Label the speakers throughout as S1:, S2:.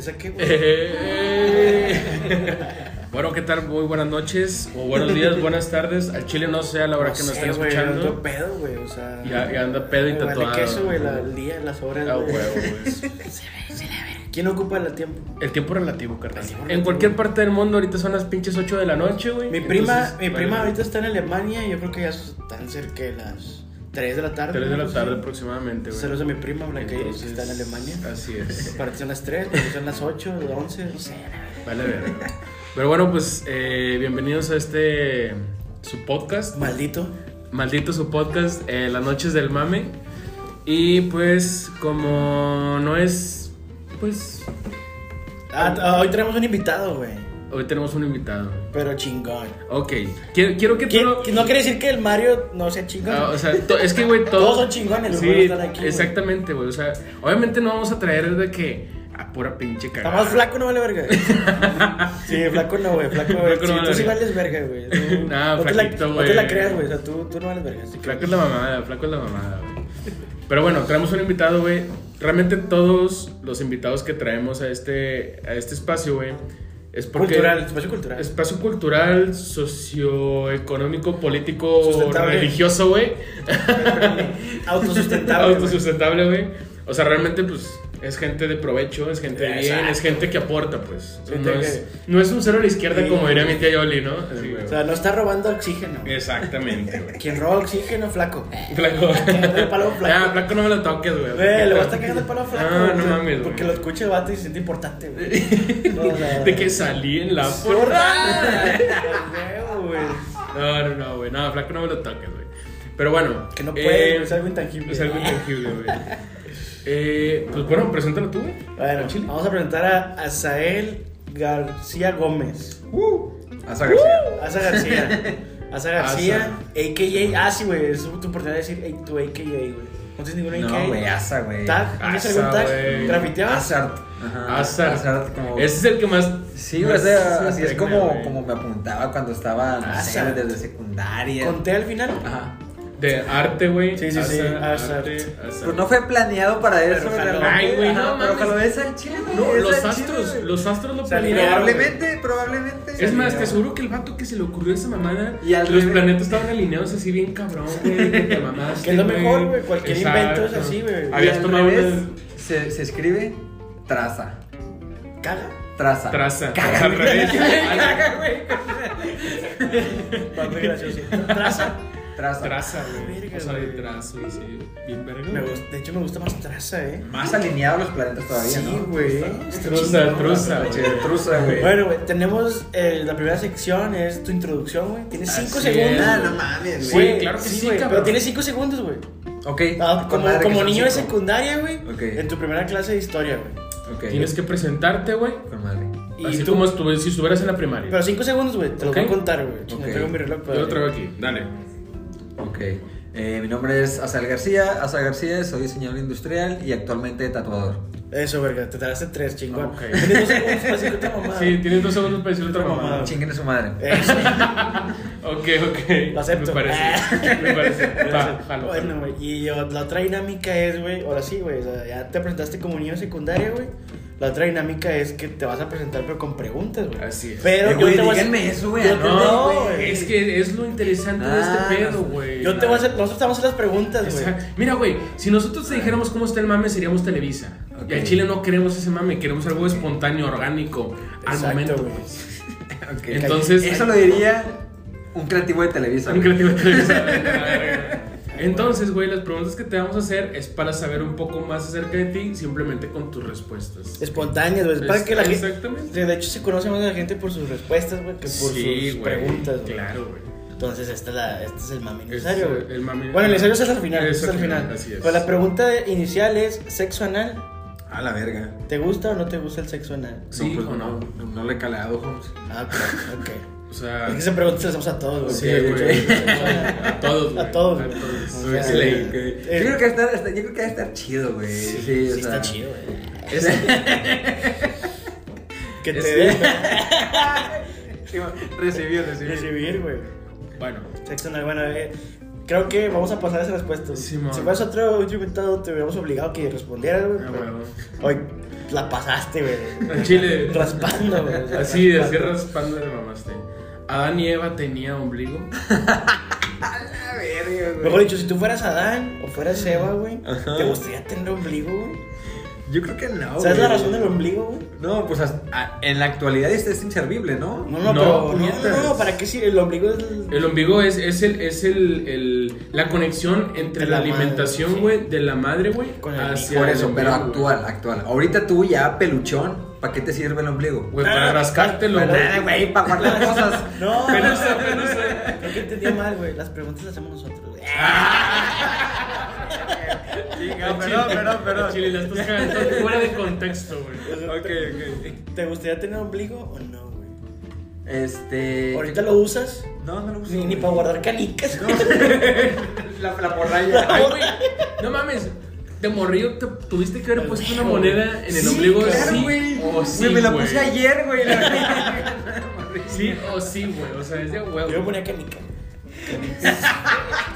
S1: saqué, güey.
S2: Eh. Bueno, ¿qué tal? Muy buenas noches, o buenos días, buenas tardes. Al chile no sé a la hora que nos
S1: sé,
S2: estén
S1: güey,
S2: escuchando.
S1: ando pedo, güey, o sea.
S2: Ya- ya anda pedo y
S1: me vale
S2: tatuado.
S1: queso, güey, la- el día, las horas.
S2: Ah,
S1: güey.
S2: huevo, güey.
S1: ¿Quién ocupa el tiempo?
S2: El tiempo relativo, carnal.
S1: El tiempo
S2: En
S1: relativo.
S2: cualquier parte del mundo ahorita son las pinches 8 de la noche, güey.
S1: Mi prima,
S2: Entonces,
S1: mi
S2: vale,
S1: prima ahorita está en Alemania y yo creo que ya están cerca de las 3 de la tarde.
S2: 3 de la
S1: ¿no?
S2: tarde aproximadamente, güey. ah,
S1: Saludos a mi prima Blanca Iris, que está en Alemania.
S2: Así es.
S1: Para ti son las 3, para ti son las 8, las 11, no sé.
S2: Vale, ver. Pero bueno, pues eh, bienvenidos a este su podcast.
S1: Maldito.
S2: Maldito su podcast, eh, Las noches del mame. Y pues como no es, pues
S1: Ah, t- ah, hoy tenemos un invitado, güey.
S2: hoy tenemos un invitado.
S1: Pero chingón.
S2: Ok, quiero, quiero que tú
S1: ¿Quién-
S2: lo-
S1: No quiere decir que el Mario no sea chingón.
S2: Ah, o sea, to- es que, güey, todos,
S1: Todos son chingones los
S2: sí,
S1: güeyes que están aquí, güey.
S2: Exactamente, güey. O sea, obviamente no vamos a traer de que a pura pinche
S1: Está
S2: cagada.
S1: más flaco no vale verga. Sí, flaco no, güey. Flaco, güey.
S2: Flaco no
S1: Sí,
S2: vale
S1: tú sí vales
S2: verga.
S1: verga, güey. Tú-
S2: Nah,
S1: no te la-
S2: flaquito,
S1: No te la
S2: güey.
S1: creas, güey. O sea, tú, tú no vales verga. así que-
S2: Flaco es la mamada, flaco es la mamada, güey. Pero bueno, traemos un invitado, güey. Realmente todos los invitados que traemos a este, a este espacio, güey, es porque...
S1: Cultural, espacio cultural.
S2: Espacio cultural, socioeconómico, político,
S1: Sustentable.
S2: religioso, güey.
S1: Autosustentable. güey.
S2: Autosustentable, güey. O sea, realmente, pues, es gente de provecho, es gente de bien,
S1: Exacto.
S2: es gente que aporta, pues.
S1: Gente
S2: No
S1: que-
S2: es, no es un cero a la izquierda,
S1: Sí.
S2: como diría mi tía Yoli, ¿no? Así, güey.
S1: O sea, no está robando oxígeno.
S2: Exactamente, güey.
S1: Quien roba oxígeno, flaco.
S2: Flaco.
S1: El palo flaco.
S2: Ah, flaco no me lo toques, güey.
S1: Güey, le va a estar cagando el palo flaco.
S2: Ah, no
S1: güey,
S2: mames,
S1: Porque
S2: güey.
S1: lo escucha el vato y se siente importante, güey. No, o sea,
S2: De que salí en la
S1: Sí,
S2: porra.
S1: güey, güey.
S2: No, no, no, güey. No, flaco no me lo toques, güey. Pero bueno.
S1: Que no puede,
S2: eh,
S1: es algo intangible. Ah,
S2: Es algo intangible, güey. Eh, pues bueno, preséntalo tú, güey.
S1: Bueno,
S2: Al chile.
S1: vamos a presentar a Azael García Gómez.
S3: Asa García.
S2: Uh,
S1: Asa García. Asa García,
S2: Asa.
S1: a.k.a. Ah, sí, güey, es tu oportunidad de decir eh, tu a.k.a., güey. No tienes ningún a.k.a.
S3: No, güey, Asa, güey.
S1: ¿Tag? ¿Tienes
S2: Asa,
S1: algún tag?
S2: güey.
S1: ¿Grafiteabas?
S3: Azart. Ajá.
S2: Azar.
S3: Azart, Ah, como.
S2: Ese es el que más.
S3: Sí, güey, o
S2: más
S3: sea, así es
S2: se
S3: como,
S2: pega,
S3: como
S2: güey.
S3: me apuntaba cuando estaba, no sé,
S1: Azart.
S3: desde secundaria.
S1: ¿Conté al final?
S3: Ajá.
S2: De arte, güey.
S1: Sí, sí, sí,
S2: Azar,
S1: Azar.
S2: arte, Azar.
S3: Pues no fue planeado para eso,
S1: jaló.
S3: realmente.
S2: Ay, güey, no
S3: Ajá,
S2: mames.
S3: Pero cuando ves al chile, güey,
S2: No,
S3: es
S2: los
S3: al chile,
S2: astros.
S3: güey.
S2: los astros lo
S1: Se alinearon,
S2: planearon. güey.
S3: Probablemente, probablemente.
S2: Es más,
S1: alinearon.
S2: te aseguro que el vato que se le ocurrió esa mamada,
S3: Y al
S2: los
S3: revés.
S2: planetas estaban alineados así bien cabrón, güey, que te mamaste,
S1: Que es lo mejor, güey, cualquier invento es así, güey.
S3: Y
S2: Habías
S3: al
S2: tomado
S3: revés,
S2: una
S3: se, se escribe traza.
S1: Caga.
S3: Traza.
S2: traza.
S3: Caga,
S2: Al revés.
S3: Caga, güey.
S1: Va muy gracioso. Traza.
S3: Traza.
S2: Traza, güey.
S1: Verga,
S2: O sea, de
S1: güey.
S2: trazo, y sí. Bien verga.
S1: Me
S2: güey.
S1: gusta- de hecho, me gusta más traza, eh.
S3: Más alineados los planetas todavía,
S1: sí,
S3: ¿no?
S1: güey.
S2: Truza, truza,
S3: Che,
S2: güey.
S3: Truza, güey.
S1: Bueno, güey, tenemos eh, la primera sección, es tu introducción, güey. Tienes
S2: Así
S1: 5
S2: es,
S1: segundos.
S3: Ah,
S2: güey.
S3: no mames,
S2: eh, Sí,
S3: güey.
S1: Güey,
S2: claro que sí,
S1: güey,
S2: cabrón.
S1: Pero tienes 5 segundos, güey.
S3: Ok.
S1: Ah,
S3: con
S1: como
S3: madre que
S1: como
S3: son
S1: niño de
S3: cinco.
S1: secundaria, güey.
S3: Ok.
S1: En tu primera clase de historia, güey.
S3: Ok.
S2: Tienes que presentarte, güey.
S3: Con madre.
S1: Y
S2: Así
S1: tú-
S2: como estuve- si estuvieras en la primaria.
S1: Pero 5 segundos, güey. Te lo
S2: Ok.
S1: voy a contar, güey. Chinga,
S3: Ok.
S1: traigo mi reloj,
S2: Yo lo traigo aquí, dale.
S3: Ok. Eh, mi nombre es Asal García. Asal García, soy diseñador industrial y actualmente tatuador.
S1: Eso, verga. Te tardaste 3, chingón.
S2: Ok.
S1: Tienes 2 segundos para decir otra mamada.
S2: Sí, tienes dos segundos para decir otra
S1: Otra
S2: mamada.
S1: mamada.
S3: Chinguen a su madre.
S1: Eso.
S2: Ok, ok.
S1: Lo acepto. Ah.
S2: Me parece. me parece. Va, jalo.
S1: Bueno, güey, y yo- la otra dinámica es, güey, ahora sí, güey, o sea, ya te presentaste como niño de secundaria, güey. La otra dinámica es que te vas a presentar pero con preguntas, güey.
S2: Así es.
S1: Pero
S3: Eh,
S1: yo
S3: güey,
S1: te voy a
S3: díganme eso, güey,
S1: yo te-
S2: No,
S1: no, güey.
S2: es que es lo interesante de
S3: Ah,
S2: este
S3: no.
S2: pedo, güey.
S1: Yo te voy a hacer, nosotros te vamos a hacer las preguntas, güey. Ah.
S2: Exacto. Mira, güey, si nosotros te dijéramos cómo está el mame, seríamos Televisa.
S3: Ok.
S2: Y al Chile no queremos ese mame, queremos algo espontáneo, orgánico, al
S1: Exacto,
S2: momento.
S1: güey.
S2: pues.
S3: Ok.
S2: Entonces-
S3: Eso lo diría un creativo de Televisa.
S2: Un
S3: güey.
S2: creativo de Televisa. Entonces, güey, las preguntas que te vamos a hacer es para saber un poco más acerca de ti, simplemente con tus respuestas.
S1: Espontáneas, güey. es Para
S2: Es-
S1: que la gente.
S2: exactamente.
S1: De hecho, se conoce más a la gente por sus respuestas, güey, que por sus preguntas, güey.
S2: Claro, güey.
S1: Entonces, esta es la, este es el mame
S2: Es,
S1: necesario,
S2: eh,
S1: güey.
S2: el mame-
S1: Bueno, el necesario es al final.
S2: Es
S1: Es al
S2: al
S1: final.
S2: final, así es.
S1: Pues la pregunta inicial es: ¿sexo anal?
S3: A la verga.
S1: ¿Te gusta o no te gusta el sexo anal?
S2: Sí,
S3: no, pues,
S2: o no.
S3: no, no le he calado, Holmes.
S1: Ah, ok, ok.
S2: O sea,
S1: Es que esa pregunta se la hacemos a todos, güey.
S2: Ah. Sí,
S3: Ok,
S2: güey.
S3: ok.
S2: A todos, güey.
S1: A todos, güey.
S2: A todos.
S1: O sea,
S2: Sí,
S3: Ok,
S2: le-
S3: ok.
S1: Eh,
S3: yo creo que va a estar, está- yo creo que va a estar chido, güey. Sí,
S1: Sí,
S3: o
S1: está
S3: sea,
S1: chido, güey.
S2: Es,
S1: Que te
S2: es-
S1: debe
S3: Recibió, recibió.
S1: recibir, güey.
S2: bueno,
S1: Sexo anal, bueno, eh, Creo que vamos a pasar esa respuesta.
S2: Simón.
S1: si fueras otro invitado, te hubiéramos obligado a que respondieras, güey.
S2: Ah,
S1: pero
S2: huevo.
S1: Hoy la pasaste, güey.
S2: Al chile.
S1: Raspando, güey.
S2: Así, así
S1: Raspando.
S2: raspando le mamaste. Adán y Eva tenía ombligo.
S3: A ver,
S1: Mejor dicho, si tú fueras Adán o fueras Eva, güey,
S3: Ajá.
S1: ¿te gustaría tener ombligo, güey?
S3: Yo creo que no.
S1: ¿Sabes la
S3: güey.
S1: razón del ombligo, güey?
S3: No, pues as- a- en la actualidad este es inservible, ¿no?
S1: No, no,
S2: No,
S1: pero.
S2: puñetas.
S1: No, no, ¿para qué sirve? El ombligo es. el-
S2: El ombligo es, es, el, es el, el- la conexión entre
S1: De la
S2: la,
S1: madre,
S2: alimentación,
S1: sí.
S2: güey, de la madre, güey,
S1: Con el-
S2: hacia
S3: Por
S2: el
S3: eso,
S2: ombligo,
S3: pero
S2: güey.
S3: actual, actual. Ahorita tú ya peluchón, ¿para qué te sirve el ombligo?
S2: Güey, para
S1: Ah,
S2: rascártelo,
S1: pero- eh,
S2: güey.
S3: Nada, güey, para guardar cosas.
S1: No,
S2: Pelusa,
S1: pelusa,
S2: pelusa.
S1: pelusa. Creo que entendí mal, güey. Las preguntas las hacemos nosotros, güey.
S3: Ah, Chinga, perdón, perdón, perdón.
S2: Chile, la estás cagando fuera de contexto, güey.
S3: Ok, ok.
S1: ¿Te gustaría tener ombligo o no, güey?
S3: Este.
S1: Ahorita lo usas,
S3: No, no lo uso.
S1: ni, ni
S3: güey.
S1: para guardar canicas, güey.
S3: La, la morralla.
S2: Ay, güey, no mames. De morrillo te tuviste que haber puesto una moneda en el ombligo.
S3: Claro,
S2: sí
S3: güey.
S2: o sí,
S3: Oh, Güey, Eh, me la
S2: güey.
S3: puse ayer, güey.
S2: Sí o sí, güey. O sea, es de huevo.
S1: Yo me ponía canica.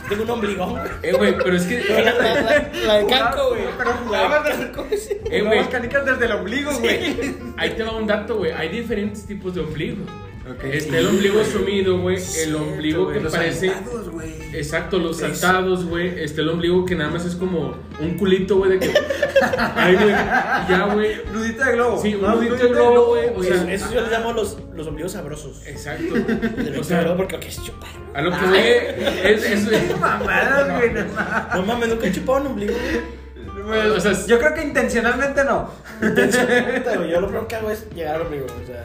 S1: Tengo un ombligo.
S2: Eh, güey, pero es que.
S1: La, la- la de Canco, güey.
S3: Pero
S1: la
S3: jugaba,
S1: de Canco, sí.
S2: Eh,
S3: Eh,
S2: güey.
S3: canicas desde el ombligo, güey.
S2: Ahí te va un dato, güey. Hay diferentes tipos de ombligo. güey.
S3: Ok.
S2: Está el ombligo sumido, güey. El
S3: Cierto,
S2: ombligo
S3: güey,
S2: que
S3: los
S2: parece. Eh,
S3: saltados, güey.
S2: Exacto, los saltados, güey. Está el ombligo que nada más es como un culito, güey, de que. Ay, güey. Ya, güey.
S3: Nudita de globo.
S2: Sí, un
S3: Ah,
S2: nudito de globo, güey. O sea,
S1: Eso yo les llamo los, los ombligos sabrosos. De
S2: Exacto. O
S1: los sabrosos
S2: sea,
S1: porque ok, es chupar. güey.
S2: a lo que voy es. es,
S3: Qué mamadas, güey. no mames.
S1: No mames, nunca he chupado un ombligo, güey.
S2: Pues, o sea, es-
S3: Yo creo que intencionalmente no.
S1: Puta, güey, Yo lo primero que hago es llegar al ombligo. O sea,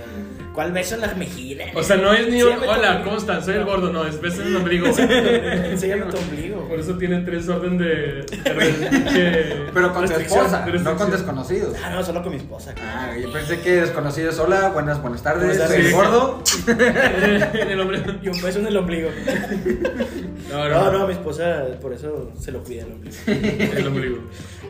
S1: ¿cuál beso en las mejillas?
S2: o sea, no es ni un.
S1: Enséñame tu
S2: Hola,
S1: ombligo".
S2: ¿cómo están? Soy el gordo. No, es veces el ombligo.
S1: Enséñame tu ombligo.
S2: Por eso tiene tres orden de. de-
S3: Pero con tu
S2: restricción,
S3: esposa, no con
S2: restricción.
S3: desconocidos.
S1: Ah, no, solo con mi esposa. güey.
S3: Ah, yo pensé que desconocidos. Hola, buenas, buenas tardes.
S1: Buenas
S3: Soy el
S1: tardes.
S3: gordo.
S2: en el hombre.
S1: Y un beso en el ombligo.
S2: No,
S1: No, no, mi esposa, por eso se lo cuida el ombligo.
S2: El ombligo.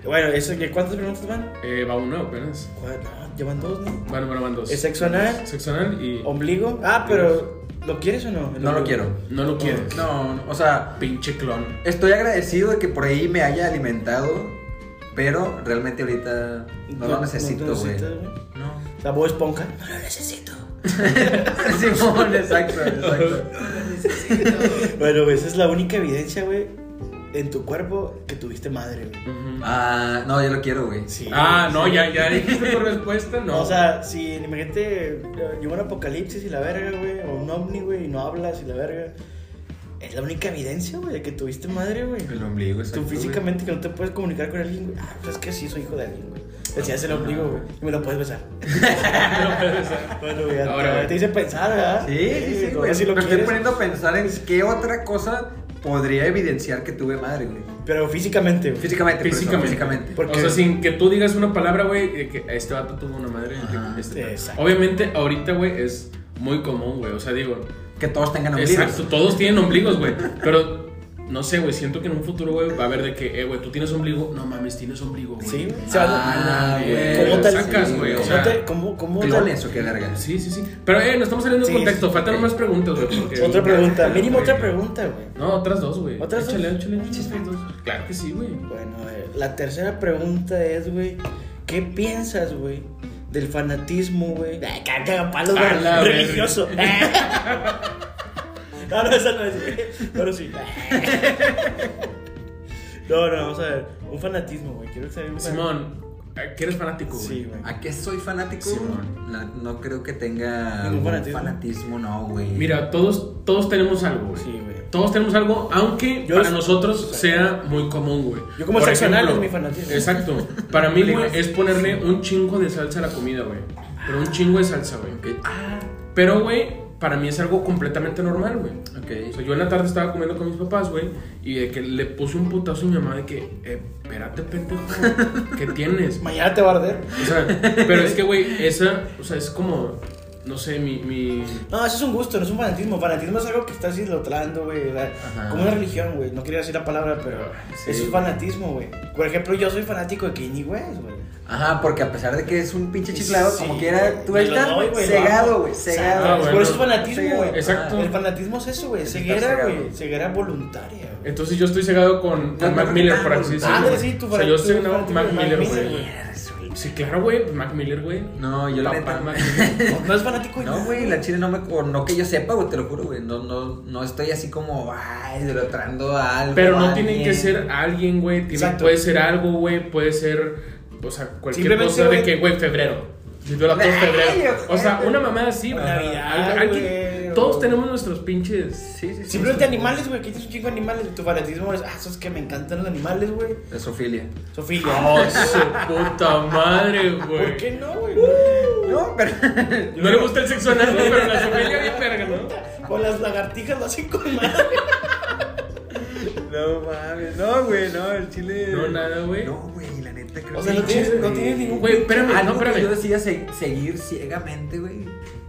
S1: Bueno, eso, ¿y ¿cuántas preguntas van?
S2: Eh, va uno apenas.
S1: ¿Cuál? No, llevan dos, ¿no?
S2: Bueno, bueno, van dos.
S1: Es sexo anal,
S2: Sexo anal y.
S1: ombligo. Ah, pero ¿lo quieres o no? El
S3: No lo
S1: ombligo.
S3: quiero.
S2: No
S1: oh,
S2: lo quieres.
S3: No, no, o sea,
S2: Pinche clon.
S3: estoy agradecido de que por ahí me haya alimentado, pero realmente ahorita no, lo necesito,
S1: te
S3: güey.
S1: necesitas, güey.
S3: No.
S1: O sea, Bob Esponja. No lo necesito.
S3: Simón, exacto, exacto.
S1: Bueno, güey, esa es la única evidencia, güey, en tu cuerpo que tuviste madre, güey.
S2: Ujú.
S3: Ah, no, yo lo quiero, güey.
S1: Sí.
S2: Ah, no,
S1: sí.
S2: ya, ya dijiste tu respuesta. No.
S1: O sea, si imagínate, eh, llegó un apocalipsis y la verga, güey, o un ovni, güey, y no hablas y la verga. Es la única evidencia, güey, de que tuviste madre, güey.
S3: El ombligo, exacto.
S1: Tú
S3: güey.
S1: físicamente que no te puedes comunicar con alguien, güey. Ah, pues es que sí, soy hijo de alguien, güey. Decías
S2: Ah,
S1: el ombligo, güey. Y me lo puedes besar.
S2: No puede ser.
S1: Bueno, güey,
S2: Ahora,
S1: Ahora,
S2: güey.
S1: te hice pensar, ¿verdad?
S3: Sí, sí, sí,
S1: no,
S3: güey.
S1: si lo
S3: me estoy
S1: quieres.
S3: poniendo a pensar en qué otra cosa podría evidenciar que tuve madre, güey.
S1: Pero físicamente, güey.
S3: Físicamente, por eso,
S2: Físicamente.
S3: físicamente.
S1: Por-
S2: O sea, sin que tú digas una palabra, güey, de que este vato tuvo una madre.
S3: Ajá.
S2: este-
S1: Exacto.
S2: Obviamente, ahorita, güey, es muy común, güey. O sea, digo,
S3: Que todos tengan ombligo.
S2: Exacto, todos tienen ombligos, güey. Pero no sé, güey, siento que en un futuro, güey, va a haber de que, eh, güey, tú tienes ombligo. No mames, tienes ombligo, güey.
S1: Sí, güey. Se va
S3: Ah,
S1: a-
S3: güey.
S1: ¿Cómo te
S2: sacas, güey? O
S1: ¿Cómo
S2: sea,
S1: te- ¿Cómo, cómo te-
S3: ¿Clones o qué verga?
S2: Sí, sí, sí. Pero, eh, nos estamos saliendo de
S1: Sí,
S2: contexto.
S1: sí,
S2: Faltan
S1: ok.
S2: más preguntas, güey. porque-
S1: Otra pregunta, mínimo
S2: Güey.
S1: otra pregunta, güey.
S2: No, otras dos, güey.
S1: ¿Otras
S2: échale,
S1: dos?
S2: Échale, échale, otras dos. Claro que sí, güey.
S1: Bueno, a ver, la tercera pregunta es, güey, ¿qué piensas, güey, del fanatismo, güey? Ay, caga Ah, palos,
S2: A la
S1: güey,
S2: verga.
S1: religioso. no, no, esa no es. Pero sí. no, no, vamos a ver, un fanatismo, güey, quiero saber un fan-
S2: Simón, eh, que eres fanático, güey.
S1: Sí, güey.
S3: ¿A qué soy fanático?
S2: Simón.
S3: La- no creo que tenga
S1: Ningún
S3: algún
S1: fanatismo.
S3: fanatismo, no, güey.
S2: Mira, todos, todos tenemos algo, güey.
S1: Sí, güey.
S2: Todos tenemos algo, aunque
S1: Yo
S2: para
S1: es-
S2: nosotros sea muy común, güey.
S1: Yo como
S2: Por
S1: sexual
S2: ejemplo,
S1: es mi fanatismo.
S2: Exacto. Para mí, güey, es ponerle un chingo de salsa a la comida, güey. Pero un chingo de salsa, güey.
S3: Ok.
S2: Pero, güey, para mí es algo completamente normal, güey. O sea,
S3: Ok.
S2: yo en la tarde estaba comiendo con mis papás, güey, y de que le puse un putazo a mi mamá de que, eh, espérate, pendejo, ¿qué tienes?
S1: Mañana te va a arder.
S2: O sea, pero es que, güey, esa, o sea, es como, no sé, mi, mi...
S1: No, eso es un gusto, no es un fanatismo. Fanatismo es algo que estás idolatrando, güey. o sea,
S3: Ajá.
S1: Como una religión, güey. No quería decir la palabra, pero eso
S2: Sí,
S1: es
S2: güey.
S1: fanatismo, güey. Por ejemplo, yo soy fanático de Kanye West, güey.
S3: Ajá, porque a pesar de que es un pinche chiflado,
S1: Sí,
S3: como
S1: güey.
S3: quiera, tú
S1: Me lo
S3: estás
S1: doy, güey,
S3: cegado,
S1: vamos.
S3: güey,
S1: O sea,
S2: Ah,
S3: cegado.
S2: bueno.
S1: Por eso es fanatismo, güey.
S2: Exacto.
S3: Ah,
S1: El fanatismo es eso, güey.
S3: Es estar
S1: Ceguera,
S3: cegado.
S1: güey. Ceguera voluntaria, güey.
S2: Entonces yo estoy cegado con,
S1: Ah,
S2: con
S3: No,
S2: Mac
S3: no,
S2: Miller,
S3: no,
S2: por
S3: no,
S2: así
S1: madre,
S2: decirlo.
S1: ah, sí, tú
S2: o sea,
S1: para-
S2: yo
S1: tú
S2: estoy
S1: eres
S2: con
S1: fanático
S2: Mac
S1: de Mac
S2: Miller,
S1: Miller,
S2: güey.
S1: güey.
S2: Sí, claro, güey, Mac Miller, güey.
S3: No, yo la
S2: Papá
S3: neta-
S2: Mac Miller.
S1: No, no es fanático de
S3: No,
S1: nada,
S3: güey, la chile no me. O no que yo sepa, güey, te lo juro, güey. No, no, no estoy así como, ay, idolatrando a algo.
S2: Pero
S3: a
S2: no tienen que
S3: alguien.
S2: ser alguien, güey. tiene-
S1: Exacto.
S2: Puede ser algo, güey. Puede ser, o sea, cualquier
S1: Simplemente,
S2: cosa de
S1: güey.
S2: que, güey, febrero. Si tú la tomas
S3: Ay,
S2: febrero. O sea,
S3: ojete.
S2: una mamada así, güey.
S1: Navidad,
S2: Al- alguien-
S1: güey, o-
S2: Todos tenemos nuestros pinches.
S3: Sí, sí, sí.
S1: Simplemente animales, güey. Aquí tienes un chingo de animales. Tu fanatismo es, ah, esos que me encantan los animales, güey.
S3: Es Ofilia.
S1: Sofía.
S2: Oh, su puta madre, güey.
S1: ¿Por qué no, güey?
S3: No, pero.
S2: No le gusta el sexo anal, güey, pero la familia bien verga, ¿no?
S1: Con las lagartijas lo hacen con madre.
S3: no mames. No, güey, no, el chile.
S2: No, nada, güey.
S3: No, güey, la neta creo
S1: O sea,
S3: que-
S1: no tienes- no
S3: güey.
S1: tienes ningún-
S2: Güey, espérame, no,
S3: Algo que
S2: espérame.
S3: yo decía se- seguir ciegamente, güey.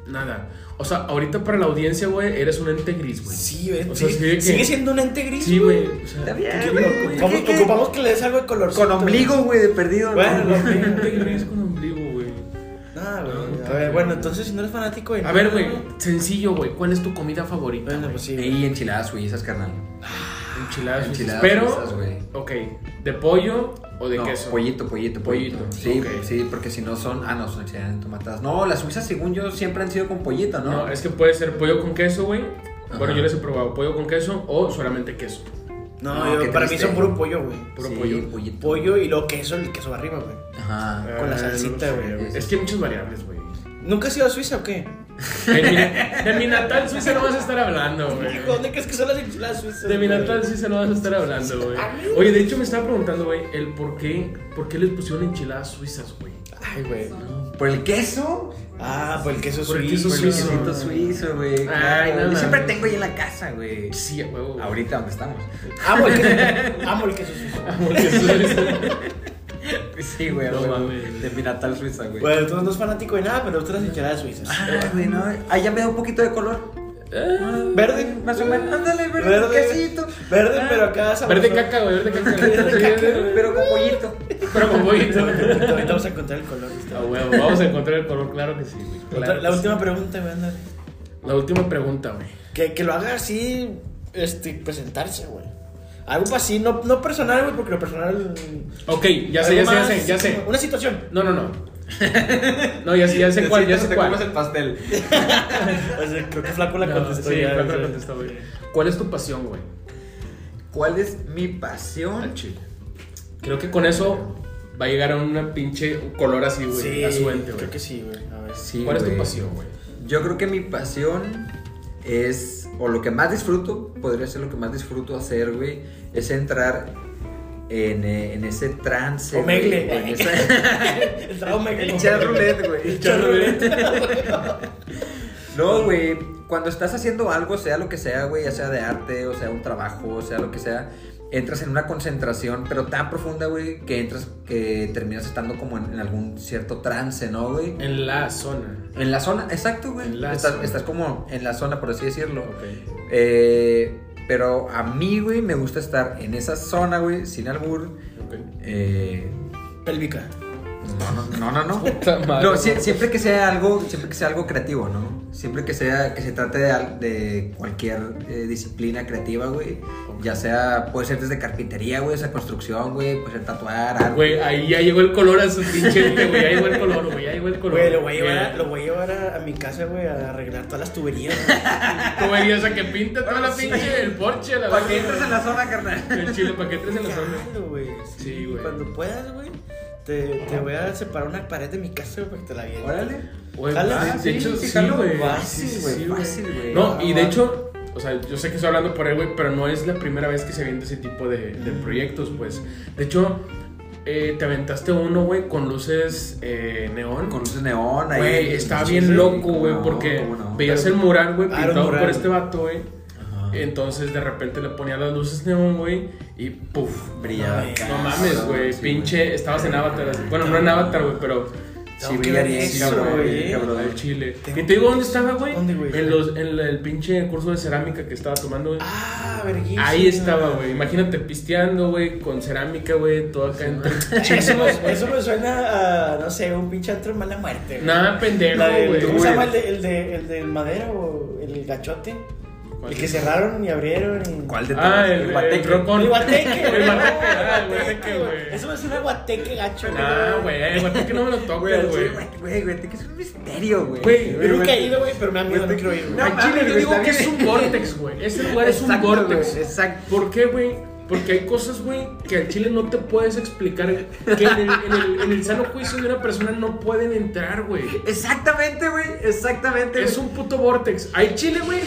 S2: Nada. O sea, ahorita para la audiencia, güey, eres un ente gris, güey.
S1: Sí, güey.
S2: O sea, sí, de que-
S1: Sigue siendo un ente gris.
S2: Sí, güey. O sea,
S3: Está bien,
S2: ¿qué
S3: güey.
S2: pedo?
S1: Ocupamos,
S3: ¿Qué, qué?
S1: ocupamos que le des algo de color.
S3: Con ombligo, güey, de perdido. ¿no?
S1: Bueno,
S2: Un ente gris con ombligo, güey.
S1: Nada, güey.
S2: No,
S1: A ver, bueno, entonces si no eres fanático de
S2: A ver,
S1: nada,
S2: güey, sencillo, güey. ¿Cuál es tu comida favorita?
S1: Bueno,
S2: güey?
S1: pues sí. güey.
S3: Y enchiladas suizas, carnal.
S2: Enchiladas,
S3: Enchiladas
S2: pero,
S3: suizas, güey.
S2: ok, ¿de pollo o de
S3: no,
S2: queso?
S3: Pollito, pollito, pollito.
S2: Pollito,
S3: Sí,
S2: ok.
S3: sí, porque si no son. Ah, no, son enchiladas tomatadas. No, las suizas, según yo, siempre han sido con pollito, ¿no?
S2: No, es que puede ser pollo con queso, güey.
S3: Ajá.
S2: Bueno, yo les he probado pollo con queso o solamente queso.
S1: No,
S3: No,
S1: yo-
S3: qué
S1: para mí
S3: triste.
S1: son puro pollo, güey.
S2: puro
S3: Sí,
S2: pollo.
S3: pollito.
S1: Pollo y luego queso, el queso arriba, güey.
S3: Ajá.
S1: Con la
S2: Ah,
S1: salsita,
S2: no
S1: güey.
S2: sé, Es que hay muchas variables, güey.
S1: ¿Nunca has ido a Suiza o qué?
S2: De mi, de mi natal Suiza no vas a estar hablando, güey.
S1: Hijo, ¿dónde crees que son las enchiladas suizas?
S2: De mi
S1: güey?
S2: natal Suiza no vas a estar hablando, güey. Oye, de hecho me estaba preguntando, güey, el por qué, por qué les pusieron enchiladas suizas, güey.
S1: Ay, güey.
S3: ¿Por el queso?
S1: Ah, por el queso
S2: Por el
S1: suizo.
S2: queso
S1: güey.
S2: suizo.
S3: Quesito suizo, güey.
S2: Ay,
S3: claro.
S2: no
S3: Yo
S2: mames.
S3: siempre tengo ahí en la casa, güey.
S2: Sí, a huevo. güey.
S3: Ahorita donde estamos.
S1: Amo el queso. Amo el queso suizo.
S2: Porque suiza-
S3: Sí, güey,
S2: No
S3: güey.
S2: mames.
S3: De mi natal suiza, güey.
S1: Bueno, entonces no es fanático de nada, pero otras enchiladas suizas.
S3: Ah, güey, no. Ah, ya me da un poquito de color.
S1: Verde.
S3: Más o menos. Ándale, verde.
S1: Verde.
S3: Quesito.
S1: Verde,
S3: Ah,
S1: pero acá sabroso.
S2: Verde caca, güey, verde caca.
S3: Pero con pollito.
S2: Pero con pollito.
S1: Ahorita vamos a encontrar el color.
S2: Ah, huevo, vamos a encontrar el color, claro que sí, güey. Claro
S1: Otra- la
S2: que
S1: última pregunta, güey, ándale.
S2: sí. La última pregunta, güey.
S1: Que, que lo haga así, este, presentarse, güey. Algo así, no, no personal, güey, porque lo personal.
S2: Ok, ya sé, ya
S1: algo
S2: sé, ya
S1: más,
S2: sé, ya sé.
S1: como Una situación.
S2: No, no, no. No, ya sé, ya sé cuál, ya sé cuál.
S3: el pastel.
S1: O sea, Pues, eh, creo que Flaco la
S2: No,
S1: contestó.
S2: sí,
S1: ya,
S2: Flaco
S1: o
S2: la
S1: sea.
S2: contestó, güey. ¿Cuál es tu pasión, güey?
S3: ¿Cuál es mi pasión?
S2: Creo que con eso va a llegar a una pinche color así, güey.
S1: Sí,
S2: a su ente, güey.
S1: creo que sí, güey. A ver.
S3: Sí,
S2: ¿Cuál es tu
S3: güey.
S2: pasión, güey?
S3: Yo creo que mi pasión es, o lo que más disfruto, podría ser lo que más disfruto hacer, güey, es entrar en, eh, en ese trance. güey,
S1: Omegle.
S3: en esa-
S1: El trauma que-
S3: el charroulette, güey.
S1: El charroulette.
S3: No, güey. Cuando estás haciendo algo, sea lo que sea, güey, ya sea de arte, o sea un trabajo, o sea lo que sea, entras en una concentración, pero tan profunda, güey, que entras, que terminas estando como en, en algún cierto trance, ¿no, güey?
S2: En la zona.
S3: En la zona, exacto, güey.
S2: En la
S3: Estás,
S2: zona.
S3: estás como en la zona, por así decirlo.
S2: Ok.
S3: Eh, pero a mí, güey, me gusta estar en esa zona, güey, sin albur.
S2: Ok.
S3: Eh,
S1: Pélvica.
S3: no, no, no, no.
S2: Puta
S3: no.
S2: madre.
S3: No, sie- siempre que sea algo, siempre que sea algo creativo, ¿no? Siempre que sea, que se trate de, al- de cualquier eh, disciplina creativa, güey. Ya sea, puede ser desde carpintería, güey, o sea, construcción, güey, puede ser tatuar, arte.
S2: Güey, ahí ya llegó el color a su pinche ente, güey. Ya llegó el color, güey. Ya llegó el color.
S1: Güey, lo voy a llevar, a-
S2: Mira,
S1: lo voy a, llevar a, a mi casa, güey, a arreglar todas las tuberías. güey.
S2: Tú verías a que pinta toda la pinche el porche, la
S3: Para que
S2: verga,
S3: entres en la zona, carnal.
S2: El chile, para que entres en la zona.
S1: Claro, güey.
S2: Sí, güey.
S1: Cuando puedas, güey, te, te voy a separar una pared de mi casa, güey, para que te la vienes.
S3: Órale.
S2: Güey,
S1: Jala,
S2: ah,
S1: sí,
S2: de hecho,
S3: sí,
S2: sí,
S3: jalo,
S2: güey.
S3: fácil,
S2: Sí,
S3: güey,
S2: sí, güey.
S3: fácil, güey. Ah,
S2: No, y de hecho, o sea, yo sé que estoy hablando por él, güey, pero no es la primera vez que se avienta ese tipo de, de proyectos, pues. De hecho, eh, te aventaste uno, güey, con luces eh, neón.
S3: Con luces neón ahí.
S2: Güey, está
S3: Sí,
S2: bien
S3: sí,
S2: loco,
S3: cómo
S2: güey,
S3: no,
S2: porque
S3: cómo no.
S2: veías
S1: Pero-
S2: el mural, güey,
S1: Ah, era un
S2: pintado
S1: mural,
S2: por este
S1: güey.
S2: vato, güey.
S3: Ajá.
S2: Entonces, de repente le ponía las luces neón, güey, y puff.
S3: Brillaba.
S1: No
S2: No mames, güey,
S3: Sí,
S2: pinche, estabas en Avatar. así. Bueno, no en Avatar, güey, pero...
S3: Sí,
S1: No,
S3: brilla
S1: qué
S3: bien,
S1: eso,
S3: cabrón,
S1: güey.
S3: cabrón.
S2: Al chile.
S1: Tengo
S2: ¿Y te digo dónde estaba, güey?
S1: ¿Dónde, güey?
S2: En, los, en la- el pinche curso de cerámica que estaba tomando, güey.
S1: Ah, verguísima.
S2: Ahí estaba, güey. Imagínate pisteando, güey, con cerámica, güey, todo acá en
S1: Eso me, eso me suena a, no sé, un pinche antro de mala muerte. güey.
S2: Nada, pendejo,
S1: La del-
S2: güey.
S1: ¿Cómo se llama el, de, el, de, el del madero o el gachote? El que cerraron y abrieron. Y...
S3: ¿Cuál de todos?
S2: Ah, el, el,
S3: Guateque.
S2: rocón.
S1: El guateque,
S2: El
S1: güey.
S2: guateque, ah, el
S1: El
S2: guateque, güey.
S1: Eso me suena a guateque gacho,
S2: Nah, güey, el guateque no me lo
S3: Güey, al
S2: toques,
S3: chile,
S2: güey.
S3: güey, güey, güey, que es un misterio, güey.
S2: Güey,
S1: Yo nunca he ido, güey, pero me da miedo, no quiero ir,
S3: No,
S1: güey.
S2: Al chile
S3: mames,
S2: yo
S3: güey,
S2: digo
S3: está
S2: que es
S3: bien.
S2: un vortex, güey. Ese lugar es un
S3: Exacto,
S2: vortex.
S3: güey, exacto.
S2: ¿Por qué, güey? Porque hay cosas, güey, que al chile no te puedes explicar. Que en el, en el- en el sano juicio de una persona no pueden entrar, güey.
S3: Exactamente, güey. Exactamente.
S2: Es
S3: güey.
S2: un puto vortex. Hay Chile, güey.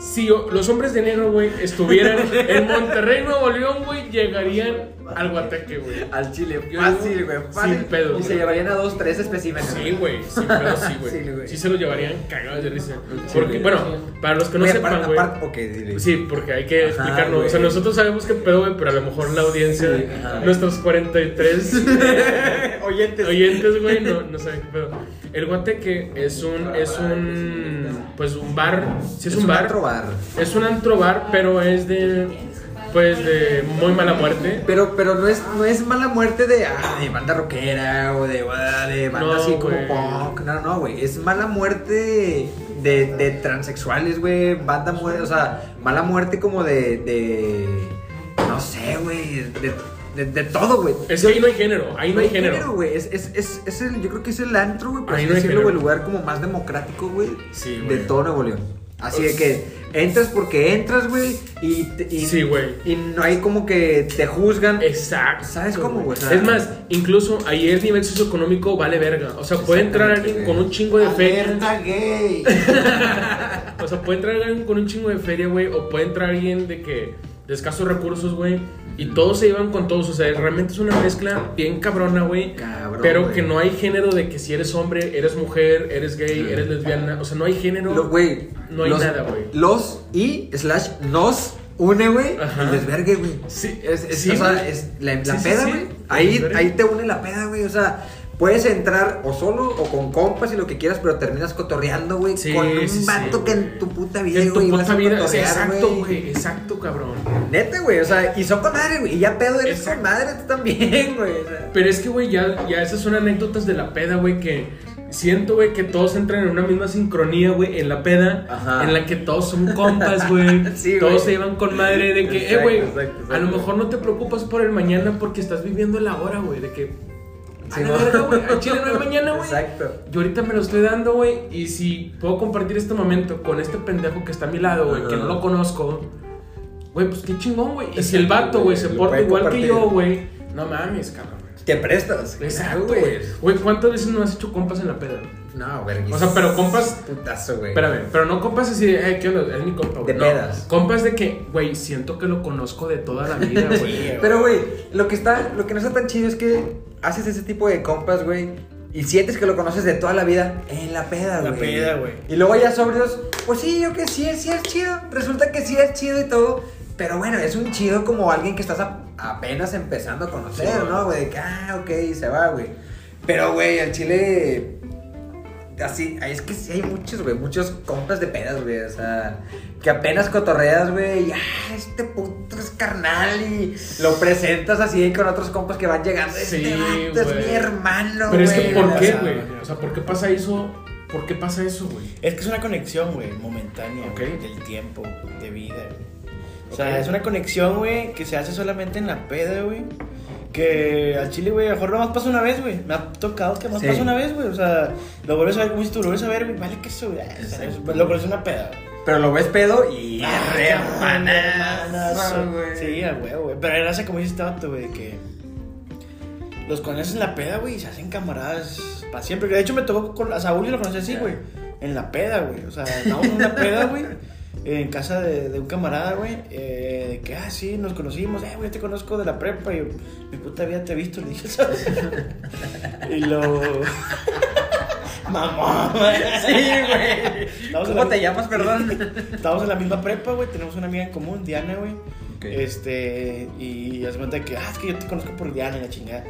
S2: Si o- los hombres de negro, güey, estuvieran en Monterrey, Nuevo León, güey, llegarían al Guateque, güey.
S3: Al chile,
S2: Yo
S3: fácil,
S2: digo,
S3: güey.
S2: sin
S3: Fácil.
S2: pedo,
S3: Y se
S2: güey.
S3: llevarían a dos, tres especímenes.
S2: Sí, güey, sí, pero sí,
S3: Sí, güey.
S2: güey. Sí se lo llevarían cagados de risa.
S3: Sí,
S2: Porque,
S3: güey.
S2: bueno, para los que no
S3: Güey,
S2: sepan,
S3: aparte-
S2: güey.
S3: aparte- ok, dile.
S2: Sí, porque hay que
S3: Ajá,
S2: explicarlo. O sea,
S3: güey.
S2: nosotros sabemos que pedo, güey, pero a lo mejor la audiencia,
S3: Sí, ajá.
S2: nuestros 43 eh,
S3: Oyentes.
S2: oyentes, güey, no, no saben qué pedo. El Guateque es un, es un, pues un bar. Sí, es, un bar.
S3: antro bar.
S2: Es un antro bar, pero es de. Pues de muy mala muerte.
S3: Pero, pero no, es, no es mala muerte de, ah, de banda rockera o de, ah, de banda
S2: No,
S3: así
S2: güey.
S3: como punk. No, no, güey. Es mala muerte de, de transexuales, güey. Banda muerte, o sea, mala muerte como de. de no sé, güey. De, de, de todo, güey.
S2: Es que ahí no hay género, ahí no hay género.
S3: güey. Es, es, es, es el, yo creo que es el antro, güey, por
S2: Ahí
S3: así
S2: no hay
S3: decirlo,
S2: género.
S3: güey, el lugar como más democrático, güey,
S2: Sí,
S3: de
S2: güey. Pues
S3: todo Nuevo León. Así de que entras porque entras, güey, y, te- y,
S2: Sí, güey.
S3: y no hay como que te juzgan.
S2: Exacto.
S3: ¿Sabes cómo, güey?
S2: Es más, incluso ahí el nivel socioeconómico vale verga. O sea, puede entrar alguien con un chingo de feria.
S4: Alerta gay.
S2: O sea, puede entrar alguien con un chingo de feria, güey. O puede entrar alguien de que. de escasos recursos, güey. Y todos se iban con todos. O sea, realmente es una mezcla bien cabrona, güey.
S3: Cabrón,
S2: Pero
S3: güey.
S2: que no hay género de que si eres hombre, eres mujer, eres gay, eres lesbiana. O sea, no hay género.
S3: Lo- güey,
S2: No hay
S3: los-
S2: nada, güey.
S3: Los y slash nos une, güey,
S2: Ajá.
S3: y desvergue, güey.
S2: Sí,
S3: Es, es-
S2: sí,
S3: o sea,
S2: güey.
S3: es la, la
S2: Sí, sí,
S3: peda,
S2: sí.
S3: güey. Ahí,
S2: Desvergue.
S3: ahí te une la peda, güey. O sea, puedes entrar o solo o con compas y lo que quieras, pero terminas cotorreando, güey,
S2: Sí,
S3: con
S2: sí,
S3: un
S2: sí,
S3: vato que
S2: güey.
S3: en tu puta
S2: Que
S3: vida,
S2: en tu
S3: güey, ibas
S2: puta
S3: a
S2: vida-
S3: cotorrear,
S2: Exacto, güey. Exacto, cabrón.
S3: Neta, güey, o sea, y son con madre, güey. Y ya pedo eres
S2: Exacto.
S3: con madre tú también, güey. o sea.
S2: Pero es que, güey, ya, ya esas son anécdotas de la peda, güey, que siento, güey, que todos entran en una misma sincronía, güey, en la peda,
S3: Ajá.
S2: en la que todos son compas, güey.
S3: Sí,
S2: todos
S3: güey.
S2: se llevan con madre de que,
S3: Exacto,
S2: eh, güey,
S3: exacto, exacto.
S2: a lo mejor no te preocupas por el mañana porque estás viviendo la hora, güey, de que... a
S3: Sí,
S2: la
S3: mo-
S2: verga, güey, al chile no hay mañana, güey.
S3: Exacto.
S2: Yo ahorita me lo estoy dando, güey, y si puedo compartir este momento con este pendejo que está a mi lado, güey, que
S3: Ajá.
S2: no lo conozco, güey, pues qué chingón, güey. Y si el
S3: Exacto,
S2: vato, güey,
S3: güey,
S2: se
S3: lo
S2: porta
S3: puede
S2: igual que yo,
S3: compartir.
S2: güey, no mames, cabrón.
S3: Te prestas.
S2: Exacto, güey. Güey, ¿cuántas veces no has hecho compas en la peda?
S3: No, vergüenza.
S2: O sea, pero compas-
S3: Putazo, güey.
S2: Espérame, pero no compas así de, eh, ¿qué onda? Es mi compa, güey.
S3: De
S2: no,
S3: pedas.
S2: Compas de que, güey, siento que lo conozco de toda la vida, güey.
S3: Pero, güey, lo que está, lo que no está tan chido es que haces ese tipo de compas, güey, y sientes que lo conoces de toda la vida en la peda,
S1: La
S3: güey.
S1: peda, güey.
S3: Y luego ya sobrios, pues sí, yo que sí, sí es chido. Resulta que sí es chido y todo. Pero bueno, es un chido como alguien que estás a- apenas empezando a conocer,
S2: Sí, güey.
S3: ¿no, güey? De que, ah, ok, y se va, güey. Pero, güey, al chile. Así, es que sí hay muchos, güey, muchos compas de pedas, güey, o sea, que apenas cotorreas, güey, y ah, este puto es carnal, y lo presentas así con otros compas que van llegando, este
S2: Sí,
S3: vato es
S2: güey.
S3: mi hermano,
S2: Pero es que,
S3: güey,
S2: ¿por
S3: o
S2: qué,
S3: sea,
S2: güey? O sea, ¿por qué pasa eso? ¿Por qué pasa eso, güey?
S1: Es que es una conexión, güey, momentánea,
S2: Ok.
S1: güey, del tiempo, de vida, güey. O sea,
S2: Ok.
S1: es una conexión, güey, que se hace solamente en la peda, güey. Que al chile, güey, a lo mejor nomás pasa una vez, güey. Me ha tocado que nomás
S3: Sí.
S1: pasa una vez, güey. O sea, lo vuelves a ver, como dices tú, lo vuelves a ver, güey, vale que eso, güey. Ah,
S3: Exacto.
S1: Lo conoces una peda, güey.
S3: Pero lo ves pedo y...
S1: Ah,
S3: re
S1: hermanazo.
S3: hermanazo, güey.
S1: Sí, a huevo, güey. Pero era así como dice este vato, güey, que los conoces en la peda, güey, y se hacen camaradas para siempre. De hecho, me tocó con a Saúl y lo conocí así, güey. En la peda, güey. O sea, estábamos en una peda, güey. En casa de, de un camarada, güey. eh, de que, ah, sí, nos conocimos. Eh, güey, te conozco de la prepa. Y yo, mi puta vida te he visto, le dije, ¿sabes? y lo. Mamá, güey.
S3: Sí, güey.
S1: Estamos en
S3: ¿Cómo
S1: la-
S3: te llamas, perdón?
S1: Estábamos en la misma prepa, güey. Tenemos una amiga en común, Diana, güey.
S3: Ok.
S1: Este, y hace cuenta que, ah, es que yo te conozco por Diana y la chingada.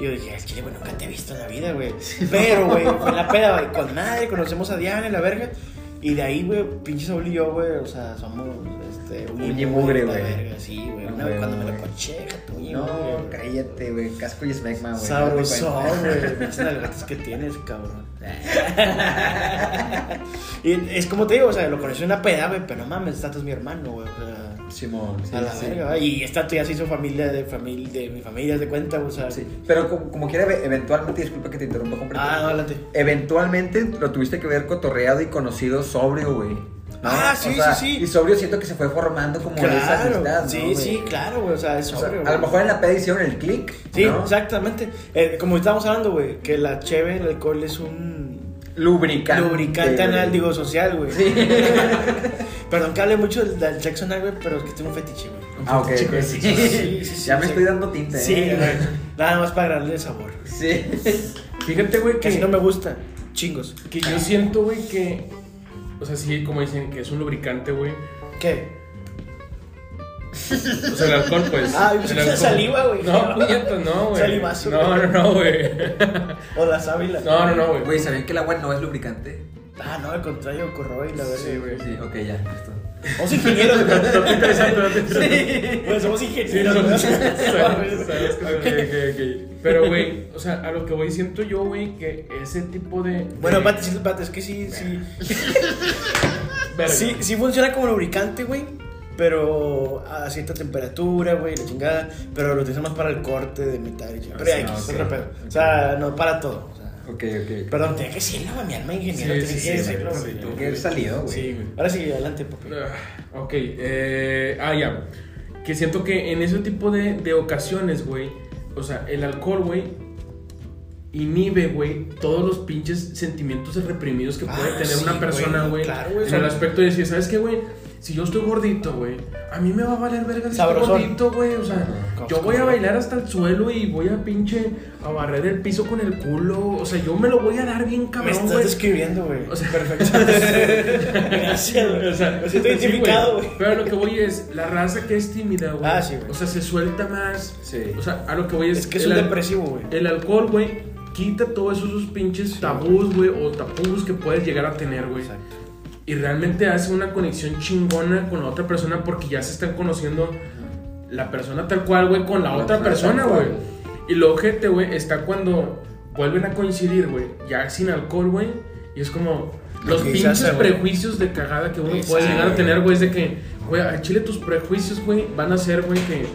S1: Y yo dije, al chile, güey, nunca te he visto en la vida, güey. Pero, güey, fue la peda, güey. Con madre, conocemos a Diana y la verga. Y de ahí, güey, pinche Saúl y yo, güey, o sea, somos, este,
S3: Uña y mugre,
S1: la
S3: güey.
S1: verga, Sí, güey. Una
S3: No,
S1: vez cuando me lo
S3: güey.
S1: coché, tu
S3: No, cállate, güey. Casco y smegma, güey.
S1: Sabrosón,
S3: Date cuenta.
S1: güey. Pinches nalgatas que tienes, cabrón. y es como te digo, o sea, lo conocí en una peda, güey, pero no mames, Tato es mi hermano, güey. O sea,
S3: Simón, sí,
S1: a la
S3: sí.
S1: verga, ¿verdad? Y esta tú ya se hizo familia de, familia de mi familia, haz de cuenta, o sea.
S3: Sí, pero como, como quiera, ve- eventualmente, disculpa que te interrumpa completamente.
S1: Ah, no, adelante.
S3: Eventualmente lo tuviste que ver cotorreado y conocido sobrio, güey. ¿no?
S1: Ah,
S3: O
S1: sí,
S3: sea,
S1: sí, sí.
S3: Y sobrio siento que se fue formando como esa
S1: Claro,
S3: amistad, ¿no,
S1: sí,
S3: güey?
S1: sí, claro, güey, o sea, es
S3: O sea,
S1: sobrio,
S3: a
S1: güey.
S3: lo mejor en la peda hicieron el click.
S1: Sí,
S3: ¿no?
S1: exactamente. Eh, como estábamos hablando, güey, que la cheve, el alcohol es un
S3: Lubricante.
S1: lubricante
S3: güey.
S1: anal, digo, social, güey.
S3: Sí.
S1: Perdón que hable mucho del, del sexo anal, güey, pero es que tengo un fetiche, güey.
S3: Ah, ok.
S2: Sí,
S3: ok.
S2: sí,
S1: sí, sí,
S3: ya me
S1: sí.
S3: estoy dando tinta, ¿eh?
S1: Sí, güey. Nada más para darle sabor.
S3: Sí.
S2: Fíjate, güey,
S1: Que si
S2: que,
S1: no me gusta, chingos. Ah.
S2: que yo siento, güey, que. O sea, sí, como dicen, que es un lubricante, güey.
S1: ¿Qué?
S2: O sea, el alcohol, pues.
S1: Ah, yo
S2: el
S1: pensé que
S2: alcohol.
S1: saliva, güey.
S2: No, puñetas, no, güey.
S1: Salivazo,
S2: No,
S1: güey.
S2: no, no, güey.
S1: O la sábila.
S2: No, no, no, güey.
S3: Güey, ¿sabían que el agua no es lubricante?
S1: Ah, no, al contrario, corroe y la
S2: Sí,
S1: verdad.
S2: güey.
S3: Sí, ok, ya. listo.
S1: Somos ingenieros, güey.
S2: Qué interesante, ¿no? Qué interesante.
S1: Güey, somos
S2: Sí,
S1: ingenieros.
S2: no,
S1: güey.
S2: sabes, sabes, sabes que- ok, ok, ok. Pero, güey, o sea, a lo que voy siento yo, güey, que ese tipo de.
S1: Bueno,
S2: de-
S1: Pati, sí, Pati, es que sí, sí.
S2: Verga.
S1: Sí, sí funciona como lubricante, güey. Pero a cierta temperatura, güey, la chingada. Pero lo utilizamos para el corte de mitad. y chingada. Pero ya,
S3: Ah,
S1: X,
S3: ok.
S1: otro pedo. O sea, no, para todo. o sea.
S3: Ok, ok.
S1: Perdón, tenía que decirlo, güey, mi alma
S2: Sí,
S1: ingeniero.
S2: sí,
S1: tenía
S2: sí,
S1: que
S2: sí,
S1: decirlo,
S2: sí,
S1: güey.
S2: tengo
S3: que haber salido, güey.
S2: Sí, güey.
S1: Ahora sí, adelante, papi.
S2: Ah, Ok, eh, ah, ya. Que siento que en ese tipo de, de ocasiones, güey, o sea, el alcohol, güey, inhibe, güey, todos los pinches sentimientos reprimidos que puede
S1: Ah,
S2: tener
S1: sí,
S2: una persona,
S1: güey,
S2: güey.
S1: claro, güey, o
S2: En
S1: sea,
S2: el aspecto de decir, ¿sabes qué, güey? Si yo estoy gordito, güey, a mí me va a valer verga si estoy
S1: Sabrosón.
S2: gordito, güey. O sea,
S1: Como-
S2: yo voy a
S1: como-
S2: bailar hasta el suelo y voy a pinche a barrer el piso con el culo. O sea, yo me lo voy a dar bien
S1: Me
S2: cabrón,
S1: estás
S2: güey.
S1: describiendo, güey.
S2: O sea,
S1: perfecto. Gracias, güey.
S2: O sea,
S1: me siento
S2: sí,
S1: identificado, güey.
S2: Pero lo que voy es, la raza que es tímida, güey.
S1: Ah, sí, güey.
S2: O sea, se suelta más.
S3: Sí.
S2: O sea, a lo que voy es.
S1: Es que es
S2: el
S1: un
S2: al-
S1: depresivo, güey.
S2: El alcohol, güey, quita todos esos pinches tabús, güey, o tapujos que puedes llegar a tener, güey.
S1: Exacto.
S2: Y realmente hace una conexión chingona con la otra persona porque ya se están conociendo la persona tal cual, güey, con la
S3: La
S2: otra persona,
S3: persona tal
S2: güey.
S3: cual.
S2: Y lo ojete, güey, está cuando vuelven a coincidir, güey, ya sin alcohol, güey. Y es como
S1: Lo
S2: los
S1: que se hace,
S2: pinches
S1: güey.
S2: prejuicios de cagada que uno puede
S1: Exacto.
S2: llegar a tener, güey, es de que, güey, al chile tus prejuicios, güey, van a ser, güey, que,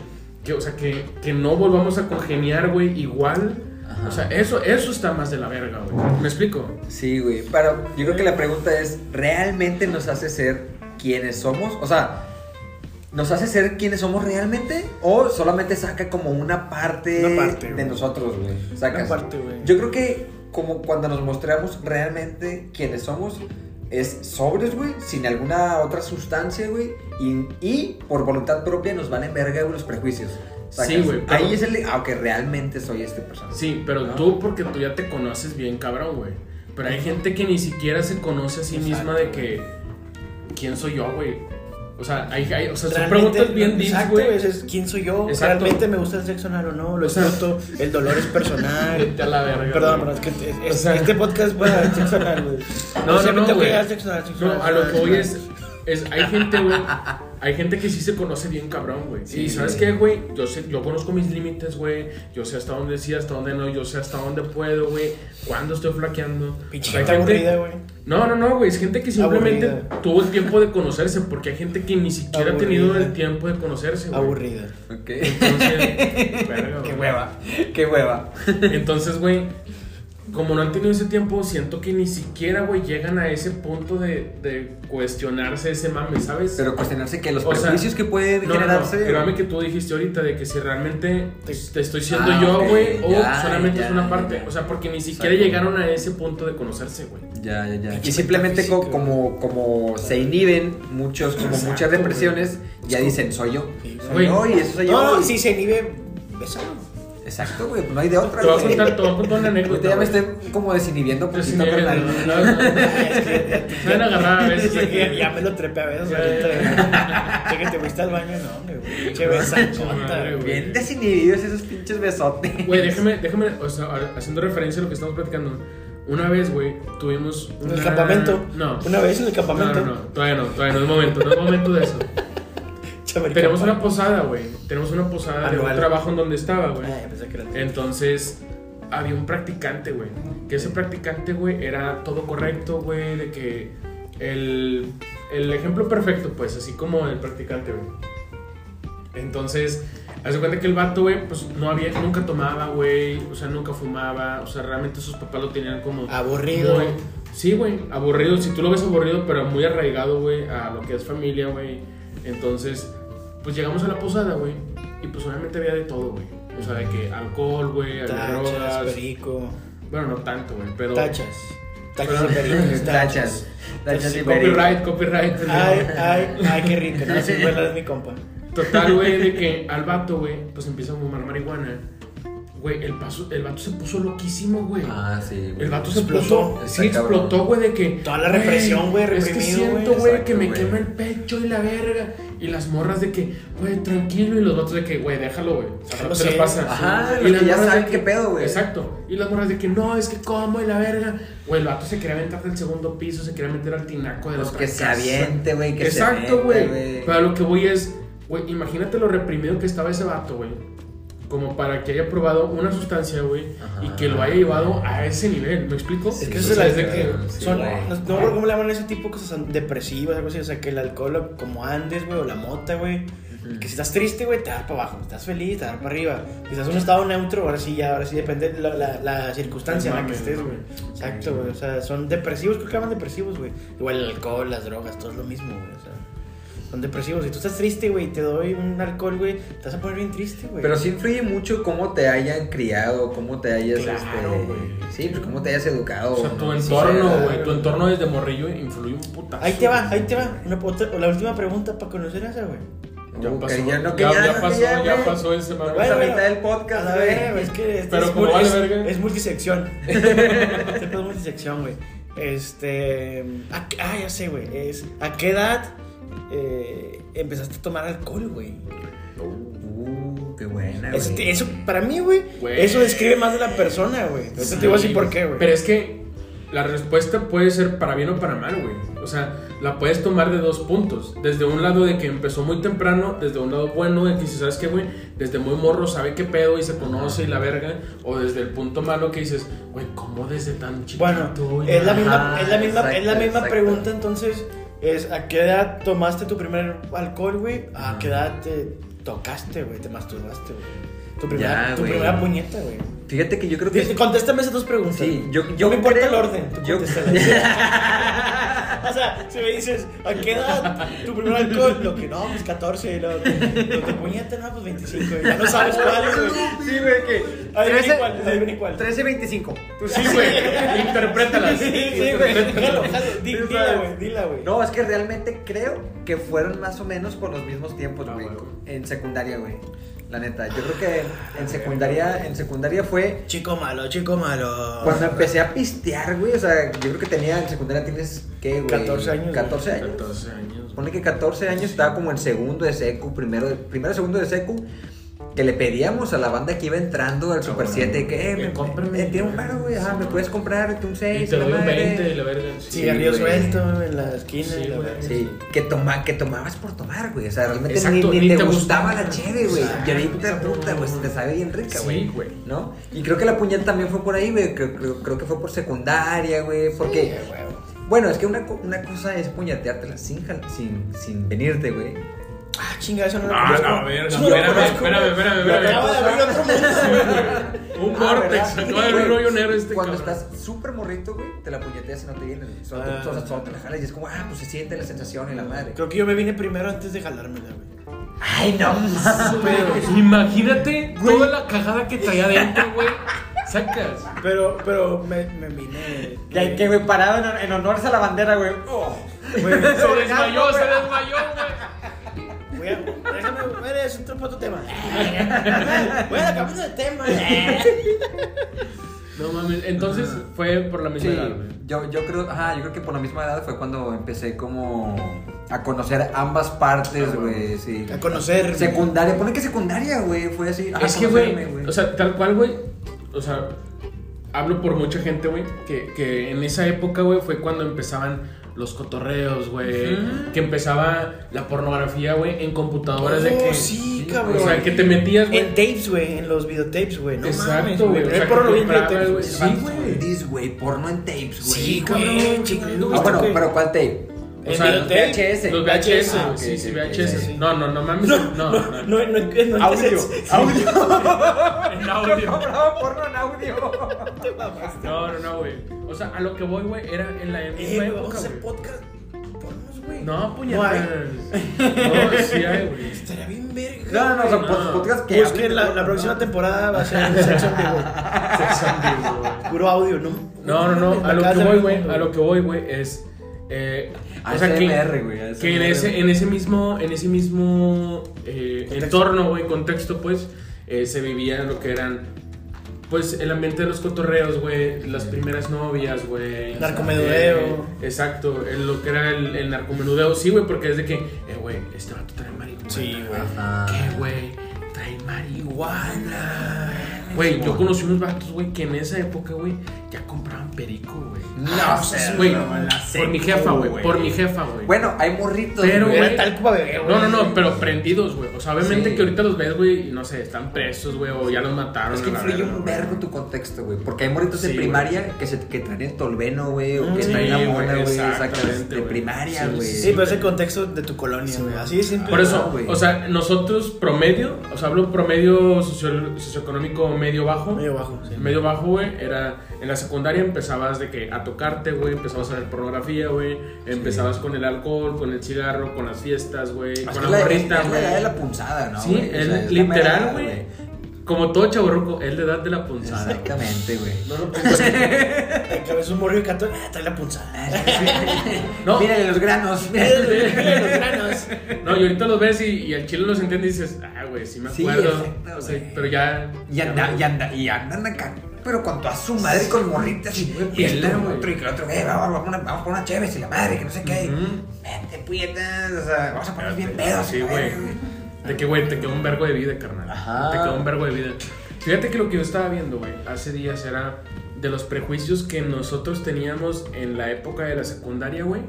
S2: que, o sea, que, que no volvamos a congeniar, güey, igual.
S3: Ajá.
S2: O sea, eso, eso está más de la verga, güey. ¿Me explico?
S3: Sí, güey. Pero yo creo que la pregunta es, ¿realmente nos hace ser quienes somos? O sea, ¿nos hace ser quienes somos realmente? ¿O solamente saca como una parte,
S1: Una parte,
S3: de
S1: güey.
S3: nosotros, güey? Sacas.
S1: Una parte, güey.
S3: Yo creo que como cuando nos mostramos realmente quienes somos, es sobres, güey, sin alguna otra sustancia, güey, y, y por voluntad propia nos van en verga güey, los prejuicios. Sacas.
S2: Sí, güey, pero-
S3: Ahí es el... Aunque realmente soy este persona.
S2: Sí, pero
S3: ¿No?
S2: tú porque tú ya te conoces bien, cabrón, güey. Pero hay gente que ni siquiera se conoce a sí misma de que quién soy yo, güey. O sea, hay, hay- o sea, Pues son
S1: Realmente,
S2: preguntas bien deep,
S1: exacto,
S2: güey.
S1: es- es ¿Quién soy yo?
S2: Exacto.
S1: ¿Realmente me gusta el sexo anal o no? Lo
S2: O sea-
S1: siento, el dolor es personal.
S2: Vete a la verga,
S1: Perdón, pero
S2: güey.
S1: es que es-
S2: O sea-
S1: este podcast es para el sexo anal, güey.
S2: No, no,
S1: siempre tengo
S2: no,
S1: que
S2: güey.
S1: llegar al sexo anal, sexo
S2: No,
S1: anal,
S2: a lo
S1: sexo
S2: que hoy
S1: anal.
S2: es, es hay gente, güey, hay gente que sí se conoce bien cabrón, güey.
S3: Sí,
S2: y sabes
S3: güey.
S2: qué, güey, yo sé, yo conozco mis límites, güey. Yo sé hasta dónde sí, hasta dónde no, yo sé hasta dónde puedo, güey. Cuándo estoy flaqueando.
S1: Pinche
S2: O sea, hay
S1: gente aburrida, güey.
S2: No, no, no, güey, es gente que simplemente
S1: Aburrida.
S2: tuvo el tiempo de conocerse, porque hay gente que ni siquiera ha tenido
S1: Aburrida.
S2: el tiempo de conocerse, güey.
S1: Aburrida.
S3: Ok.
S2: Entonces, verga,
S3: Qué
S2: güey.
S3: hueva. Qué hueva.
S2: Entonces, güey, como no han tenido ese tiempo, siento que ni siquiera, güey, llegan a ese punto de, de cuestionarse ese mame, ¿sabes?
S3: Pero cuestionarse que los
S2: O sea,
S3: prejuicios que pueden
S2: no, no, no,
S3: generarse.
S2: el mame que tú dijiste ahorita de que si realmente te, te estoy siendo
S3: Ah,
S2: yo,
S3: ok,
S2: güey, o
S3: ya,
S2: solamente
S3: ya,
S2: es una
S3: ya,
S2: parte.
S3: ya.
S2: O sea, porque ni siquiera
S3: Exacto.
S2: llegaron a ese punto de conocerse, güey.
S3: Ya, ya, ya.
S1: Pinche
S3: Y simplemente co-
S1: metafísica.
S3: como, como se inhiben muchos, como
S2: Exacto,
S3: muchas represiones, ya dicen soy yo.
S1: Sí,
S2: güey.
S3: Soy yo y eso soy
S1: No,
S3: yo.
S1: no, si se inhibe, besado.
S3: Exacto, güey, pues no hay de otra.
S2: Te voy a
S3: güey.
S2: contar, te voy a contar una
S3: Ahorita
S2: anécdota.
S3: ya me
S2: güey.
S3: estoy como desinhibiendo
S2: Pues,
S3: poquito,
S2: sí,
S3: carnal.
S2: no, no, no, es que me van a agarrar a veces aquí.
S1: pues, Ya, ya me lo trepé a veces ahorita. güey. Che, que te fuiste al baño, no, hombre, güey. Pinche besachota,
S2: Madre,
S1: güey.
S2: güey.
S3: Bien desinhibidos esos pinches besotes.
S2: Güey, déjame, déjame, o sea, ahora, haciendo referencia a lo que estamos platicando. Una vez, güey, tuvimos.
S1: En el
S2: una-
S1: campamento.
S2: No.
S1: Una vez en el
S2: No, no,
S1: campamento.
S2: no, todavía no, todavía no es momento, no es momento de eso.
S1: Chaval,
S2: Tenemos
S1: capa.
S2: una posada, güey. Tenemos una posada de un
S1: Anual.
S2: trabajo en donde estaba, güey.
S1: Ah, ya pensé que era-
S2: Eh, Entonces, había un practicante, güey. Que ese practicante, güey, era todo correcto, güey. De que el, el ejemplo perfecto, pues, así como el practicante, güey. Entonces, hace cuenta que el vato, güey, pues no había, nunca tomaba, güey. O sea, nunca fumaba. O sea, realmente sus papás lo tenían como.
S1: Aburrido.
S2: Muy- sí, güey, aburrido. Si tú lo ves aburrido, pero muy arraigado, güey, a lo que es familia, güey. Entonces, pues llegamos a la posada, güey. Y pues obviamente había de todo, güey. O sea, de que alcohol, güey, había
S1: Tachas,
S2: drogas.
S1: perico.
S2: Bueno, no tanto, güey, pero.
S1: Tachas. Tachas
S2: Pero-
S1: y pericos.
S3: Tachas.
S1: Tachas.
S3: Tachas
S1: Sí,
S3: y
S2: Copyright, copyright. pero-
S1: Ay, ay, ay, qué rico. No, sin es mi compa.
S2: Total, güey, de que al vato, güey, pues empieza a fumar marihuana. Güey, el, paso- el vato se puso loquísimo, güey.
S3: Ah, sí, güey.
S2: El vato se
S1: Explotó.
S2: explotó.
S3: Está
S2: Sí,
S3: cabrón.
S2: explotó, güey, de que.
S1: Toda la represión, güey,
S2: Es que
S1: reprimido,
S2: siento,
S1: güey.
S2: güey, que
S3: Exacto,
S2: me
S3: güey.
S2: quema el pecho y la verga. Y las morras de que, güey, tranquilo. Y los vatos de que, güey, déjalo, güey. O sea,
S1: Déjalo
S2: no se le
S1: ser.
S2: pasa.
S3: Ajá,
S2: Sí.
S3: los que ya
S2: morras de
S3: saben qué pedo, güey.
S2: Exacto. Y las morras de que, no, es que como y la verga. Güey, el vato se quería aventar del segundo piso, se quería meter al tinaco de la
S3: Pues
S2: otra
S3: que se
S2: casa.
S3: aviente, güey, que se
S2: Exacto,
S3: meta,
S2: güey. Pero a lo que voy es, güey, imagínate lo reprimido que estaba ese vato, güey. Como para que haya probado una sustancia, güey,
S3: Ajá.
S2: y que lo haya llevado a ese nivel. ¿Me explico?
S1: Es que
S2: O
S1: eso es
S2: sea,
S1: la
S2: de que-
S3: sí,
S1: son,
S3: güey.
S1: no, no me acuerdo cómo le llaman ese tipo de cosas son depresivas, algo así. O sea, que el alcohol, o como andes, güey, o la mota, güey. Que si estás triste, güey, te vas para abajo. Estás feliz, te vas para arriba. Si estás en un estado neutro, ahora sí, ya, ahora sí depende de la, la, la circunstancia en la que
S2: Mames,
S1: estés, güey.
S2: mames.
S1: Exacto, güey. O sea, son depresivos, creo que llaman depresivos, güey. Igual el alcohol, las drogas, todo es lo mismo, güey. O sea, son depresivos. Si tú estás triste, güey, y te doy un alcohol, güey, te vas a poner bien triste, güey.
S3: Pero sí influye mucho cómo te hayan criado, cómo te hayas.
S2: Claro,
S3: este,
S2: güey.
S3: Sí, pues cómo te hayas educado.
S2: O sea, tu
S3: ¿no?
S2: entorno,
S3: Sí,
S2: güey.
S3: sea,
S2: Tu entorno desde morrillo influyó un putazo.
S1: Ahí te va, ahí te va. Una, otra- la última pregunta para conocer a esa, güey.
S2: Ya
S3: Uh,
S2: pasó,
S3: que
S2: ya,
S3: no- que
S2: ya
S3: no-
S2: pasó,
S3: que ya,
S2: ya
S3: güey.
S2: pasó ese mame.
S3: Bueno, a mitad del podcast,
S1: A la
S3: güey.
S1: verga, es que este
S2: Pero
S1: es,
S2: como
S1: mul-
S2: vale
S1: es-
S2: verga.
S1: es multisección. este pedo es multisección, güey. Este. a- ah, ya sé, güey. Es, ¿A qué edad eh, empezaste a tomar alcohol, güey?
S3: Uh, qué buena,
S1: Eso,
S3: güey.
S1: te- eso, para mí, güey,
S2: Güey.
S1: eso describe más de la persona, güey. Ahorita te digo así por qué, güey.
S2: Pero es que la respuesta puede ser para bien o para mal, güey. O sea, la puedes tomar de dos puntos. Desde un lado de que empezó muy temprano, desde un lado bueno, de que dices, ¿sabes qué, güey? Desde muy morro sabe qué pedo y se conoce y la verga. O desde el punto malo que dices, güey, ¿cómo desde tan chiquito?
S1: Bueno,
S2: güey?
S1: es la
S2: Ajá.
S1: misma, es la misma, es la
S3: exacto,
S1: misma
S3: exacto.
S1: pregunta entonces. Es a qué edad tomaste tu primer alcohol, güey. A
S3: Ajá.
S1: qué edad te tocaste, güey. Te masturbaste, güey. Tu primera,
S3: Ya,
S1: tu
S3: güey.
S1: primera puñeta, güey.
S3: Fíjate que yo creo
S1: Dice,
S3: que.
S1: Contéstame esas dos preguntas.
S3: Sí, yo, yo
S1: no me importa
S3: creo-
S1: el orden. tú
S3: Yo,
S1: contéstalas. o sea, si me dices, ¿a qué edad tu primer alcohol? Lo que no, pues 14. Y lo, lo que puñeta, no, pues 25. Y ya no sabes cuál, güey.
S3: Sí, güey, que.
S1: Adivina cuál, adivina cuál.
S3: 13.25.
S2: Pues sí, güey. Interprétalas.
S1: Sí, sí, güey. Jalo, jalo, di- Dila, güey. Dila, güey.
S3: No, es que realmente creo que fueron más o menos por los mismos tiempos,
S2: Ah,
S3: güey.
S2: huevo.
S3: En secundaria, güey. La neta, yo creo que en secundaria, en secundaria fue
S1: Chico malo, chico malo.
S3: cuando empecé a pistear, güey. O sea, yo creo que tenía en secundaria tienes ¿qué, güey.
S1: 14 años, güey.
S3: 14 años.
S2: 14 años.
S3: Pone que 14 años estaba como en segundo de secu, primero, de- primero segundo de secu, que le pedíamos a la banda que iba entrando al Super
S2: Ah, bueno.
S3: 7 que, eh,
S2: Que
S3: me,
S2: cómprame,
S3: me tiene un paro, güey, ah, me puedes comprar un
S2: Y
S3: 6,
S2: te doy un 20 y
S3: madre.
S2: la verga.
S1: Sí,
S3: Sí,
S1: arriba
S3: güey.
S1: suelto en la esquina.
S2: Sí,
S1: y la
S2: güey.
S1: verga.
S3: Sí, que, toma, que tomabas por tomar, güey. O sea, realmente ni-
S2: Exacto,
S3: ni,
S2: ni
S3: te,
S2: te
S3: gustaba,
S2: gustaba.
S3: la cheve, güey.
S2: Exacto,
S3: Y ahorita,
S2: cabrón.
S3: puta, güey, te sabe bien rica,
S2: Sí,
S3: güey.
S2: güey.
S3: ¿No? Y creo que la puñal también fue por ahí, güey. Creo, creo- creo que fue por secundaria, güey. Porque.
S1: Sí, güey.
S3: Bueno, es que una, co- una cosa es puñateártela sin, jal- sin, sin venirte, güey.
S1: Ah, chinga, eso no lo
S2: Ah,
S1: conozco.
S2: la verga.
S1: Eso no lo
S2: Espérame,
S1: conozco,
S2: espérame,
S1: güey.
S2: espérame,
S1: Me
S2: espérame.
S1: acaba de abrir otro mundo, güey.
S2: Un
S3: Ah,
S2: vortex.
S3: ¿verdad?
S2: Acaba de haber un
S3: Güey,
S2: hoyo negro este
S3: Cuando
S2: cabrón.
S3: estás súper morrito, güey, te la puñeteas y no te vienen. Solo, te-
S1: Ah.
S3: solo- solo te la jalas y es como, ah, pues se siente la sensación y la madre.
S1: Creo que yo me vine primero antes de jalármela, güey.
S3: Ay, no mames.
S2: Pero imagínate toda la cagada que traía adentro, güey. Sacas.
S1: Pero, pero me, me vine.
S4: Ya que, güey, parado en, en honores a la bandera, güey. Oh.
S1: Güey,
S2: Se desmayó, se desmayó, güey.
S1: güey, ya, déjame, bueno, es otro, otro tema. bueno, cambiando de tema.
S2: No mames, entonces fue por la misma
S3: Sí,
S2: edad, güey.
S3: yo, yo creo, ajá, yo creo que por la misma edad fue cuando empecé como a conocer ambas partes, güey, sí.
S1: Ah, A conocer.
S3: Secundaria, pone que secundaria, güey, fue así. ah,
S2: Es que,
S3: conocerme,
S2: güey, o sea, tal cual, güey, o sea, hablo por mucha gente, güey, que, que en esa época, güey, fue cuando empezaban los cotorreos, güey,
S3: Ujú.
S2: que empezaba la pornografía, güey, en computadoras de
S1: Oh,
S2: que...
S1: sí,
S2: O sea,
S1: cabrón.
S2: que te metías, güey.
S1: En tapes, güey, en los videotapes, güey. No
S2: Exacto,
S1: mames,
S2: güey,
S1: güey.
S2: o sea,
S1: El porno
S2: que
S1: lo vi en
S2: comprabas,
S1: videotapes, güey.
S2: güey.
S1: Sí,
S2: Sí, güey.
S3: Dis, güey, porno en tapes, güey.
S1: Sí,
S2: güey,
S1: cabrón,
S2: chingado,
S1: chingado.
S3: Ah, bueno,
S1: güey.
S3: pero ¿cuál tape?
S2: O
S1: En
S2: sea, los
S1: videotape.
S3: VHS.
S2: Los VHS,
S1: Ah,
S2: sí,
S3: ok,
S2: sí,
S3: ok,
S2: VHS.
S1: sí.
S2: No, no, no mames. No, no, no.
S1: No, no, no, no,
S2: Audio,
S1: es-
S2: En audio.
S3: compraba porno en audio.
S1: Te mamaste.
S2: No, no, no, güey. O sea, a lo que voy, güey, era en la misma
S1: Eh, güey, vamos a
S2: época,
S1: hacer
S2: güey.
S1: podcast. Pornos, güey.
S2: No,
S1: No hay.
S2: puñetas. No, sí hay, güey.
S1: Estaría bien verga.
S3: No, no, no, o sea,
S1: güey.
S3: pod- podcast que
S2: Pues
S1: Busquen
S3: hablen
S1: la,
S3: de
S1: la
S3: porno,
S1: próxima
S3: ¿no?
S1: temporada va a ser un sexo en vivo.
S2: Sex and Bill, güey.
S1: Puro audio, ¿no?
S2: No, no, no.
S1: Me
S2: A lo
S1: acabas
S2: que
S1: de
S2: voy,
S1: abrir
S2: güey.
S1: un mundo,
S2: A lo que voy, güey, es. Eh, o sea,
S3: ASMR,
S2: que,
S3: güey,
S2: que en,
S3: ASMR.
S2: ese, en ese mismo, en ese mismo eh,
S1: Contexto.
S2: entorno, güey, contexto, pues, eh, se vivía lo que eran. Pues el ambiente de los cotorreos, güey, las primeras novias, güey. o sea,
S1: Narcomedudeo.
S2: eh, exacto, eh, lo que era el, el narcomedudeo, sí, güey, porque es de que, eh, güey, este vato trae marihuana.
S1: Sí, güey.
S3: Ajá.
S2: ¿Qué, güey? Trae marihuana. Güey, yo conocí unos vatos, güey, que en esa época, güey, ya compraban perico, güey.
S3: No, sé,
S2: pues, Güey,
S3: no, la
S2: por mi
S3: seco,
S2: jefa, güey, por mi jefa, güey.
S3: Bueno, hay morritos.
S2: Pero,
S3: güey.
S1: Era
S2: güey.
S1: tal como bebé, güey.
S2: No, no, no, pero prendidos, güey. O sea, obviamente
S3: Sí.
S2: que ahorita los ves, güey, y no sé, están presos, güey, o ya los mataron.
S3: Es que
S2: a la
S3: influye
S2: verga,
S3: un
S2: güey.
S3: vergo tu contexto, güey. Porque hay morritos
S2: Sí,
S3: en primaria que, se, que traen el tolveno, güey, o que
S2: Sí,
S3: traen la
S2: güey,
S3: mona, güey.
S2: exactamente,
S3: Exactamente. De
S2: güey.
S3: primaria,
S2: Sí,
S3: güey.
S2: sí,
S1: Sí, pero es el contexto de tu colonia, güey. Así es simple.
S2: Por eso,
S3: No, güey.
S2: o sea, nosotros promedio, o sea, hablo promedio socio- socioeconómico medio bajo.
S1: Medio bajo, sí.
S2: El medio bajo, güey, era en la secundaria empezabas de que a tocarte, güey, empezabas a ver pornografía, güey, empezabas con el alcohol, con el cigarro, con las fiestas, güey,
S3: Es
S2: con
S3: que
S2: la
S3: la-
S2: morrita,
S3: Es la edad de la
S2: güey.
S3: punzada, ¿no?
S2: Sí,
S3: güey? O sea,
S2: es
S3: la mera
S2: literal,
S3: edad,
S2: güey. Como todo chaborroco, es la edad de la punzada. güey.
S3: Exactamente, güey.
S2: No lo pongas-
S1: Te cabeza un morro de 14. Ah, trae la punzada.
S2: No.
S3: Mírale los granos. mírale los granos.
S1: Los granos.
S2: No, y ahorita los ves y, y al chile los entiendes y dices, ah, güey, sí me
S3: Sí,
S2: acuerdo.
S3: exacto,
S2: O sea,
S3: güey.
S2: pero ya.
S3: Y, anda, y, anda, y andan acá, pero con toda su madre, y con morritas y güey,
S2: piel,
S3: esto,
S2: güey.
S3: otro y que el otro, eh, vamos, vamos, a una- vamos por una chévere, y la madre, que no sé qué.
S2: Ujú.
S3: Vente, puñetas, o sea, vamos a ponernos bien pedos.
S2: Sí,
S3: la
S2: güey.
S3: madre,
S2: De que, güey, te quedó un vergo de vida, carnal.
S3: Ajá.
S2: Te quedó un vergo de vida. Fíjate que lo que yo estaba viendo, güey, hace días era de los prejuicios que nosotros teníamos en la época de la secundaria, güey.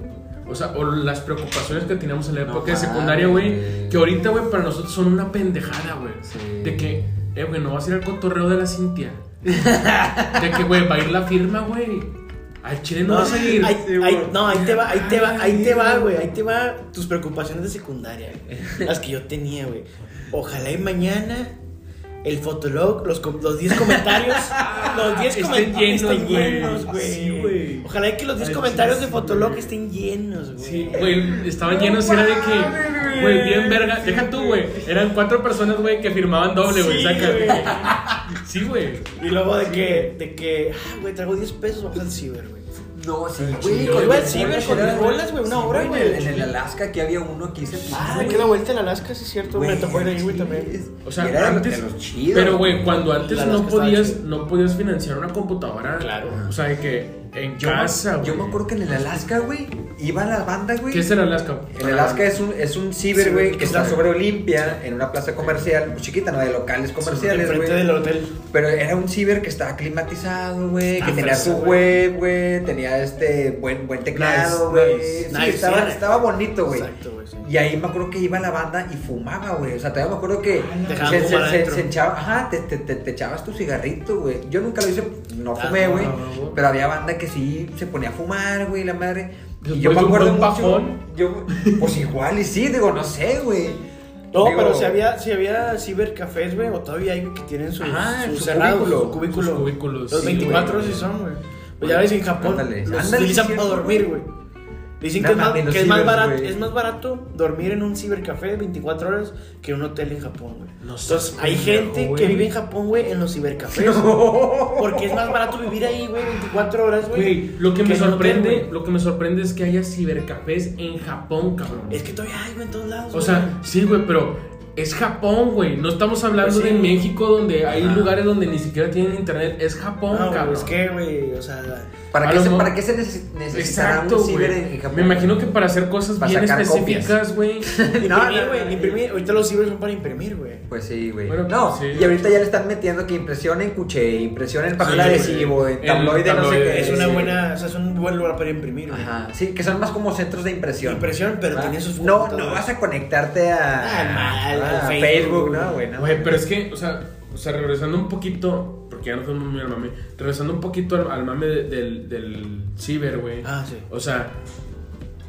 S2: O sea, o las preocupaciones que teníamos en la
S3: No
S2: época de secundaria,
S3: mames,
S2: güey.
S3: güey.
S2: Que ahorita, güey, para nosotros son una pendejada, güey.
S3: Sí.
S2: De que, eh, güey, no vas a ir al cotorreo de la Cintia. de que, güey, va a ir la firma, güey. Al chile no, vas a ir.
S1: ahí-
S2: Sí,
S1: ahí-
S2: güey.
S1: no, ahí te va, ahí te va, ahí te va, güey. Ahí te va tus preocupaciones de secundaria, güey. Las que yo tenía, güey. Ojalá y mañana el fotolog, los com- los 10 comentarios, los 10
S2: Estén
S1: comentarios
S2: llenos,
S1: estén
S2: güey.
S1: llenos, güey.
S2: Sí, güey.
S1: Ojalá y que los 10
S2: Ay,
S1: comentarios
S2: sí,
S1: de fotolog
S2: güey.
S1: estén llenos, güey.
S2: Sí, güey, estaban llenos y era de que, güey, bien verga. Deja tú, güey. Eran cuatro personas, güey, que firmaban doble, güey.
S1: Sí,
S2: saca.
S1: güey.
S2: Sí, güey.
S1: Y luego de que, de que, ah, güey, traigo 10 pesos, vamos al ciber, güey.
S3: güey. No, sí,
S2: Sí,
S3: güey.
S2: yo iba al ciber
S3: bolas,
S1: con
S3: era-
S1: mis bolas, güey, una
S3: sí,
S1: hora,
S3: En,
S1: güey.
S3: el- en el Alaska, aquí había uno que hice.
S1: Ah, me queda vuelta en Alaska, sí es cierto, güey. Me tocó ir ahí, güey, también.
S2: O sea,
S3: era de-
S2: antes.
S3: de los chidos,
S2: pero, güey, cuando antes
S1: La
S2: no
S1: verdad es que
S2: podías,
S1: estaba
S2: no podías financiar una computadora.
S1: Claro.
S2: O sea, de que en
S3: Yo, me-
S2: casa, güey.
S3: yo me acuerdo que en el Alaska, güey, iba la banda, güey.
S2: ¿Qué es el Alaska?
S3: El Alaska es un, es un ciber, güey, que está
S1: Sí.
S3: sobre Olimpia, en una plaza comercial, muy chiquita, ¿no? De locales comerciales,
S1: Enfrente del
S3: güey.
S1: hotel.
S3: Pero era un ciber que estaba climatizado, güey, que
S1: Ah,
S3: tenía
S1: fresa,
S3: su web, güey, tenía este buen, buen teclado,
S1: Nice,
S3: güey.
S1: nice,
S3: sí,
S1: nice,
S3: estaba,
S1: sí.
S3: estaba bonito, güey.
S1: Exacto, güey, sí.
S3: Y ahí me acuerdo que iba la banda y fumaba, güey. O sea, todavía me acuerdo que
S1: Ah, Dejaban
S3: se,
S1: fumar
S3: se- se-
S1: adentro.
S3: se echaba, ajá, te, te- te- te echabas tu cigarrito, güey. Yo nunca lo hice, no
S1: Ah,
S3: fumé,
S1: no,
S3: güey.
S2: no, no.
S3: pero había banda que sí se ponía a fumar, güey, la madre.
S2: Después
S3: Y yo me
S2: de un
S3: acuerdo
S2: buen
S3: mucho.
S2: pajón.
S3: Yo, pues igual y sí, digo, no sé, güey.
S1: No,
S3: Digo,
S1: pero si había, si había cibercafés, güey, o todavía hay que tienen su,
S3: Ajá,
S1: su
S3: su
S1: cerrado,
S3: cubículo.
S1: su cubículo.
S2: Sus cubículos,
S1: Los
S2: sí,
S1: 24
S2: güey.
S1: sí son, güey. Pues ya ves, en Japón
S3: Ándale,
S1: los
S3: ándale,
S1: utilizan
S3: sí,
S1: para
S3: cierto,
S1: dormir, güey. Dicen
S3: No
S1: que, es más,
S3: mames, los
S1: que es, más
S3: cibers,
S1: barato,
S3: güey.
S1: es más barato dormir en un cibercafé 24 horas que en un hotel en Japón, güey.
S2: No
S1: Entonces,
S2: seas
S1: hay
S2: pendejo,
S1: gente
S2: güey.
S1: que vive en Japón, güey, en los cibercafés. Porque es más barato vivir ahí, güey, 24 horas, güey.
S2: Güey, lo que
S1: en
S2: me
S1: un hotel,
S2: sorprende,
S1: güey.
S2: lo que me sorprende es que haya cibercafés en Japón, cabrón.
S1: Es que todavía hay, güey, en todos lados.
S2: O
S1: güey.
S2: sea, sí, güey, pero es Japón, güey. No estamos hablando
S1: Pues sí.
S2: de México donde hay
S3: Ajá.
S2: lugares donde ni siquiera tienen internet. Es Japón,
S1: no, güey,
S2: cabrón.
S1: es que, güey, o sea, la-
S3: ¿Para
S2: A
S3: qué,
S2: lo
S3: se,
S2: mo-
S3: ¿Para qué se neces- necesitará
S2: Exacto,
S3: un ciber
S2: güey.
S3: en Japón?
S2: Me imagino que para hacer cosas
S3: Para
S2: bien
S3: sacar
S2: específicas, güey.
S1: imprimir,
S3: no,
S1: güey,
S3: no.
S1: imprimir. Ahorita los cibers son para imprimir, güey.
S3: Pues sí, güey.
S2: Bueno,
S3: no,
S2: sí.
S3: y ahorita ya le están metiendo que impresión en cuché, impresión en papel
S2: Sí,
S3: adhesivo,
S2: güey.
S3: en tabloide,
S2: En
S3: no sé
S2: tabloide,
S3: qué.
S1: Es una
S3: sí.
S1: buena, o sea, es un buen lugar para imprimir, güey.
S3: Ajá, sí, que son más como centros de impresión.
S1: Impresión, pero
S3: ¿va?
S1: tiene sus
S3: No, no
S1: computadoras.
S3: vas a conectarte a,
S1: Ah, mal,
S3: a
S1: al
S3: Facebook,
S1: Facebook,
S3: ¿no, güey? No,
S2: Güey, pero es que, o sea, o sea, regresando un poquito, porque ya no fuimos muy al mame, regresando un poquito al, al mame de- del, del ciber, güey.
S1: Ah, sí.
S2: O sea,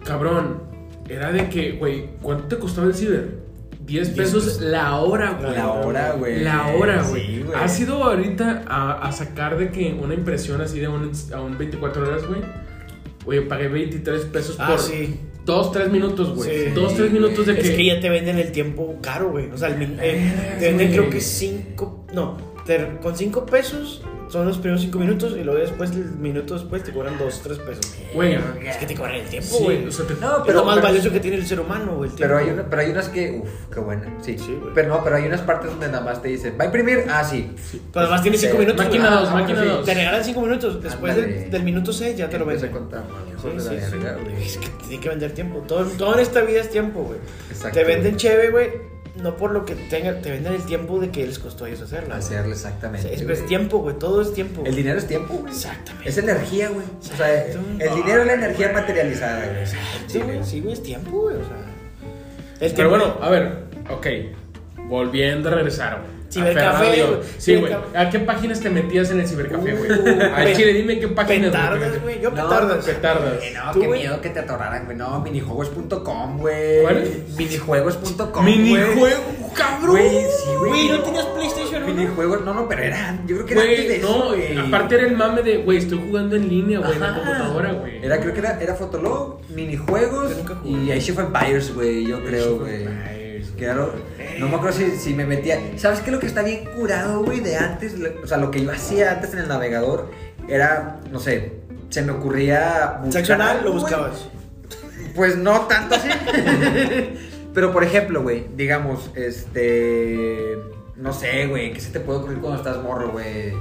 S2: cabrón, era de que, güey, ¿cuánto te costaba el ciber? 10 pesos la hora, güey.
S3: La hora, güey.
S2: La hora,
S3: Sí,
S2: güey.
S3: güey.
S2: ¿Has ido ahorita a, a sacar de que una impresión así de un, a un 24 horas, güey? Oye, pagué 23 pesos
S1: Ah,
S2: por
S1: sí.
S2: 2, 3 minutos, güey.
S1: Sí,
S2: 2, 3 minutos de
S1: Es que ya te venden el tiempo caro, güey. O sea, el min-
S3: Ah,
S1: eh, te venden
S2: güey.
S1: creo que 5. No, te- con 5 pesos son los primeros 5 minutos y luego después, el minuto después, te cobran 2, 3 pesos.
S2: Güey,
S1: Es que te cobran el tiempo,
S2: sí,
S1: güey.
S2: o sea, te-
S3: No,
S1: es
S3: pero-
S1: lo más
S3: pero-
S1: valioso que tiene el ser humano, güey. el
S3: Pero hay,
S1: tiempo.
S3: una, pero hay unas que, uff, qué buena, sí.
S1: Sí, güey.
S3: pero no, pero hay unas partes donde nada más te dicen, ¿va a imprimir? Ah, sí.
S1: Pero además tiene 5
S3: Sí.
S1: minutos. güey.
S2: Máquina dos,
S1: Ah,
S2: máquina
S1: sí.
S2: dos.
S1: Te regalan 5 minutos. Después
S3: Ándale.
S1: del, del minuto 6 ya te lo
S3: Empieza a
S1: venden.
S3: contar, güey,
S1: Sí,
S3: hijos de la
S1: sí, sí.
S3: verga, güey.
S1: Es que te tienen que vender tiempo. Todo, todo en esta vida es tiempo, güey.
S3: Exacto.
S1: Te venden chévere, güey. No por lo que tenga, te venden el tiempo de que les costó a ellos hacerlo.
S3: Hacerlo,
S1: O sea,
S3: exactamente.
S1: es,
S3: güey.
S1: es tiempo, güey. Todo es tiempo.
S3: El dinero es tiempo, güey.
S1: Exactamente.
S3: Es energía, güey. O sea,
S1: Exacto.
S3: el dinero es la energía materializada, güey.
S1: Sí, güey. Sí, güey. Es tiempo, güey. O sea. El
S2: Pero
S1: tiempo-
S2: bueno, a ver, ok. Volviendo a regresar, güey.
S1: Cibercafé,
S2: Aferrado,
S1: güey.
S2: Sí, güey.
S1: Cibercafé.
S2: ¿A qué páginas te metías en el cibercafé, güey?
S1: Uh,
S2: Al
S1: pe-
S2: chile, dime qué páginas.
S1: Petardas, güey. Yo
S3: No,
S1: petardas.
S2: Petardas.
S3: Eh, no,
S1: ¿Tú,
S3: qué
S1: güey?
S3: miedo que te atoraran, güey. No, minijuegos.com, güey.
S2: ¿Cuál?
S3: Minijuegos.com.
S2: Minijuego, cabrón.
S3: Güey, sí, güey.
S1: Güey, ¿no tenías PlayStation uno?
S3: Minijuegos, no, no, pero eran. Yo creo que era antes de
S2: Güey,
S3: eso,
S2: no,
S3: güey.
S2: aparte era el mame de, güey, estoy jugando en línea, güey, en la
S3: Ajá.
S2: computadora, güey.
S3: Era, creo que era, era Fotolog, minijuegos
S1: Yo nunca jugué.
S3: y Age of Empires, güey, yo creo, güey. Claro, no me acuerdo si, si me metía. ¿Sabes qué? Lo que está bien curado, güey, de antes, lo- o sea, lo que yo hacía antes en el navegador era, no sé, se me ocurría. buscar
S1: Seccional lo
S3: algo, güey.
S1: buscabas.
S3: Pues no tanto así. Pero por ejemplo, güey, digamos, este. No sé, güey, ¿qué se te puede ocurrir cuando estás morro, güey?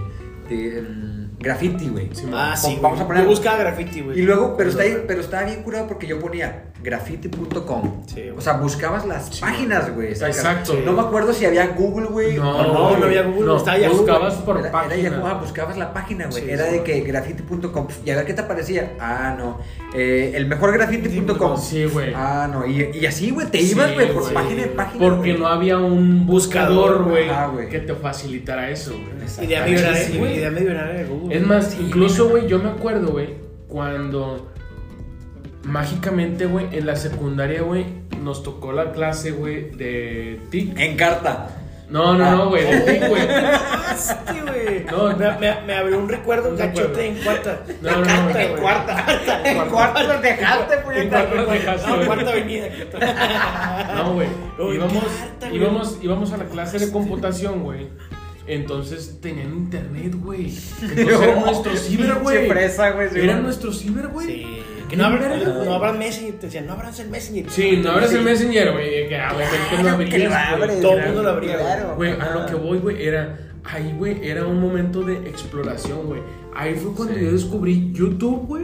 S3: Di- mm, Graffiti, güey.
S2: Sí,
S1: Ah, sí.
S3: Vamos
S1: güey.
S3: a poner-
S1: Yo buscaba graffiti, güey.
S3: Y luego, pero está, bien- pero está bien curado porque yo ponía graffiti.com.
S1: Sí, güey.
S3: o sea, buscabas las páginas, güey. sacas.
S2: Exacto.
S3: No me acuerdo si había Google, güey.
S2: No,
S3: o
S1: no, no
S2: güey,
S1: había Google,
S2: no,
S1: estaba Yahoo,
S2: Buscabas
S1: güey.
S2: por
S3: era, era
S2: página.
S3: Yahoo, ah, buscabas la página, güey.
S1: Sí,
S3: era
S1: sí.
S3: de que graffiti.com. Y a ver qué te aparecía. Ah, no. Eh, el mejor graffiti.com.
S2: Sí, güey.
S3: Ah, no. Y, y así, güey, te
S2: Sí,
S3: ibas, güey, por
S2: güey.
S3: página en página.
S2: Porque
S3: güey.
S2: no había un buscador,
S1: Buscador,
S2: güey,
S3: ajá, güey.
S2: que te facilitara eso, güey.
S1: Idea
S3: Exactamente,
S1: millonaria,
S3: Ah, sí,
S1: güey.
S3: güey.
S1: Idea millonaria de Google.
S2: Es más, incluso, güey, yo me acuerdo, güey, cuando mágicamente, güey, en la secundaria, güey, nos tocó la clase, güey, de TIC.
S3: En carta.
S2: No, no,
S3: Ah.
S2: no, güey, de TIC, güey.
S1: Sí, güey.
S2: No,
S1: me, me- me abrió un recuerdo
S2: Un recuerdo.
S1: cachote en cuarta.
S2: No, no, no, güey.
S1: en cuarta.
S3: En cuarto los dejaste,
S2: En cuarto nos dejaste,
S1: No,
S2: güey.
S1: cuarta avenida.
S2: No, güey.
S1: Uy,
S2: Íbamos,
S1: carta, güey.
S2: íbamos, íbamos a la clase de computación, güey. Entonces tenían internet, güey. Entonces era nuestro ciber, güey.
S3: Pinche fresa, güey, sí,
S2: Era
S3: güey.
S2: nuestro ciber, güey.
S1: Sí. Que no abran, no abran Messenger. Te decían, no abras el Messenger.
S2: Sí, no abres el Messenger, güey. Que ah, obviamente no
S3: Claro que
S2: abrías,
S3: lo
S2: güey.
S3: abres,
S1: Todo el
S3: claro,
S1: mundo lo abría,
S3: claro.
S2: Güey, a
S3: Ajá.
S2: lo que voy, güey, era. Ahí, güey, era un momento de exploración, güey. Ahí fue cuando
S3: Sí.
S2: yo descubrí YouTube, güey.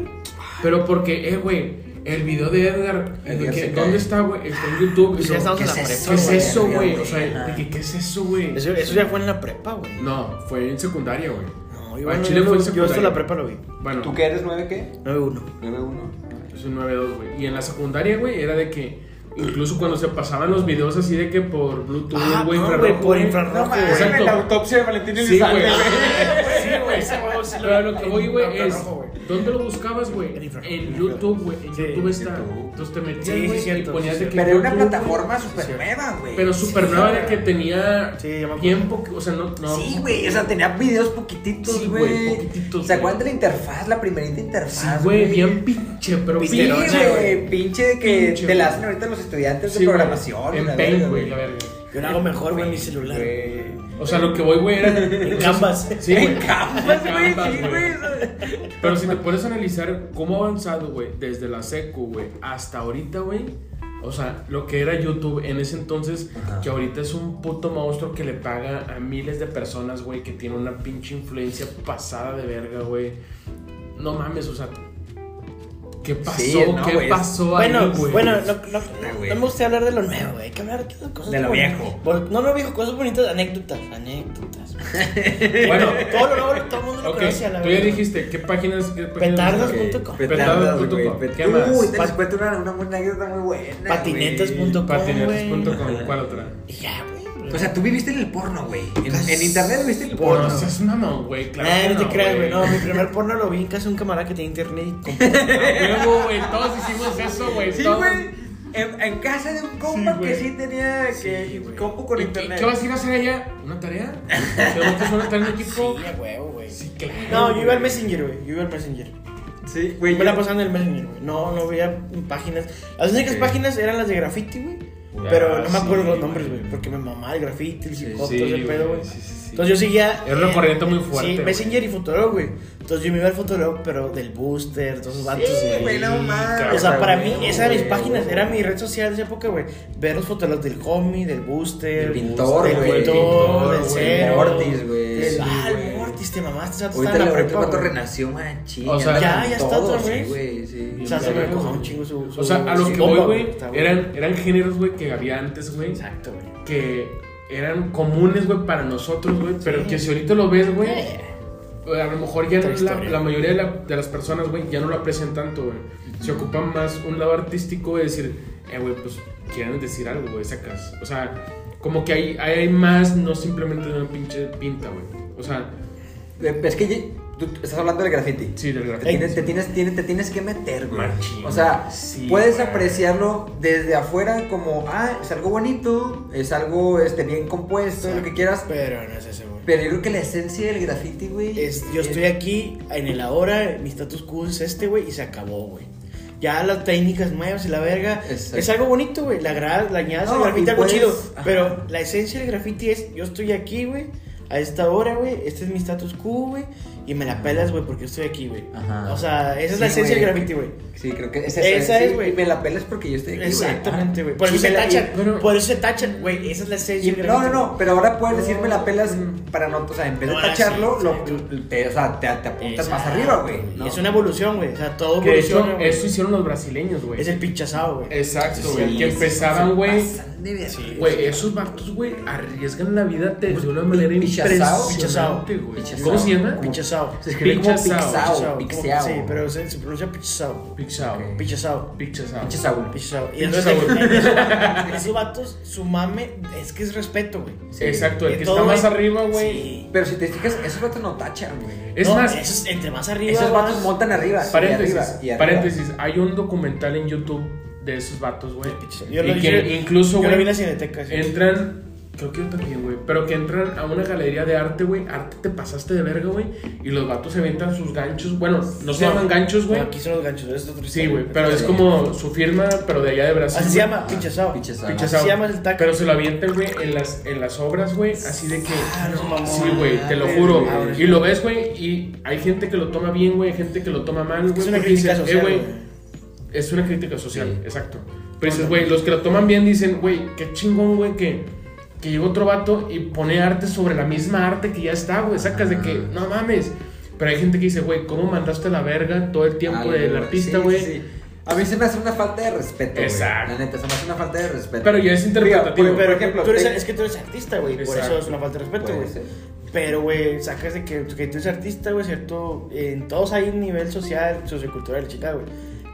S2: Pero porque, eh, güey, el video de Edgar, y de
S3: Edgar
S2: que,
S3: se cae.
S2: ¿dónde está, güey? Está en YouTube. Y
S1: Pues ya
S2: yo,
S1: estamos
S2: ¿Qué
S1: en
S2: es
S1: la
S2: eso,
S1: prepa,
S2: ¿qué es eso,
S3: güey?
S2: güey? O sea,
S3: Ajá.
S2: de que, ¿qué es eso, güey?
S1: Eso, eso ya fue en la prepa, güey.
S2: No, fue en secundaria, güey.
S1: No,
S2: Ah,
S1: no-
S2: Chile
S1: yo,
S2: fue en
S1: yo hasta
S2: secundaria.
S1: la prepa lo vi.
S2: Bueno,
S3: ¿Tú qué eres? ¿Nueve qué?
S1: 9-1.
S3: Nueve uno.
S2: Es un 9-2, güey. Y en la secundaria, güey, era de que incluso cuando se pasaban los videos así de que por Bluetooth,
S1: Ah,
S2: güey,
S1: no,
S2: infrarrojo,
S1: güey, por infrarrojo,
S2: Exacto.
S3: autopsia de Valentín
S2: Sí, güey.
S3: Elizalde, güey.
S2: Sí, güey. O no, sí, pero a lo que voy, güey,
S1: Doctor
S2: es.
S1: Rojo, güey.
S2: ¿Dónde lo buscabas, güey?
S1: En infra-
S2: En YouTube, güey. En
S1: Sí,
S2: YouTube está.
S3: YouTube.
S2: Entonces te metías,
S1: Sí, sí,
S2: güey, y
S1: cierto,
S2: ponías
S1: sí,
S2: de que.
S1: cierto.
S3: Pero era una
S2: YouTube, güey,
S3: plataforma súper nueva, güey.
S2: Pero super nueva de que tenía
S1: Sí, ya me acuerdo.
S2: tiempo, que, o sea, no, no.
S3: Sí, güey, o sea, tenía videos poquititos,
S2: Sí, güey,
S3: güey.
S2: poquititos,
S3: ¿Se acuerdan de
S2: güey.
S3: la interfaz? La primerita interfaz.
S2: Sí, güey, bien pinche, pero
S3: Sí,
S1: Pinche,
S2: pinche,
S1: Pisterocha,
S3: güey, pinche de que
S2: Pinche,
S3: te la
S2: güey.
S3: hacen ahorita los estudiantes
S2: Sí,
S3: de
S2: güey,
S3: programación. la
S2: En
S3: verga,
S2: Paint, güey, la verga.
S1: Yo lo hago mejor, güey, en mi celular.
S3: Güey.
S2: O sea, lo que voy, güey, era.
S1: En Canvas.
S2: Sí, güey.
S3: En Canvas, güey,
S2: Canvas,
S3: sí, güey. o sea.
S2: Pero si te puedes analizar cómo ha avanzado, güey, desde la secu, güey, hasta ahorita, güey. O sea, lo que era YouTube en ese entonces,
S3: Ajá.
S2: que ahorita es un puto monstruo que le paga a miles de personas, güey, que tiene una pinche influencia pasada de verga, güey. No mames, o sea, ¿qué pasó?
S3: Sí, no,
S2: ¿Qué
S3: güey, es-
S2: pasó ahí,
S1: Bueno,
S2: güey?
S1: bueno, no, no,
S3: Ah, güey.
S1: no me gusta hablar de lo nuevo, güey. Hay que hablar de cosas
S3: De lo
S1: bonitas.
S3: viejo.
S1: Bon- No lo viejo, cosas bonitas, anécdotas, anécdotas.
S2: Bueno,
S1: todo lo nuevo, todo el mundo lo
S2: ok,
S1: conoce a la
S2: tú ya
S1: verga.
S2: dijiste, ¿qué páginas? qué páginas-
S1: Petardos.
S2: Ok.
S1: Petardos.com.
S3: Petardos, güey.
S2: Petardos.com. ¿Qué
S3: Petardos.
S2: más?
S3: Uy, te les cuento una, una, una anécdota muy buena.
S1: Patinetas.com.
S3: güey.
S2: Patinetas.com, ¿cuál otra?
S1: Y ya, güey.
S3: O sea, tú viviste en el porno, güey. En, en internet viste el porno.
S2: No seas mamón, güey, claro.
S1: Nah,
S2: que
S1: eh, no te creas, güey. No,
S2: güey.
S1: mi primer porno lo vi en casa de un camarada que tenía internet y compró.
S2: A huevo, güey, todos hicimos eso, güey.
S3: Sí,
S2: todos.
S3: güey. En, en casa de un compa que
S2: güey.
S3: sí tenía que
S2: Sí, güey.
S3: compu con
S2: ¿Y qué-
S3: internet.
S2: ¿Qué vas a ir a hacer allá? ¿Una tarea? ¿Te gustas una tarea en equipo?
S1: Sí, a huevo, güey.
S2: Sí, claro.
S1: No, yo iba al
S2: mes
S1: Messenger, güey. Yo iba al Messenger.
S3: Sí, güey.
S1: Me la
S3: yo-
S1: pasaba en el Messenger, güey. No, no veía páginas. Las únicas
S3: Ok.
S1: páginas eran las de graffiti, güey.
S2: Ah,
S1: Pero no me acuerdo
S2: sí,
S1: los nombres, güey.
S2: güey.
S1: Porque me mamaba el graffiti, el
S2: Sí,
S1: hip hop,
S2: sí,
S1: todo ese pedo,
S2: güey,
S1: güey.
S2: sí, sí, sí.
S1: Entonces yo seguía.
S2: Era una corriente muy fuerte,
S1: Sí,
S2: güey.
S1: Messenger y Fotolog, güey. Entonces yo me iba al Fotolog, pero del Booster, todos esos vatos,
S3: Sí,
S1: güey.
S3: güey, no mames.
S2: cabrón,
S1: O sea, para mí,
S3: güey,
S1: esa de mis
S3: güey,
S1: páginas
S3: güey.
S1: era mi red social de esa época, güey. Ver los fotolos del homie, del booster,
S3: Del pintor,
S1: del
S3: güey.
S1: pintor, del
S2: Pintor,
S1: cero.
S2: güey.
S3: Mortis, güey.
S1: del-
S3: Sí,
S1: ah, el este
S2: güey.
S1: Mortis, te mamaste, esa
S3: Ahorita la prepa
S1: prepa,
S3: cuando
S1: güey.
S3: renació, machín.
S2: O sea,
S1: Ya, ya está
S3: todo,
S1: otra
S3: sí,
S1: vez.
S3: güey, sí.
S1: O sea, se me cojó un chingo su, su-
S2: O sea, a lo
S1: su
S2: que voy,
S1: bomba,
S2: güey,
S1: Está,
S2: eran, eran géneros, güey, que había antes, güey,
S1: Exacto, güey.
S2: que eran comunes, güey, para nosotros, güey, pero que si ahorita lo ves, güey,
S1: Eh.
S2: a lo mejor ya
S1: Otra
S2: no- la,
S1: historia.
S2: la mayoría de, la- de las personas, güey, ya no lo aprecian tanto, güey. Se ocupan más un lado artístico, güey, decir, eh, güey, pues quieren decir algo, güey, sacas. O sea, como que hay, hay más, no simplemente una pinche pinta, güey. O sea,
S3: Eh, Es que ya- tú estás hablando del graffiti.
S2: sí, del
S3: Te,
S2: grafito.
S1: Ey.
S3: tienes, te, tienes, tienes- te tienes que meter, güey.
S2: Machín.
S3: O sea,
S2: Sí,
S3: puedes
S2: güey.
S3: apreciarlo desde afuera como, ah, es algo bonito, es algo este, bien compuesto, lo que quieras.
S1: Pero no es ese, güey.
S3: Pero yo creo que la esencia del graffiti, güey.
S1: Es- yo estoy aquí en el ahora, mi status quo es este, güey, y se acabó, güey. Ya las técnicas nuevas y la verga.
S3: Exacto.
S1: Es algo bonito, güey. La, gra- la añadas al
S3: No,
S1: graffiti,
S3: y
S1: algo
S3: puedes-
S1: chido.
S3: ajá.
S1: Pero la esencia del graffiti es: yo estoy aquí, güey, a esta hora, güey. Este es mi status quo, güey. Y me la pelas, güey, porque estoy aquí, güey.
S3: Ajá.
S1: O sea, esa es la
S3: Sí,
S1: esencia
S3: güey.
S1: del graffiti, güey.
S3: Sí, creo que esa,
S1: Esa es,
S3: sí,
S1: güey.
S3: y Me la pelas porque yo estoy aquí, güey.
S1: Exactamente, güey.
S3: Ajá.
S1: Por eso
S3: Y
S1: se
S3: me la- y-
S1: tachan.
S2: pero-
S1: Por eso se tachan, güey. Esa es la esencia del
S3: No,
S1: graffiti.
S3: no, no, pero ahora puedes decirme la pelas para no, o sea, en vez de
S1: No,
S3: tacharlo,
S1: sí,
S3: lo-
S1: sí.
S3: te, o sea, te, te apuntas más
S1: Exacto,
S3: arriba, güey.
S1: Y
S3: ¿no?
S1: Es una evolución, güey. O sea, todo
S2: Que de hecho,
S1: evoluciona. güey.
S2: eso hicieron los brasileños, güey.
S1: Es el pinchazado, güey.
S2: Exacto, güey.
S3: Sí,
S2: que
S3: sí,
S2: empezaban,
S3: se
S2: güey.
S3: pasan de verga.
S1: Sí.
S2: Güey, esos vatos, güey, arriesgan la vida de, de una manera
S3: Pichazao.
S2: impresionante, güey.
S3: Pichazao.
S2: ¿Cómo se llama?
S3: Como-
S1: Pichazao.
S3: Se escribe como
S2: Pichazao.
S3: pixao,
S1: Pichazao, como-
S3: pixao.
S1: Sí, pero se, se pronuncia pichazao.
S2: Pichazao.
S3: Ok.
S1: Pichazao.
S2: Pichazao.
S3: Pinche Saúl.
S1: Pichazao. Y
S2: Pichazao.
S1: entonces, esos vatos, su mame, es que es respeto, güey.
S3: Sí.
S2: Exacto, el
S1: De
S2: que
S1: todo,
S2: está más
S1: güey.
S2: arriba, güey.
S1: Sí.
S3: Pero si te fijas, esos vatos no tachan, güey.
S2: Es
S1: No,
S2: más,
S1: esos- entre más arriba.
S3: Esos vatos
S1: vas-
S3: montan arriba. y
S2: paréntesis,
S3: arriba, y arriba.
S2: paréntesis, hay un documental en YouTube de esos vatos, güey.
S1: Yo lo
S2: Y que
S1: vi-
S2: incluso,
S1: Yo lo vi en
S2: güey,
S1: la cineteca. sí.
S2: entran, creo que yo también, güey, pero que entran a una galería de arte, güey, arte te pasaste de verga, güey, y los vatos se aventan sus ganchos, bueno, no se llaman ganchos, güey.
S1: No, aquí son los ganchos. es otro
S2: Sí,
S1: estilo.
S2: güey, pero es como su firma, pero de allá de Brasil.
S1: Así se
S2: güey.
S1: llama, pichazao.
S3: Pichazao.
S1: Así
S2: Pichazao.
S1: se llama el taco.
S2: Pero se lo avientan, güey, en las, en las obras, güey, así de que...
S1: Ah, no, Ah, mamón.
S2: Sí, güey, te lo
S3: mames,
S2: juro.
S1: güey.
S2: Y lo ves, güey, y hay gente que lo toma bien, güey, hay gente que lo toma mal,
S1: Es
S2: güey.
S1: una
S2: porque
S1: crítica
S2: dices,
S1: social.
S2: "Eh, güey,
S1: güey.
S2: es una crítica social,
S3: Sí.
S2: exacto. Pero dices, güey, los que lo toman bien dicen, güey, qué chingón, güey, que, que llegó otro vato y pone arte sobre la misma arte que ya está, güey. Sacas de que, no mames. Pero hay gente que dice, güey, ¿cómo mandaste a la verga todo el tiempo
S3: Algo,
S2: del
S3: güey.
S2: artista,
S3: Sí,
S2: güey?
S3: sí, sí. A mí se me hace una falta de respeto. güey.
S2: Exacto.
S3: La neta, se me hace una falta de respeto.
S2: Pero ya es interpretativo.
S3: Digo, por,
S1: Pero
S3: por ejemplo,
S1: tú eres-
S3: te-
S1: es que tú eres artista, güey. Por
S2: Exacto.
S1: eso es una falta de respeto,
S3: Puede
S1: güey.
S3: ser.
S1: Pero, güey, sacas de que, que tú eres artista, güey, ¿cierto? En todos hay un nivel social, sociocultural, chica, güey.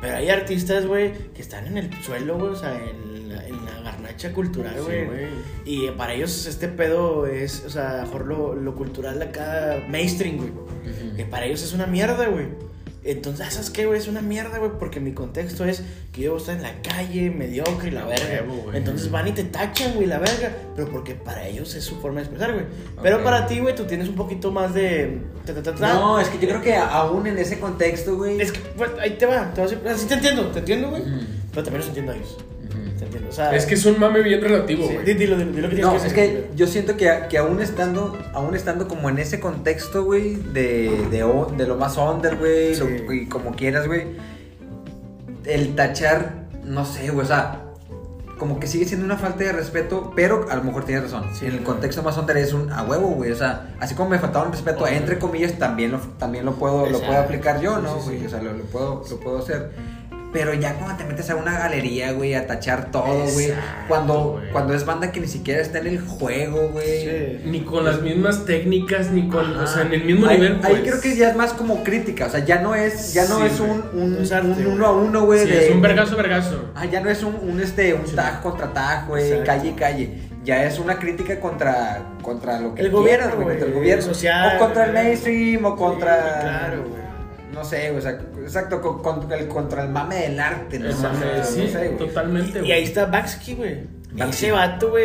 S1: Pero hay artistas, güey, que están en el suelo, güey, o sea, en la, en la garnacha cultural,
S2: Sí,
S1: güey.
S2: güey.
S1: y para ellos este pedo es, o sea, a lo mejor lo, lo cultural acá, mainstream, güey. que para ellos es una mierda, güey. Entonces, ah, ¿sabes qué, güey? Es una mierda, güey, porque mi contexto es que yo estar en la calle, mediocre y la verga.
S2: huevo, güey.
S1: Entonces van y te tachan, güey, la verga. Pero porque para ellos es su forma de expresar, güey. Pero
S3: Ok.
S1: para ti, güey, tú tienes un poquito más de. ta, ta, ta, ta.
S3: No, es que yo creo que aún en ese contexto, güey.
S1: Es que, pues, ahí te va. Te vas a... Así te entiendo, te entiendo, güey.
S3: Ujú.
S1: Pero también los entiendo a ellos.
S3: Ujú.
S1: Te entiendo. O sea,
S2: Es que es un mame bien relativo,
S1: sí,
S2: güey.
S1: di- dilo, dilo, dilo que tienes
S3: No,
S1: que
S3: es
S1: decir.
S3: que yo siento que, que aún estando aún estando como en ese contexto, güey, de, de, o- de lo más under, güey,
S1: Sí.
S3: lo- y como quieras, güey, el tachar, no sé, güey, o sea, como que sigue siendo una falta de respeto, pero a lo mejor tienes razón.
S1: Sí,
S3: en el
S1: güey.
S3: contexto más under es un a huevo, güey, o sea, así como me faltaba un respeto,
S1: Ojo.
S3: entre comillas, también lo, también lo puedo, lo puedo
S1: Exacto.
S3: aplicar yo,
S1: Sí,
S3: ¿no,
S1: sí,
S3: güey?
S1: sí.
S3: O sea, lo, lo puedo, lo puedo hacer. Pero ya cuando te metes a una galería, güey, a tachar todo, güey,
S2: Exacto,
S3: cuando,
S2: güey.
S3: cuando es banda que ni siquiera está en el juego, güey.
S1: Sí.
S2: Ni con las mismas técnicas, ni con.
S3: Ajá.
S2: O sea, en el mismo
S3: Ahí-
S2: nivel.
S3: Ahí
S2: pues.
S3: creo que ya es más como crítica, o sea, ya no es, ya no
S2: Sí,
S3: es
S2: güey.
S3: un, un,
S1: No es arte,
S3: un
S1: güey.
S3: uno a uno, güey.
S2: Sí,
S3: de-
S2: es un vergazo, vergazo.
S3: Ah, ya no es un, un, este, un tag contra tag, güey,
S1: Exacto.
S3: calle, calle. Ya es una crítica contra, contra lo que
S1: El
S3: quieras,
S1: gobierno,
S3: güey,
S1: güey,
S3: contra el gobierno.
S1: social,
S3: o contra el
S1: güey.
S3: mainstream, o contra...
S1: Sí, claro, güey.
S3: No sé, güey, o sea, exacto, con- contra el, contra el mame del
S1: Ah,
S3: arte, ¿no?
S2: Esa-
S3: O sea,
S2: sí,
S3: no sé, güey.
S1: Y-
S2: totalmente, Este, güey.
S1: Y ahí está Banksy, güey.
S3: Banksy.
S1: Ese vato, güey.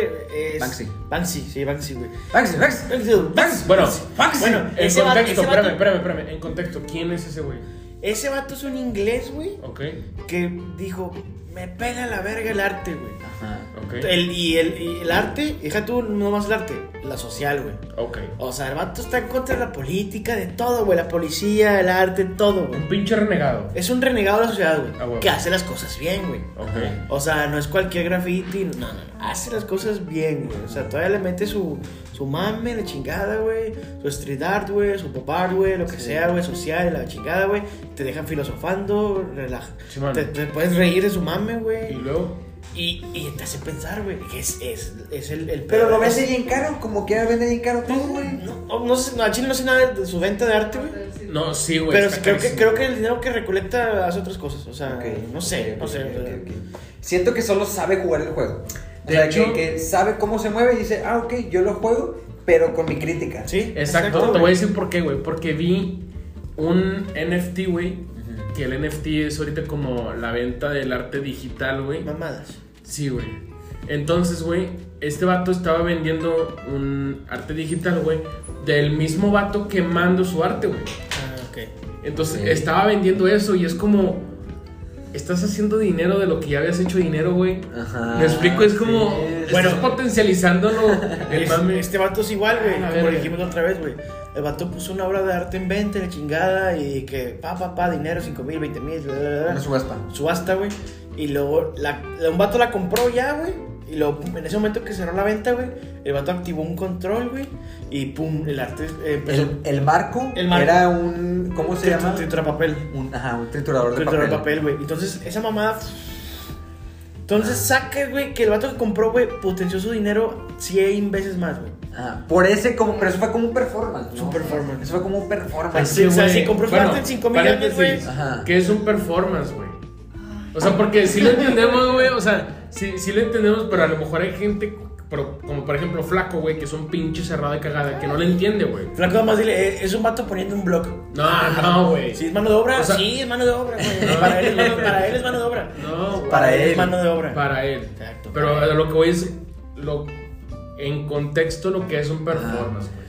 S1: Es...
S3: Banksy.
S1: Banksy, sí, Banksy, güey.
S3: Banksy, Banksy.
S1: Banksy, Banksy.
S2: Bueno,
S3: Banksy.
S1: Bueno,
S2: En
S1: ese vato,
S2: contexto,
S1: ese
S2: espérame,
S1: vato,
S2: espérame, espérame. En contexto, ¿quién es ese güey?
S1: ese vato es un inglés, güey,
S2: Ok,
S1: que dijo, me pela la verga el arte, güey.
S3: Ajá.
S2: ok.
S1: El, y, el, y el arte, deja tú no más el arte, la social, güey.
S2: Ok.
S1: O sea, el vato está en contra de la política, de todo, güey. La policía, el arte, todo, güey.
S2: Un pinche renegado.
S1: Es un renegado de la sociedad, güey.
S2: Ah, güey.
S1: Que hace las cosas bien, güey.
S2: Ok.
S1: O sea, no es cualquier graffiti, no, no, no. hace las cosas bien, güey. O sea, todavía le mete su, su mame, la chingada, güey. Su street art, güey, su pop art, güey, lo que sea, güey, social, la chingada, güey. Te dejan filosofando, relaja.
S2: Sí, mano.
S1: te, te puedes reír de su mame,
S2: Y
S1: güey.
S2: luego.
S1: Y, y te hace pensar, güey, que es, es, es el, el
S3: Pero lo vende
S1: es-
S3: bien caro, como quiera vende bien caro todo, güey.
S1: No, no, no sé, no, a Chile no sé nada de su venta de arte, güey.
S2: No, sí, güey.
S1: Pero
S2: está
S1: creo que,
S2: carísimo.
S1: creo que el dinero que recolecta hace otras cosas. O sea,
S3: Ok,
S1: no sé,
S3: ok,
S1: no sé.
S3: ok,
S1: o sea,
S3: ok, ok. Siento que solo sabe jugar el juego. O
S2: De
S3: sea,
S2: hecho-
S3: que, que sabe cómo se mueve y dice, ah, ok, yo lo juego, pero con mi crítica.
S1: Sí,
S2: Exacto, te
S1: güey.
S2: voy a decir por qué, güey. Porque vi un NFT, güey. Que el NFT es ahorita como la venta del arte digital, güey.
S1: Mamadas.
S2: Sí, güey. Entonces, güey, este vato estaba vendiendo un arte digital, güey. Del mismo vato quemando su arte, güey.
S1: Ah, ok.
S2: Entonces,
S3: Ok.
S2: estaba vendiendo eso y es como... Estás haciendo dinero de lo que ya habías hecho dinero, güey.
S3: Ajá.
S2: Me explico, es como...
S3: Ah, Sí.
S2: Bueno,
S1: Bueno.
S2: potencializándolo. El
S1: Es-
S2: mame.
S1: Este vato es igual, güey.
S2: Ah, la
S1: como
S2: verga.
S1: le dijimos la otra vez, güey. El vato puso una obra de arte en venta, la chingada, y que pa, pa, pa, dinero, 5 mil, 20 mil, bla, bla, bla,
S3: Una subasta.
S1: subasta, güey. Y luego la, la- un vato la compró ya, güey. Y luego, pum, en ese momento que cerró la venta, güey, el vato activó un control, güey. Y pum, el arte eh, empezó.
S3: El, el marco
S1: El marco.
S3: era un. ¿Cómo se
S1: Trit-
S3: llama?
S1: Triturapapel.
S3: Un, ajá, un triturador de
S1: Control
S3: papel.
S1: de papel, güey. Entonces, esa mamada. Entonces, saca, güey, que el vato que compró, güey, potenció su dinero 100 veces más, güey.
S3: Ajá, por ese, como, pero eso fue como un performance. ¿no?
S1: Es un performance.
S3: Eso fue como un performance.
S1: Sí, o sea,
S2: Pues güey,
S1: si compró su arte en cinco mil
S2: paréntesis,
S1: dólares,
S3: güey. Ajá.
S2: Que es un performance, güey. O sea, porque si lo entendemos, güey. O sea, sí, sí lo entendemos, pero a lo mejor hay gente, pero como por ejemplo Flaco, güey, que es un pinche cerrado de cagada, que no le entiende, güey.
S1: Flaco, nomás dile, eh, es un vato poniendo un blog.
S2: No, no, güey.
S1: Si es mano de obra,
S2: O sea-
S1: Ah, sí, es mano de obra, güey. Para, él es mano- para él es mano de obra.
S2: No, güey.
S1: Para él
S3: él.
S1: es mano de obra.
S2: Para él.
S1: Exacto,
S2: Pero
S1: para él.
S2: a lo que voy es lo, en contexto lo que es un performance, güey.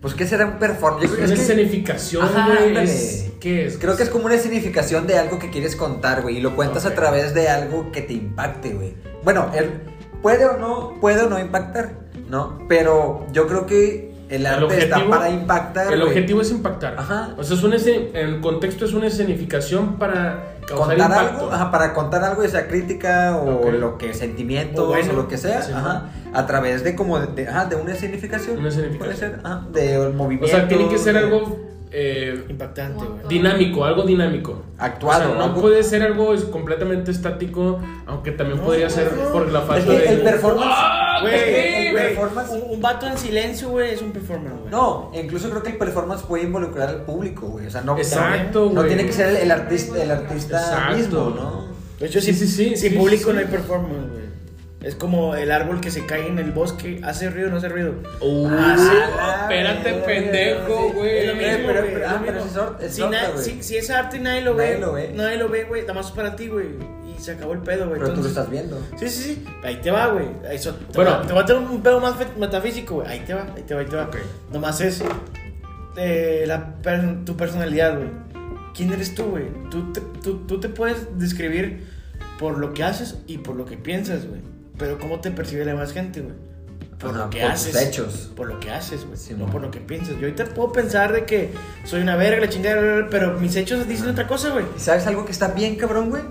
S3: Pues, ¿qué será un performance? Yo creo
S2: Pues, Es
S3: que-
S2: una escenificación,
S3: Ajá,
S2: güey.
S3: ándale.
S2: es- ¿Qué es?
S3: Creo que es como una escenificación de algo que quieres contar, güey, y lo cuentas
S2: Ok.
S3: a través de algo que te impacte, güey. Bueno, él puede o no, puede o no impactar, ¿no? Pero yo creo que el arte está para impactar,
S2: El
S3: güey.
S2: objetivo es impactar.
S3: Ajá.
S2: O sea, es una escen- el contexto es una escenificación para causar
S3: contar
S2: impacto.
S3: algo, ajá, para contar algo, ya sea crítica o
S2: Ok.
S3: lo que sentimientos
S1: O bueno,
S3: o lo que sea,
S2: sí,
S3: ajá, a través de como de, de- ajá, de una escenificación.
S2: Una escenificación.
S3: Puede ser, ajá, de movimiento.
S2: O sea, tiene que ser
S3: de-
S2: algo eh,
S1: Impactante, güey.
S2: dinámico, algo dinámico.
S3: Actuado,
S2: O sea, no
S3: algo-
S2: puede ser algo es- completamente estático, aunque también
S1: No,
S2: podría
S1: no,
S2: ser
S1: no.
S2: por la
S3: Es
S2: falta
S3: que
S2: de.
S3: el performance,
S2: ¡Ah,
S3: es que
S2: güey,
S3: el
S2: güey!
S3: performance
S1: Un, un vato en silencio, güey, es un performer, güey.
S3: No, incluso creo que el performance puede involucrar al público, güey. O sea, no,
S2: Exacto,
S3: no, no
S2: güey.
S3: tiene que ser el, el artista, el artista
S2: Exacto.
S3: mismo, ¿no?
S1: De hecho,
S2: Sí,
S1: sin,
S2: sí, sí,
S1: sin
S2: sí,
S1: público
S2: sí, sí.
S1: no hay performance, güey. Es como el árbol que se cae en el bosque. ¿Hace ruido o no hace ruido?
S2: Uh,
S1: Ah,
S3: sí.
S2: espérate,
S3: Ah,
S2: pendejo,
S3: sí.
S2: güey.
S1: Es lo mismo,
S3: Eh, pero-
S1: güey,
S3: pero-
S1: es lo
S3: ah, pero
S1: mismo.
S3: si es art- es
S1: si,
S3: arte,
S1: na-
S3: güey.
S1: si- si es arte y nadie lo ve,
S3: Nadie lo ve.
S1: nadie lo ve, güey. Nada más es para ti, güey. Y se acabó el pedo, güey.
S3: Pero tú lo
S1: Entonces-
S3: estás viendo.
S1: Sí, sí, sí. Ahí te va, güey. Eso, te
S2: Bueno.
S1: va- te va a tener un pedo más fe- metafísico, güey. Ahí te va, ahí te va, ahí te va.
S2: Ok.
S1: Nomás es eh, la per- tu personalidad, güey. ¿Quién eres tú, güey? Tú te, tú, tú te puedes describir por lo que haces y por lo que piensas, güey. Pero ¿cómo te percibe la demás gente, güey? Por
S3: Ajá,
S1: lo que
S3: por tus
S1: haces.
S3: hechos.
S1: Por lo que haces, güey.
S3: Sí,
S1: no
S3: mon.
S1: por lo que piensas. Yo ahorita puedo pensar de que soy una verga, la chingada, bla, bla, bla, pero mis hechos dicen otra cosa, güey.
S3: ¿Y sabes algo que está bien cabrón, güey?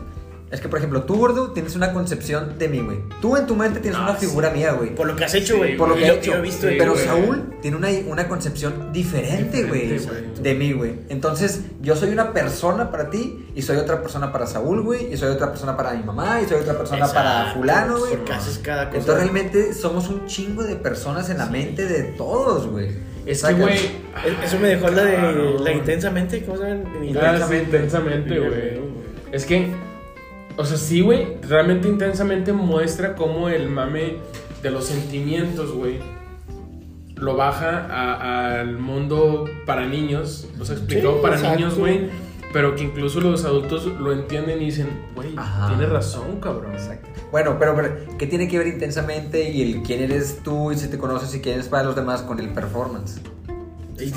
S3: Es que, por ejemplo, tú, gordo, tienes una concepción de mí, güey. Tú en tu mente tienes
S2: Ah,
S3: una
S2: sí.
S3: figura mía, güey.
S1: Por lo que has hecho,
S2: Sí,
S1: güey.
S3: Por lo
S1: Y
S3: que he
S1: yo-
S3: hecho.
S1: yo he visto,
S2: Sí,
S1: güey.
S3: pero
S2: güey.
S3: Saúl tiene una, una concepción diferente, güey,
S2: Diferente, güey.
S3: de mí, güey. Entonces, yo soy una persona para ti y soy otra persona para Saúl, güey, y soy otra persona para mi mamá y soy otra persona para
S1: Exacto,
S3: fulano, güey.
S1: Porque haces cada cosa.
S3: Entonces, realmente somos un chingo de personas en la mente de todos, güey.
S2: Es que,
S3: Sacas.
S2: güey.
S1: Es- Eso me dejó la de
S2: cabrón.
S1: la intensamente, ¿cómo se llama? En inglés.
S2: Ah, sí, Intensamente, güey. Es que, o sea, sí, güey, realmente intensamente muestra cómo el mame de los sentimientos, güey, lo baja a- al mundo para niños, o sea, explicado
S1: Sí,
S2: para
S1: exacto.
S2: niños, güey, pero que incluso los adultos lo entienden y dicen, güey,
S3: Ajá.
S2: tiene razón, cabrón.
S3: Exacto. Bueno, pero, pero, ¿qué tiene que ver intensamente y el quién eres tú y si te conoces y quién es para los demás con el performance?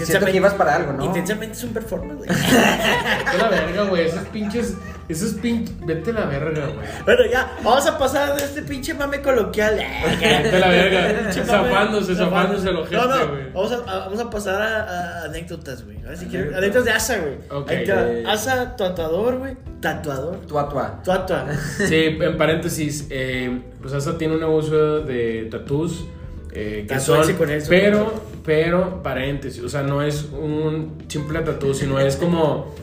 S3: Siento que ibas para algo, ¿no?
S1: Intensamente es un performance, güey.
S2: Vete a la verga, güey, esos pinches, esos pinches, vete a la verga, güey.
S1: bueno, ya, vamos a pasar de este pinche mame coloquial. Eh,
S2: Vete a la verga,
S1: Pinche mame-
S2: zafándose, zafándose el ojete,
S1: No, no,
S2: güey.
S1: vamos a, a- vamos a pasar a, a anécdotas, güey. Ahora sí quiero.
S3: Anécdotas.
S1: Anécdotas de Asa, güey.
S2: Ok,
S1: Ahí te va.
S3: güey.
S1: Asa, tatuador, güey. Tatuador.
S3: Tú a tú a.
S1: Tatua.
S2: Sí, en paréntesis, eh, pues Asa tiene un negocio de tatús. eh, que
S1: Tatúense
S2: son,
S1: con él, son
S2: pero,
S1: muchos.
S2: pero, paréntesis, o sea, no es un simple tatú, sino es como,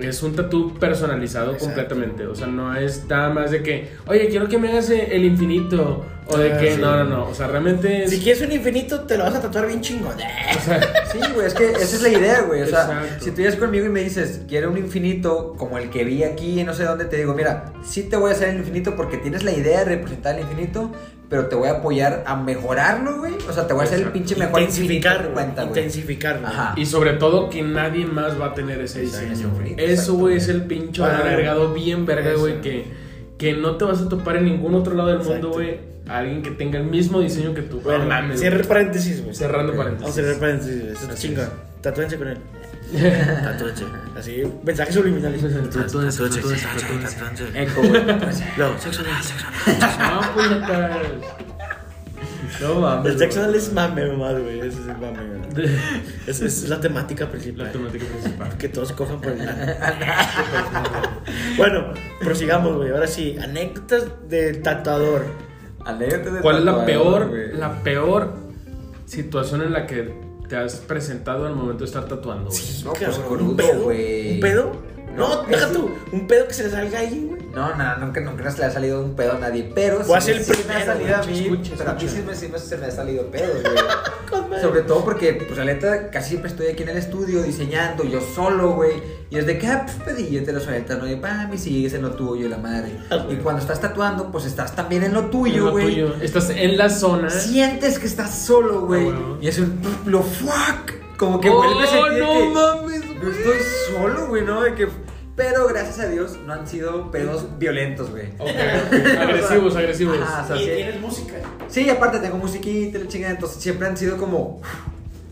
S2: es un tatú personalizado
S1: Exacto.
S2: completamente, o sea, no es nada más de que, oye, quiero que me hagas el infinito, o de
S1: Ah,
S2: que,
S1: sí.
S2: no, no, no, o sea, realmente es,
S1: Si quieres un infinito, te lo vas a tatuar bien chingón.
S2: o sea,
S3: Sí, güey, es que esa es la idea, güey. O sea,
S2: Exacto.
S3: si tú llegas conmigo y me dices, quiero un infinito como el que vi aquí, no sé dónde, te digo, mira, sí te voy a hacer el infinito porque tienes la idea de representar el infinito, pero te voy a apoyar a mejorarlo, güey. O sea, te voy a hacer el
S2: Exacto.
S3: pinche mejor infinito que
S1: güey.
S3: cuenta, güey.
S1: Intensificar, güey.
S3: Ajá.
S2: y sobre todo que nadie más va a tener ese diseño,
S3: Exacto.
S2: güey.
S3: Exacto,
S2: eso, güey, Pues es
S3: güey.
S2: el pincho
S1: Ah,
S2: alargado bien verga, güey,
S1: eso.
S2: que, que no te vas a topar en ningún otro lado del
S1: Exacto.
S2: mundo, güey, a alguien que tenga el mismo diseño que tú,
S1: Bueno,
S2: No mames,
S1: cierre
S2: güey.
S1: paréntesis, güey.
S2: cerrando
S3: Ok.
S1: Vamos a
S2: paréntesis.
S1: cerrar paréntesis, güey. Está
S2: Así
S1: chingón. Tatúense con él. Tatúense. Así, mensajes subliminales.
S2: Tatúense, tatúense, tatúense. Ah,
S3: Eco, güey.
S1: No, sexo anal, sexo anal.
S2: No, puñetas. No mames.
S1: El sexo
S2: Ah, güey.
S1: anal es mame, mamá, güey. Ese es el mame, güey. Es, es la temática principal.
S2: La temática principal.
S1: Que todos cojan por el Bueno, prosigamos, güey. Ahora sí, anécdotas de tatuador.
S3: Alégrate de
S2: ¿Cuál es la
S3: tatuar,
S2: peor,
S3: güey.
S2: la peor situación en la que te has presentado al momento de estar tatuando, güey?
S3: No, pues
S1: Cabrón,
S3: crudo,
S1: ¿Un pedo?
S3: güey.
S1: ¿Un pedo? No,
S3: No,
S1: deja
S3: es-
S1: tú. Un pedo que se le salga ahí, güey.
S3: No, no, nunca, nunca se le ha salido un pedo a nadie, pero
S1: ¿Cuál es el
S3: sí me ha
S1: primero,
S3: salido a
S2: güey?
S3: mí,
S2: Escucha,
S3: pero a mí sí
S2: escucha.
S3: me, sí me- se me ha salido pedo, güey. Sobre todo porque, pues la neta, casi siempre estoy aquí en el estudio diseñando, yo solo, güey. Y es de que, ah, pues pedí, yo te lo sueltas, ¿no? Y pam, y sigues en lo tuyo, la madre.
S1: Ah, güey.
S3: Y cuando estás tatuando, pues estás también en lo tuyo,
S2: Lo
S3: güey.
S2: tuyo. Estás en la zona.
S3: Sientes que estás solo, güey.
S2: Ah, güey.
S3: Y es un lo fuck. Como que
S2: Oh,
S3: vuelves a sentir
S2: no
S3: que
S2: mames,
S3: Yo
S2: güey.
S3: estoy solo, güey, ¿no? De que... Pero gracias a Dios no han sido pedos violentos, güey.
S2: Ok, Agresivos, agresivos.
S3: Ajá, o sea,
S1: Y
S3: sí,
S1: tienes música.
S3: Sí, aparte tengo musiquita, la chingada, entonces siempre han sido como.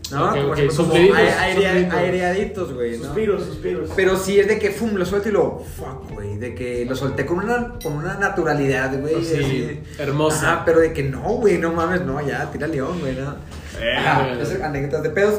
S3: ¿No?
S2: Ok,
S3: como
S2: ok,
S3: siempre como
S2: soplidos,
S3: ae- aire-
S2: soplidos.
S3: aireaditos, güey, ¿no?
S1: Suspiros, suspiros.
S3: Pero sí es de que fum, lo suelto y lo. Fuck, güey. De que lo solté con una, con una naturalidad, güey.
S2: Así,
S3: así.
S2: Ah, hermosa.
S3: Ajá, pero de que no, güey, no mames, no, ya, tira león, güey, ¿no?
S2: Eh,
S3: Ajá,
S2: güey.
S3: esas anécdotas de pedos.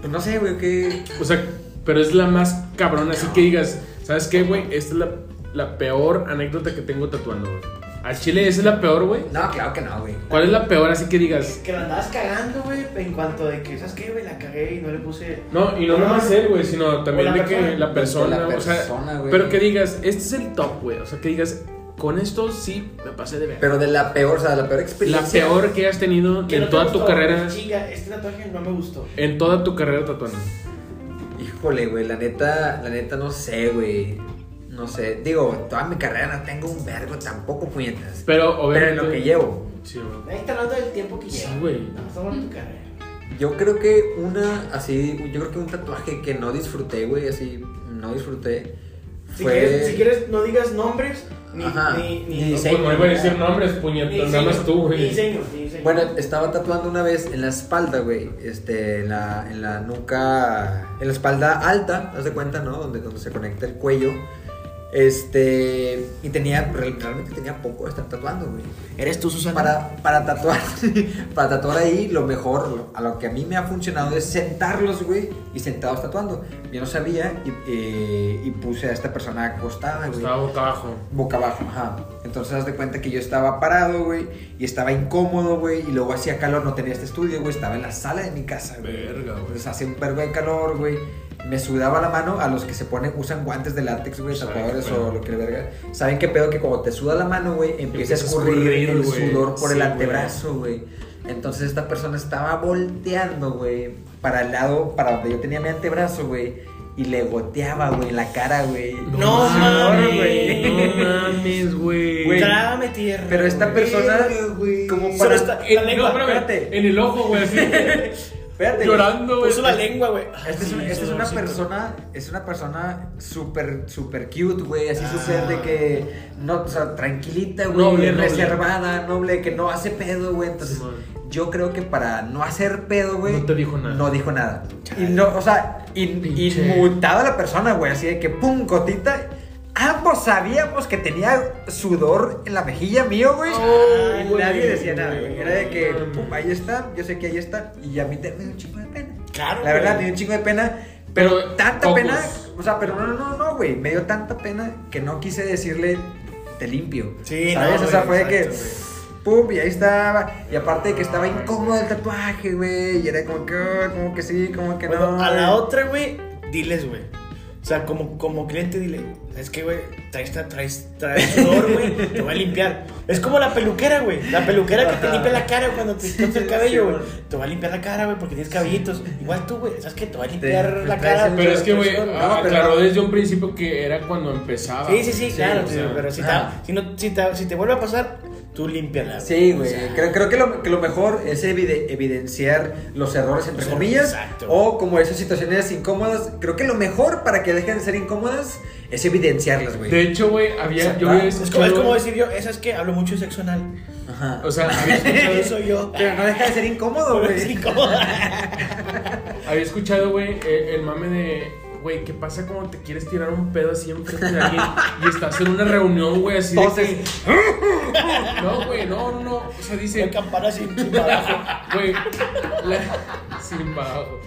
S3: Pues no sé, güey, que.
S2: O sea, pero es la más cabrona, así que digas, ¿sabes qué, güey? Esta es la, la peor anécdota que tengo tatuando, güey. Al chile, esa es la peor, güey.
S3: No, claro que no, güey.
S2: ¿Cuál es la peor? Así que digas.
S1: Que la andabas cagando, güey, en cuanto de que, ¿sabes qué, güey? La cagué y no le puse...
S2: No, y no nomás él, güey, sino
S1: O
S2: también
S1: la
S2: de que
S1: persona.
S2: la persona,
S3: La
S2: o sea,
S3: persona, güey.
S2: pero que digas, este es el top, güey, o sea, que digas, con esto sí me pasé de ver.
S3: Pero de la peor, o sea, la peor
S2: la
S3: experiencia.
S2: peor que has tenido
S1: Que
S2: en
S1: no te
S2: toda tu
S1: gustó,
S2: carrera,
S1: güey, Chinga, este tatuaje no me gustó.
S2: en toda tu carrera tatuando.
S3: Híjole, güey, la neta, la neta no sé, güey. Mm, No sé, digo, toda mi carrera no tengo un vergo tampoco puñetas.
S2: Pero
S3: Pero
S2: obviamente.
S3: en lo que llevo,
S2: Sí, güey.
S1: Ahí está hablando del tiempo que
S2: Sí,
S1: lleva.
S2: güey.
S1: No, está hablando de tu carrera.
S3: yo creo que una, así, yo creo que un tatuaje que no disfruté, güey, así, no disfruté.
S1: Si,
S3: fue-
S1: quieres, si quieres, no digas nombres ni,
S3: Ajá.
S1: ni, ni,
S3: Ni
S1: ni
S3: diseño,
S2: Pues no iba a decir nombres, puñetas. Nada más tú,
S1: Ni
S2: güey.
S1: diseño, ni diseño.
S3: Bueno, eh, estaba tatuando una vez en la espalda, güey. Este, en la, en la nuca. En la espalda alta, haz de cuenta, ¿no? Donde, donde se conecta el cuello. Este. Y tenía. real- Realmente tenía poco de estar tatuando, güey.
S1: ¿Eres tú, Susana?
S3: Para, para tatuar. para tatuar ahí, lo mejor, lo- a lo que a mí me ha funcionado es sentarlos, güey. Y sentados tatuando. Yo no sabía y, eh, y puse a esta persona acostada, güey
S2: Estaba boca abajo.
S3: boca abajo, ajá. Entonces haz de cuenta que yo estaba parado, güey, y estaba incómodo, güey, y luego hacía calor, no tenía este estudio, güey, estaba en la sala de mi casa, güey.
S2: Verga, güey.
S3: Entonces hacía un vergo de calor, güey. Me sudaba la mano a los que se ponen, usan guantes de látex, güey,
S2: Saben
S3: tatuadores
S2: qué pedo.
S3: o lo que le verga. ¿Saben qué pedo? Que cuando te suda la mano, güey, empieza a
S2: Empieza a
S3: escurrir,
S2: escurrir,
S3: el
S2: güey.
S3: sudor por
S2: Sí,
S3: el
S2: güey.
S3: antebrazo, güey. Entonces esta persona estaba volteando, güey, para el lado, para donde yo tenía mi antebrazo, güey, y le goteaba, güey, en la cara, güey.
S1: No mames.
S3: güey.
S2: No mames,
S3: Güey.
S2: güey.
S1: Trágame tierra.
S3: Pero esta
S1: güey.
S3: persona, como para.
S1: Solo está-
S2: En,
S1: La lengua,
S2: no, espérame,
S3: espérate.
S2: en el ojo, güey, así.
S3: Espérate, güey.
S2: llorando, güey.
S1: Puso la lengua, güey. Ay,
S3: Esta Este es,
S1: sí,
S3: una- esta es
S1: ese
S3: una
S1: dolorcito.
S3: persona, es una persona súper, súper cute, güey, así
S1: Ah.
S3: súper de que, no, o sea, tranquilita, güey,
S2: Noble, noble.
S3: reservada, noble, que no hace pedo, güey, entonces,
S2: Simón.
S3: yo creo que para no hacer pedo, güey,
S2: No te dijo nada.
S3: no dijo nada, y no, o sea, in-
S2: Pinche.
S3: inmutada la persona, güey, así de que, pum, gotita, ambos sabíamos que tenía sudor en la mejilla mío, güey,
S2: Ay,
S3: y
S2: Oh, güey,
S3: nadie decía nada,
S2: güey.
S3: güey, era de que,
S2: No,
S3: pum,
S2: no.
S3: ahí está, yo sé que ahí está, y a mí te- me dio un chingo de pena.
S1: Claro.
S3: La verdad, me
S1: Ah, güey.
S3: dio un chingo de pena. Pero,
S2: Pero
S3: tanta
S2: pocos.
S3: pena. O sea, pero no, no, no, güey. Me dio tanta pena que no quise decirle, te limpio.
S1: Sí,
S3: ¿Sabes?
S1: no,
S3: o sea,
S1: güey,
S3: fue de que.
S1: exacto,
S3: Pum, y ahí estaba. Y aparte de que estaba
S2: Ay,
S3: incómodo el tatuaje, güey. Y era como que, ah, como que sí, como que
S1: Bueno,
S3: no.
S1: a la
S3: güey.
S1: otra, güey, diles, güey. O sea, como, como cliente, dile, es que, güey, traes, tra- traes, traes sudor, güey, te voy a limpiar. Es como la peluquera, güey. La peluquera que te
S3: Ajá.
S1: limpia la cara cuando te cortas el cabello,
S3: sí,
S1: güey.
S3: güey.
S1: Te va a limpiar la cara, güey, porque tienes cabellitos. Igual tú, güey, sabes que te va a
S3: Te-
S1: limpiar
S3: te
S1: la
S3: traes
S1: cara.
S3: el-
S2: Pero es que, güey,
S3: No, pero-
S2: aclaró desde un principio que era cuando empezaba.
S1: Sí, sí, sí, claro,
S2: o
S1: sí,
S2: sea,
S1: pero si,
S3: ah.
S1: te, si, no, si, te, si te vuelve a pasar, tú límpiala.
S3: Sí, güey.
S1: O sea,
S3: creo, creo que, lo, que lo mejor es evide- evidenciar los errores, entre
S1: Los errores,
S3: comillas.
S1: exacto.
S3: O como esas situaciones incómodas. Creo que lo mejor para que dejen de ser incómodas es evidenciarlas, güey.
S2: De hecho, güey, había.
S3: Exacto.
S2: Yo había
S3: Es
S1: Es como, es como
S2: escuchado-
S1: decir yo, esa es que hablo mucho de sexo anal.
S3: Ajá.
S2: O sea, había escuchado.
S1: Eso yo.
S3: Pero no deja de ser incómodo, güey.
S1: Es incómodo.
S2: Había escuchado, güey, eh, el mame de, güey, ¿qué pasa cuando te quieres tirar un pedo así enfrente de alguien y estás en una reunión, güey, así de
S3: Entonces,
S2: que, No, güey, no, no, no. O sea,
S1: Una
S2: dice,
S1: campana sin sin abajo.
S2: güey, la- sin bajo.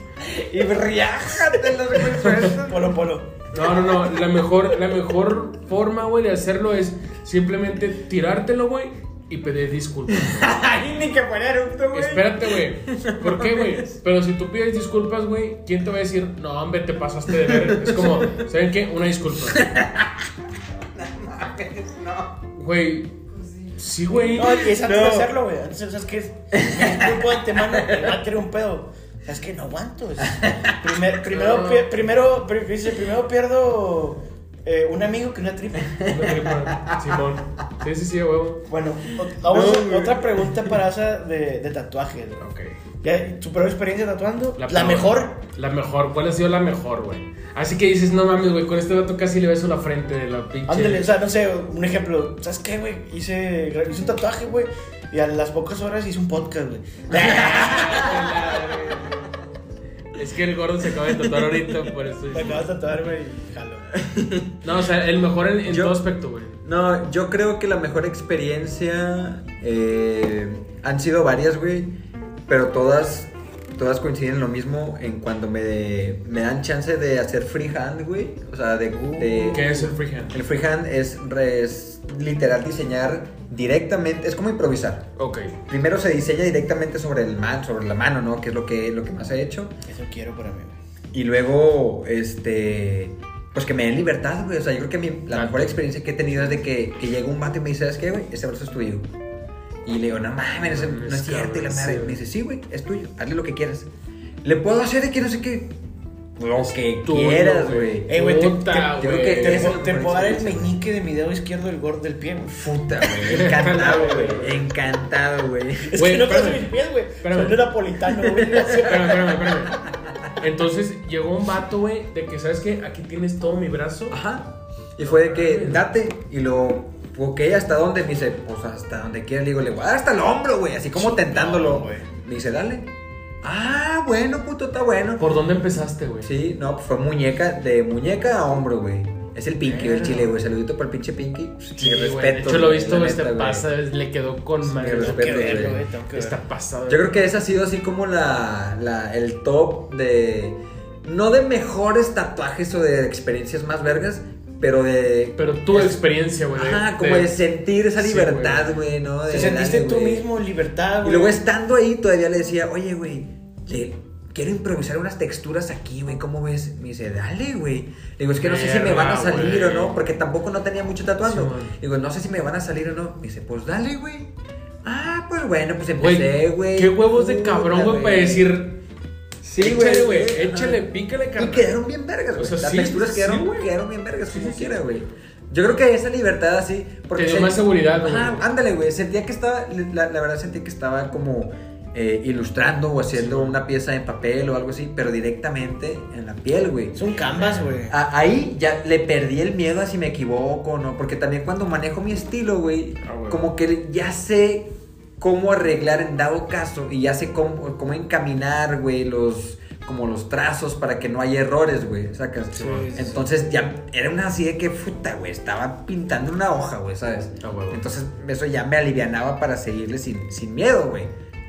S3: y riájate los recuerdos.
S1: Polo, polo.
S2: No, no, no. La mejor, la mejor forma, güey, de hacerlo es simplemente tirártelo, güey, y pedir disculpas.
S3: Ay, ni que fuera eructo, güey.
S2: Espérate, güey. ¿Por qué, güey? Pero si tú pides disculpas, güey, ¿quién te va a decir, no, hombre, te pasaste de ver? Es como, ¿saben qué? Una disculpa.
S3: No. Pues
S2: Güey, sí, güey.
S1: No, y es antes
S3: No.
S1: de hacerlo, güey. Antes, ¿sabes qué? Me disculpo de antemano, me va a tirar un pedo. ¿Sabes qué? No aguanto. es- Primer- primero,
S2: No.
S1: pi- primero, pri- dice, primero pierdo eh, un amigo que una tripa.
S2: Simón. Sí, sí, sí, a huevo.
S1: Bueno, o- vamos
S3: No,
S1: a-
S3: güey.
S1: otra pregunta para esa de, de tatuajes. güey.
S2: Ok.
S1: ¿Ya, ¿Tu peor experiencia tatuando? La,
S2: peor.
S1: mejor.
S2: La mejor. ¿Cuál ha sido la mejor, güey? Así que dices, no mames, güey, con este vato casi le beso la frente de la pinche.
S1: Ándale, o sea, no sé, un ejemplo. ¿Sabes qué, güey? Hice, hice un tatuaje, güey. Y a las pocas horas hice un podcast, güey.
S2: Es que el gordo se acaba de tatuar ahorita, por eso.
S1: Me acabas de tatuar, güey. Jalo.
S2: No, o sea, el mejor en, en
S3: Yo-
S2: todo aspecto, güey.
S3: No, yo creo que la mejor experiencia eh, han sido varias, güey. Pero todas, todas coinciden en lo mismo en cuando me, me dan chance de hacer freehand, güey. O sea, de. de-
S2: ¿Qué es el freehand?
S3: El freehand es, re- es literal diseñar directamente. Es como improvisar.
S2: Ok.
S3: Primero se diseña directamente sobre el man, sobre la mano, ¿no? Que es lo que, lo que más he hecho.
S1: Eso quiero para mí, güey.
S3: Y luego, este. Pues que me den libertad, güey. O sea, yo creo que mi- la
S2: Claro.
S3: mejor experiencia que he tenido es de que, que llega un vato y me dice, ¿sabes qué, güey? Ese brazo es tuyo. Y le digo, no mames, ese- no
S2: Mames,
S3: es cierto. Y la
S2: cabrón,
S3: madre
S2: sí.
S3: me dice, sí, güey, es tuyo. Hazle lo que quieras. Le puedo hacer de que no sé qué. Lo que
S2: Todo,
S3: quieras,
S2: güey.
S3: güey.
S1: Eh, güey, te,
S2: Puta,
S1: te-
S2: güey.
S1: te- te-
S3: Eso es lo
S1: te puedo dar el
S3: principal, güey.
S1: meñique de mi dedo izquierdo del gordo del pie, güey.
S3: Puta, güey. Encantado, güey. Encantado, güey.
S1: Es
S2: Güey,
S1: que no
S2: espérame.
S1: conoce mis pies, güey.
S2: Espérame.
S1: Soy napolitano, güey. No sé.
S2: Espérame, espérame, espérame. Entonces llegó un vato, güey, de que, ¿sabes qué? Aquí tienes todo mi brazo.
S3: Ajá. Y fue de
S2: Ah,
S3: que, date. Y lo, ok, ¿hasta dónde? Me dice, pues hasta donde quiera. Le digo, le voy a dar hasta el hombro, güey. Así como tentándolo.
S1: güey.
S3: Me dice, dale. Ah, bueno, puto, está bueno.
S2: ¿Por dónde empezaste, güey?
S3: Sí, no, pues fue muñeca, de muñeca a hombro, güey. Es el Pinky,
S2: Claro.
S3: el chile, güey. Saludito para el pinche Pinky.
S2: Sí,
S3: Mi
S2: güey.
S3: respeto.
S2: De hecho, lo he
S3: güey,
S2: visto,
S3: la
S2: güey,
S3: neta,
S2: este
S3: güey.
S2: pasa, le quedó con madre.
S1: Tengo
S3: respeto,
S1: que verlo,
S3: güey.
S1: güey. Tengo que
S2: Está
S1: verlo.
S2: pasado.
S3: Yo creo que esa ha sido así como la, la- el top de. No de mejores tatuajes o de experiencias más vergas, pero de.
S2: Pero tu
S3: es-
S2: experiencia, güey. de- este,
S3: Ajá, como de, sentir esa
S2: Sí,
S3: libertad, güey, ¿no? De
S1: Te sentiste
S3: dale,
S1: tú
S3: güey.
S1: mismo en libertad, güey.
S3: Y luego estando ahí todavía le decía, oye, güey, le- quiero improvisar unas texturas aquí, güey, ¿cómo ves? Me dice, dale, güey. Le digo, es que no sé si me van a
S2: Mierda,
S3: salir
S2: güey.
S3: o no, porque tampoco no tenía mucho tatuando.
S2: Sí, güey.
S3: Le digo, no sé si me van a salir o no. Me dice, pues dale, güey. Ah, pues bueno, pues
S2: Güey,
S3: empecé, güey.
S2: qué huevos de
S3: Puta,
S2: cabrón, güey, para decir.
S3: Sí,
S2: échale,
S3: güey,
S2: güey.
S3: sí, ajá.
S2: Échale, pícale,
S3: Y
S2: carnal.
S3: quedaron bien vergas,
S2: O
S3: güey.
S2: sea,
S3: Las
S2: sí,
S3: texturas
S2: sí,
S3: quedaron,
S2: güey.
S3: quedaron bien vergas, como
S2: sí, sí.
S3: quiera, güey. Yo creo que esa libertad así. Porque
S2: Te dio
S3: sent-
S2: más seguridad, güey.
S3: Ajá, ándale, güey. Sentía que estaba. La, la verdad, sentí que estaba como eh, ilustrando o haciendo una pieza en papel o algo así, pero directamente en la piel, güey.
S1: Es un canvas, güey.
S3: A- ahí ya le perdí el miedo a si me equivoco o no. Porque también cuando manejo mi estilo, güey,
S2: Ah, güey.
S3: como que ya sé cómo arreglar en dado caso y ya sé cómo, cómo encaminar, güey, los como los trazos para que no haya errores, güey, sacas.
S1: Sí, sí, sí.
S3: Entonces ya era una así de que puta, güey, estaba pintando una hoja, güey, ¿sabes?
S2: Ah, güey, güey.
S3: Entonces eso ya me alivianaba para seguirle sin, sin miedo, güey.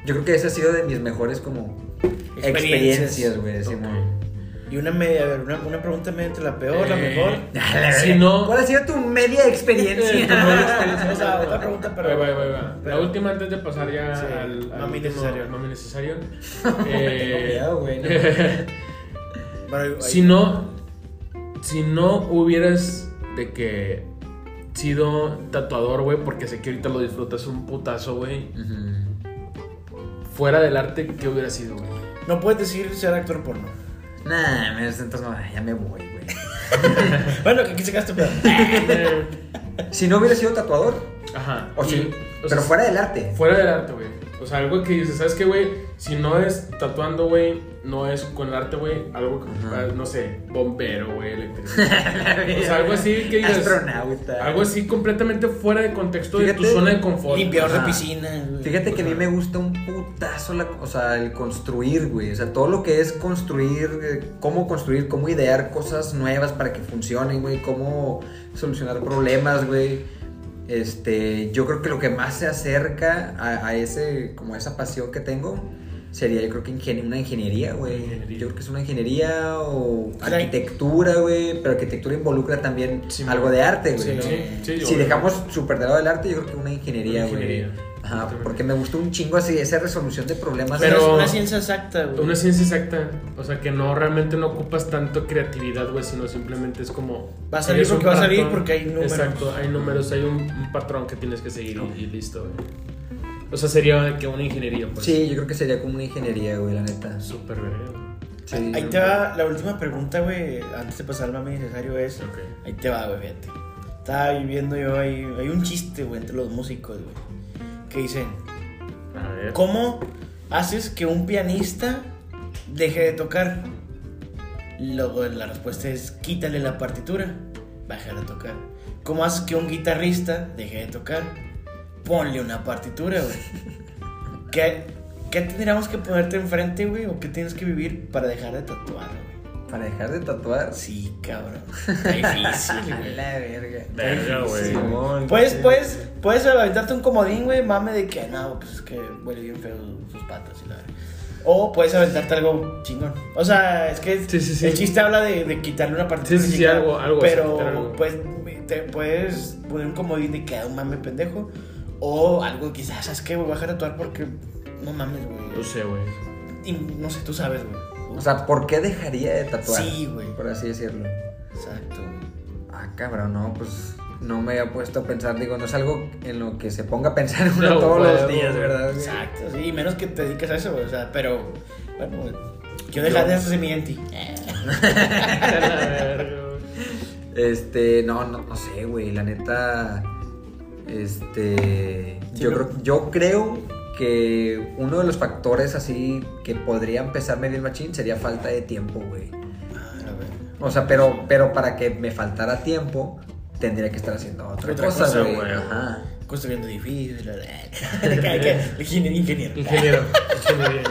S3: Yo creo que esa ha sido de mis mejores como
S1: Experiencias.
S3: experiencias, güey, Simón.
S1: Y una media, a ver, una, una pregunta media entre la peor, la
S2: Eh,
S1: mejor.
S3: A la
S2: Si
S3: verga.
S2: no-
S3: ¿Cuál ha sido tu media
S2: Eh, tu media experiencia.
S3: experiencia?
S1: O sea, otra pregunta, pero.
S2: Ahí va, ahí va, ahí va. La
S1: pero-
S2: última antes de pasar ya
S1: Sí,
S2: al, al
S1: mami
S2: último-
S1: necesario.
S2: mami necesario.
S3: tengo miedo, güey, no.
S1: Bueno, ahí-
S2: si no, si no hubieras de que sido tatuador, güey, porque sé que ahorita lo disfrutas un putazo, güey. Fuera del arte, ¿qué hubiera sido, güey?
S1: No puedes decir ser actor porno.
S3: Nah, me entonces no, ya me voy, güey.
S1: Bueno, que aquí se gasta, pero.
S2: Eh,
S3: Si no hubiera sido tatuador,
S2: Ajá.
S3: o
S2: Y,
S3: sí,
S2: o sea,
S3: pero fuera del arte.
S2: fuera del arte, güey. O sea, algo que dices, ¿sabes qué, güey? Si no es tatuando, güey, no es con el arte, güey. Algo, que-
S3: Ajá.
S2: no sé, bombero, güey, electricista. O sea, algo así que digas-
S3: Astronauta.
S2: Algo así completamente fuera de contexto de tu
S3: Fíjate.
S2: zona de confort.
S1: Limpiador de
S3: Ajá.
S1: piscina. güey.
S3: Fíjate que a mí me gusta un putazo, la- o sea, el construir, güey. O sea, todo lo que es construir, eh, cómo construir, cómo idear cosas nuevas para que funcionen, güey. Cómo solucionar problemas, güey. Este, yo creo que lo que más se acerca a, a ese, como a esa pasión que tengo, sería yo creo que ingen- una ingeniería, güey.
S2: Ingeniería.
S3: Yo creo que es una ingeniería o
S1: Claro.
S3: arquitectura, güey. Pero arquitectura involucra también
S2: Sí,
S3: algo de arte, güey.
S1: Sí,
S3: ¿no?
S1: sí,
S2: sí,
S3: si
S2: obvio.
S3: dejamos súper de lado el arte, yo creo que una ingeniería,
S2: Una
S3: güey.
S2: ingeniería.
S3: Ajá, porque me gustó un chingo así esa resolución de problemas.
S1: Pero es
S2: Pero-
S1: una ciencia exacta, güey.
S2: Una ciencia exacta, o sea que no realmente no ocupas tanto creatividad, güey, sino simplemente es como.
S1: Va a salir
S2: eres un
S1: porque va a salir
S2: patrón.
S1: porque hay números.
S2: Exacto, hay números, hay un, un patrón que tienes que seguir y, y listo, güey. O sea, sería de que una ingeniería, pues.
S3: Sí, yo creo que sería como una ingeniería, güey, la neta.
S2: Súper verga, güey.
S3: Sí.
S1: Ahí te va la última pregunta, güey. Antes de pasar al mami necesario es.
S2: Ok.
S1: Ahí te va, güey, fíjate. Estaba viviendo yo ahí. Hay un chiste, güey, entre los músicos, güey. Que dicen:
S2: A ver.
S1: ¿Cómo haces que un pianista deje de tocar? Luego la respuesta es: quítale la partitura, bajar a tocar. ¿Cómo haces que un guitarrista deje de tocar? Ponle una partitura, güey. ¿Qué, ¿Qué tendríamos que ponerte enfrente, güey? ¿O qué tienes que vivir para dejar de tatuar, güey?
S3: Para dejar de tatuar.
S1: Sí, cabrón. Está difícil, güey.
S3: la verga.
S2: Verga, güey.
S3: Simón,
S1: Puedes,
S3: güey.
S1: puedes, puedes aventarte un comodín, güey, mame de que no, pues es que huele bien feo sus patas y la verdad. O puedes aventarte algo chingón. O sea, es que
S2: Sí, sí, sí.
S1: el chiste habla de, de quitarle una partida.
S2: Sí, sí, sí,
S1: chingada,
S2: algo- algo, o
S1: Pero
S2: sea, quitar algo.
S1: Pues, te puedes poner un comodín de que ah, un mame pendejo. O algo quizás, ¿sabes qué? Voy a bajar a actuar porque no mames,
S2: No
S1: güey.
S2: sé, güey.
S1: Y no sé, tú sabes, güey.
S3: O sea, ¿por qué dejaría de tatuar?
S1: Sí, güey.
S3: Por así decirlo.
S1: Exacto.
S3: Ah, cabrón, no, pues no me había puesto a pensar. Digo, no es algo en lo que se ponga a pensar uno
S2: No,
S3: todos
S2: güey,
S3: los días,
S2: güey.
S3: ¿verdad? güey?
S1: Exacto,
S2: Eh.
S1: sí, y menos que te dediques a eso, güey. O sea, pero bueno, yo dejaré esa semilla en ti.
S3: Este, no, no, no sé, güey. La neta. Este.
S1: Sí,
S3: yo,
S1: pero-
S3: creo, yo creo que uno de los factores así que podrían pesarme bien machín sería falta de tiempo, güey.
S1: Ah,
S3: O sea, pero, pero para que me faltara tiempo, tendría que estar haciendo otra,
S1: Otra
S3: cosa,
S1: cosa,
S3: güey.
S2: güey.
S3: Ajá.
S1: Construyendo edificios. la- la- que- que- Ingeniero. ingeniero.
S2: Ingeniero.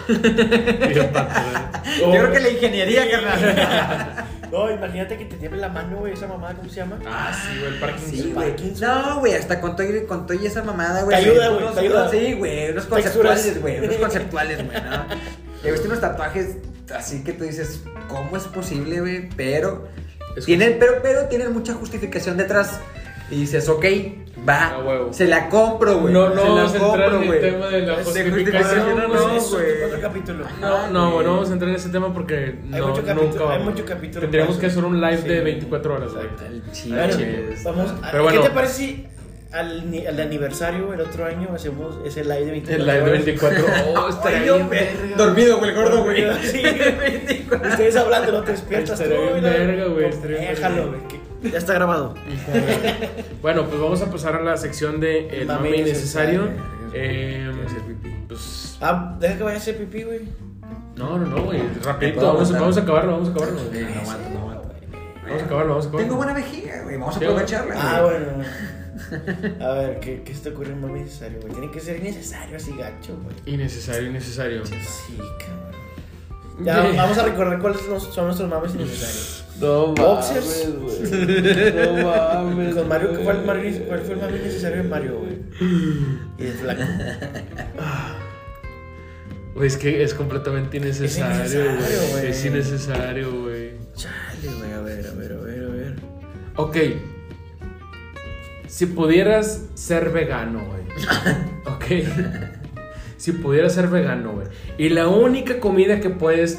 S2: Ingeniería. Piropato, güey. Oh.
S3: Yo creo que la ingeniería, carnal.
S1: No, imagínate que te tiemble la mano, güey, esa mamada, ¿cómo se llama?
S2: Ah, sí, güey, el parking.
S3: Sí,
S1: El
S3: güey.
S1: parking,
S3: No, güey, hasta con todo, y- con todo y esa mamada, güey.
S1: Te ayuda, güey,
S3: Unos-
S1: te ayuda.
S3: Sí, güey, unos
S1: Texturas.
S3: conceptuales, güey, unos conceptuales, güey, ¿no? Y viste unos tatuajes así que tú dices, ¿cómo es posible, güey? Pero
S2: Es
S3: tienen, pero, pero tienen mucha justificación detrás. Y dices, ok, va,
S2: Ah, huevo.
S3: se la compro, güey.
S2: No, no
S3: se la
S2: vamos a entrar en el tema de la justificación,
S3: justificación,
S2: güey. Ah,
S3: no,
S1: Eso
S3: güey.
S1: Pues es otro capítulo.
S2: No,
S3: Ajá,
S2: no,
S3: güey.
S2: bueno, vamos a entrar en ese tema porque no,
S1: mucho
S2: nunca
S1: capítulo-
S2: vamos.
S1: hay mucho capítulo
S2: Tendríamos
S1: para
S2: que
S1: eso.
S2: hacer un live de
S1: Sí.
S2: 24 horas, güey.
S1: Exacto.
S3: Al chile,
S1: Bueno,
S3: güey.
S1: vamos a-
S2: Pero bueno.
S1: ¿Qué te parece si al, ni- al aniversario, el otro año, hacemos ese live de 24
S2: El live de
S1: horas?
S2: 24
S3: Oh,
S2: horas.
S3: está
S1: Ay,
S3: bien,
S1: yo,
S3: güey.
S1: verga.
S3: Dormido, güey, el gordo, güey.
S1: Sí, Ustedes hablando, no te despiertas
S2: Estaría
S1: tú,
S2: bien
S1: güey, la-
S2: verga, güey,
S1: no,
S2: estaría bien
S1: Déjalo,
S2: verga.
S1: güey. que- Ya está grabado.
S2: bueno, pues vamos a pasar a la sección de El
S1: Mame
S2: mame innecesario.
S3: innecesario.
S2: Eh,
S3: Quiero hacer pipí.
S2: pues.
S1: Ah, deja que vaya a hacer pipí, güey.
S2: No, no, no, güey. Rapidito,
S3: puedo
S2: vamos,
S3: aguantar.
S2: vamos a acabarlo, vamos a acabarlo.
S3: Sí,
S2: güey.
S3: no aguanto, no aguanto.
S2: Vamos a acabarlo, vamos a acabarlo.
S3: Tengo buena vejiga, güey. Vamos a
S2: Sí, güey.
S3: aprovecharla.
S1: Ah,
S3: güey.
S1: bueno. bueno. A ver, ¿qué, qué se te ocurre más necesario, güey? Tiene que ser necesario así gacho, güey.
S2: Innecesario, innecesario.
S1: Sí, cabrón. Ya,
S2: Yeah.
S1: vamos a recordar cuáles nos- son nuestros mames innecesarios.
S2: No
S1: Boxers.
S2: güey. No mames.
S1: Con Mario, ¿cuál, fue el
S2: güey.
S1: Mario- cuál fue el mame innecesario de Mario, güey? Y de Flaco.
S2: Güey, es que es completamente innecesario,
S1: innecesario,
S2: güey.
S1: güey.
S2: Es innecesario, güey.
S1: Chale, güey, a ver, a ver, a ver, a ver.
S2: Ok. Si pudieras ser vegano, güey. Ok. Si pudieras ser vegano, güey. Y la única comida que puedes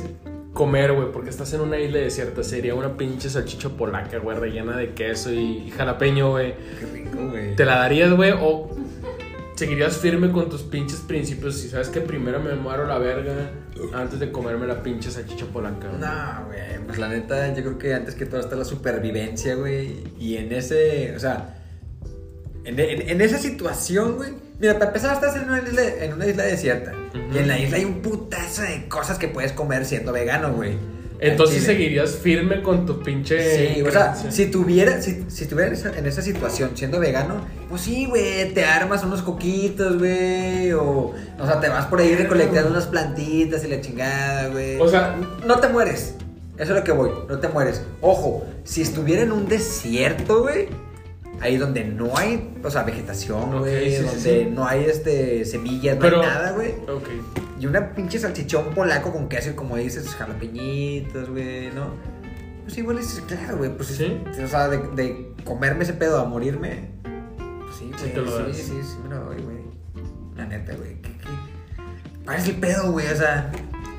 S2: comer, güey, porque estás en una isla desierta, sería una pinche salchicha polaca, güey, rellena de queso y jalapeño, güey.
S3: Qué rico, güey.
S2: ¿Te la darías, güey? ¿O seguirías firme con tus pinches principios si sabes que primero me muero la verga antes de comerme la pinche salchicha polaca? güey?
S3: No, güey, pues la neta, yo creo que antes que todo está la supervivencia, güey. Y en ese, o sea, en, en- en esa situación, güey. Mira, para empezar, estás en una isla, en una isla desierta.
S2: Ujú.
S3: Y en la isla hay un putazo de cosas que puedes comer siendo vegano, güey.
S2: Entonces
S3: Al chile.
S2: seguirías firme con tu pinche...
S3: Sí, o sea,
S2: creencia.
S3: si tuviera, si, si tuviera en esa- en esa situación siendo vegano, pues sí, güey, te armas unos coquitos, güey, o, o sea, te vas por ahí recolectando unas plantitas y la chingada, güey.
S2: O sea,
S3: no te mueres. Eso es lo que voy, no te mueres. Ojo, si estuviera en un desierto, güey, ahí donde no hay, o sea, vegetación,
S2: Ok,
S3: güey,
S2: sí, sí,
S3: donde
S2: sí.
S3: no hay este semillas, no
S2: pero...
S3: hay nada, güey.
S2: Ok.
S3: Y una pinche salchichón polaco con queso y como dices, jalapeñitos, güey, ¿no? Pues igual es, claro, güey, pues
S2: ¿Sí?
S3: O sea, de, de comerme ese pedo a morirme. Pues sí,
S2: Sí te lo
S3: güey.
S2: das.
S3: Sí, sí, sí, me lo doy, güey. La neta, güey. ¿qué, qué? ¿Cuál es el pedo, güey? O sea,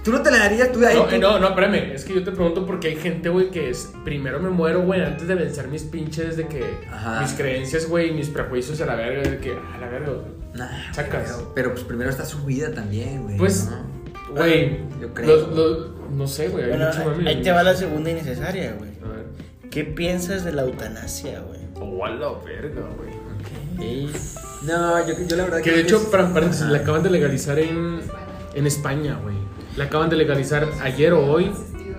S3: tú no te la darías, tú ahí.
S2: No,
S3: tú-
S2: eh, no, no, espérame. Es que yo te pregunto porque hay gente, güey, que es... Primero me muero, güey, antes de vencer mis pinches de que...
S3: Ajá.
S2: Mis creencias, güey, mis prejuicios a la verga. De que, a la verga, güey.
S3: Nah,
S2: Sacas.
S3: Pero, pero, pues primero está su vida también, güey.
S2: Pues,
S3: ¿no?
S2: Güey,
S3: Yo creo.
S2: los- los- no sé, güey. hay
S1: Bueno,
S2: mucho mame.
S1: ahí te va la segunda innecesaria, güey.
S2: A ver.
S1: ¿Qué piensas de la eutanasia, güey?
S2: Oh, a la verga, güey.
S3: No, yo, yo la verdad
S2: Que de hecho,
S3: es-
S2: para paréntesis,
S3: Ajá.
S2: la acaban de legalizar en, en España, güey. La acaban de legalizar ayer o hoy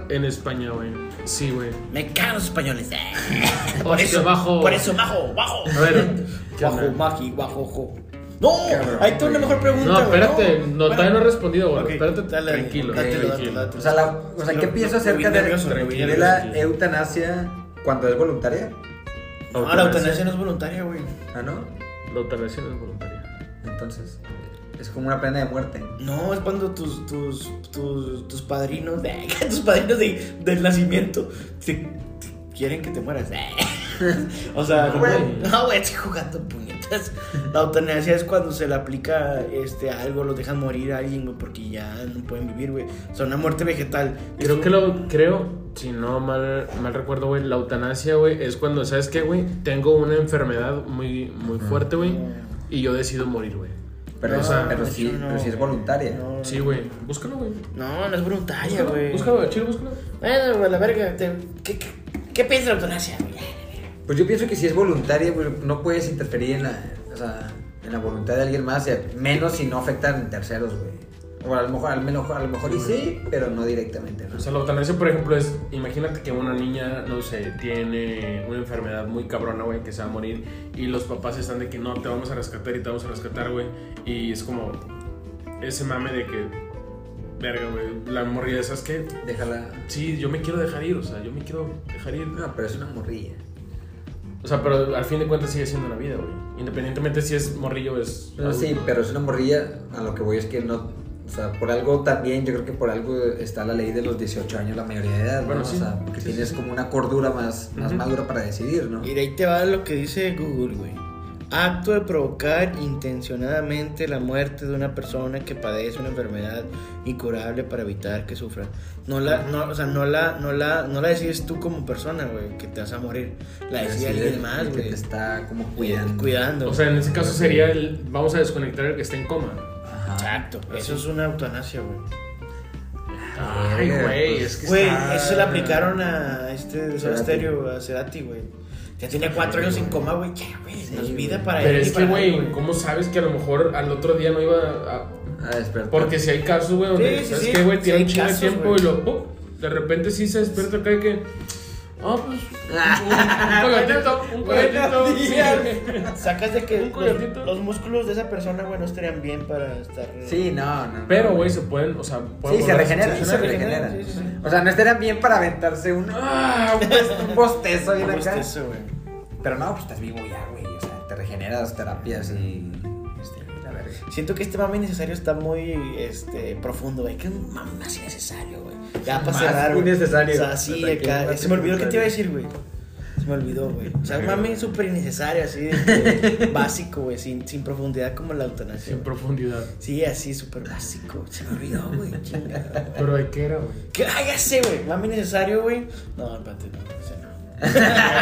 S2: en España, güey. Sí, güey.
S1: Me cago los españoles. eh.
S2: Por
S1: eso,
S2: bajo.
S1: Por eso, bajo, bajo.
S2: A ver. ¿qué
S1: Bajo,
S2: onda?
S1: magi, bajo, ojo. No,
S3: Cabrón,
S1: ahí tengo una
S3: güey.
S1: mejor pregunta.
S2: No,
S1: güey,
S2: espérate. No, todavía no he respondido, güey.
S1: Ok,
S2: Espérate,
S1: dale,
S2: tranquilo. Eh,
S1: dátelo, dátelo,
S2: tranquilo.
S1: dátelo.
S3: eh, O sea, la- o sea,
S1: Sí,
S3: ¿qué
S1: lo-
S3: pienso
S1: lo- lo vi
S3: acerca de,
S1: nervioso, lo vi
S3: de
S1: nervioso.
S3: la
S2: tranquilo.
S3: eutanasia cuando es voluntaria?
S1: No, Ah, la eutanasia no es voluntaria, güey.
S3: Ah, ¿no?
S2: La eutanasia no es voluntaria.
S3: Entonces, es como una pena de muerte.
S1: No, es cuando tus, tus, tus, tus padrinos de, tus padrinos de, del nacimiento te, te quieren que te mueras. eh. o sea,
S2: No,
S1: no,
S2: güey.
S1: no, güey, estoy jugando puñetas. La eutanasia es cuando se le aplica este, algo, los dejan morir a alguien, güey, porque ya no pueden vivir, güey. O sea, una muerte vegetal.
S2: Creo que lo. Creo, si no mal, mal recuerdo, güey, la eutanasia, güey, es cuando, ¿sabes qué, güey? Tengo una enfermedad muy, muy fuerte, güey. Y yo decido morir, güey.
S3: Pero,
S2: No,
S3: es,
S2: de
S3: pero,
S1: hecho,
S3: sí,
S1: no,
S3: pero sí es
S1: güey.
S3: voluntaria.
S1: No,
S2: Sí, güey. Búscalo, güey.
S1: no, no es voluntaria,
S2: Búscalo,
S1: güey.
S2: Búscalo, chile, búscalo.
S1: Bueno, güey, la verga. te- ¿Qué, qué, qué piensas de la eutanasia, güey?
S3: Pues yo pienso que si es voluntaria, güey, no puedes interferir en la, o sea, en la voluntad de alguien más, y a- menos si no afectan terceros, güey. O a lo mejor, al menos, a lo mejor y sí, pero no directamente, ¿no?
S2: O sea, la eutanasia, por ejemplo, es, imagínate que una niña, no sé, tiene una enfermedad muy cabrona, güey, que se va a morir y los papás están de que no, te vamos a rescatar y te vamos a rescatar, güey. Y es como ese mame de que, verga, güey, la morrilla, ¿sabes qué?
S3: Déjala.
S2: Sí, yo me quiero dejar ir, o sea, yo me quiero dejar ir.
S3: No, pero es una morrilla.
S2: O sea, pero al fin de cuentas sigue siendo una vida, güey. Independientemente si es morrillo o es...
S3: No, Ah, sí, pero es una morrilla. A lo que voy es que no. O sea, por algo también, yo creo que por algo está la ley de los 18 años, la mayoría de edad, ¿no?
S2: Bueno, sí.
S3: O sea, porque
S2: Sí,
S3: tienes
S2: sí, sí.
S3: como una cordura más, más
S2: Ujú.
S3: madura para decidir, ¿no?
S1: Y de ahí te va lo que dice Google, güey. Acto de provocar intencionadamente la muerte de una persona que padece una enfermedad incurable para evitar que sufra. No la, no, o sea, no la, no la, no la decides tú como persona, güey, que te vas a morir. La decide
S3: Decidir
S1: alguien
S3: el
S1: más,
S3: Que
S1: güey.
S3: te está como cuidando.
S1: Cuidando.
S2: O sea, en ese caso sería el... Vamos a desconectar el que está en coma.
S3: Ajá.
S1: Exacto. Eso es una eutanasia, güey.
S2: Ay, güey, es que
S1: Güey,
S2: está-
S1: eso le aplicaron a este de Soda
S3: Cerati.
S1: Stereo, a Cerati, güey. Ya tenía cuatro años en coma, güey. Ya, güey, no es
S3: Sí,
S1: vida
S3: güey.
S1: para él.
S2: Pero
S1: ni
S2: es que,
S1: para nadie,
S2: güey, ¿cómo sabes que a lo mejor al otro día no iba a...
S3: Ah, despertar.
S2: Porque si hay casos, güey, donde,
S1: Sí, sí,
S2: ¿sabes
S1: sí.
S2: qué, güey?
S1: Sí
S2: Tiene
S1: hay
S2: un chingo de
S1: casos,
S2: tiempo
S1: güey.
S2: y lo... ¡pum! de repente sí se despierta acá y que... Ah, pues... Un, un coyotito, un coyotito.
S1: Buenos
S2: sí.
S1: días. Sacas de que
S2: Un
S1: los,
S2: coyotito.
S1: los músculos de esa persona, güey, no estarían bien para estar.
S3: Sí, no, no. no.
S2: Pero, güey, se pueden, o sea... pueden
S3: Sí, se
S2: volver a
S3: regenera,
S1: sí,
S3: se,
S1: se
S3: regenera.
S1: regeneran, sí, sí, sí.
S3: O sea, no estarían bien para aventarse un, ah, un bos- un bostezo bien
S1: ¿Cómo
S3: acá.
S1: está eso, güey?
S3: Pero no, pues estás vivo ya, güey. O sea, te regeneras terapias y. Este, la verga.
S1: Siento que este mame innecesario está muy este, profundo, güey. Que un mame más innecesario, güey. Ya para
S3: Más
S1: cerrar, güey.
S3: innecesario.
S1: O sea, sí, de
S3: Tranquilo,
S1: acá.
S3: más
S1: Se me olvidó que te iba a decir,
S3: innecesario.
S1: güey. Se me olvidó, güey. O sea, un mame súper innecesario, así, de que básico, güey. Sin, sin profundidad como la eutanasia.
S2: Sin
S1: güey.
S2: profundidad.
S1: Sí, así, súper básico. Se me olvidó, güey. Chingada.
S2: Pero ¿de qué era, güey?
S1: ¿Qué? Ah, ya sé, güey. Mame innecesario, güey. No, espérate, no. o sea, no.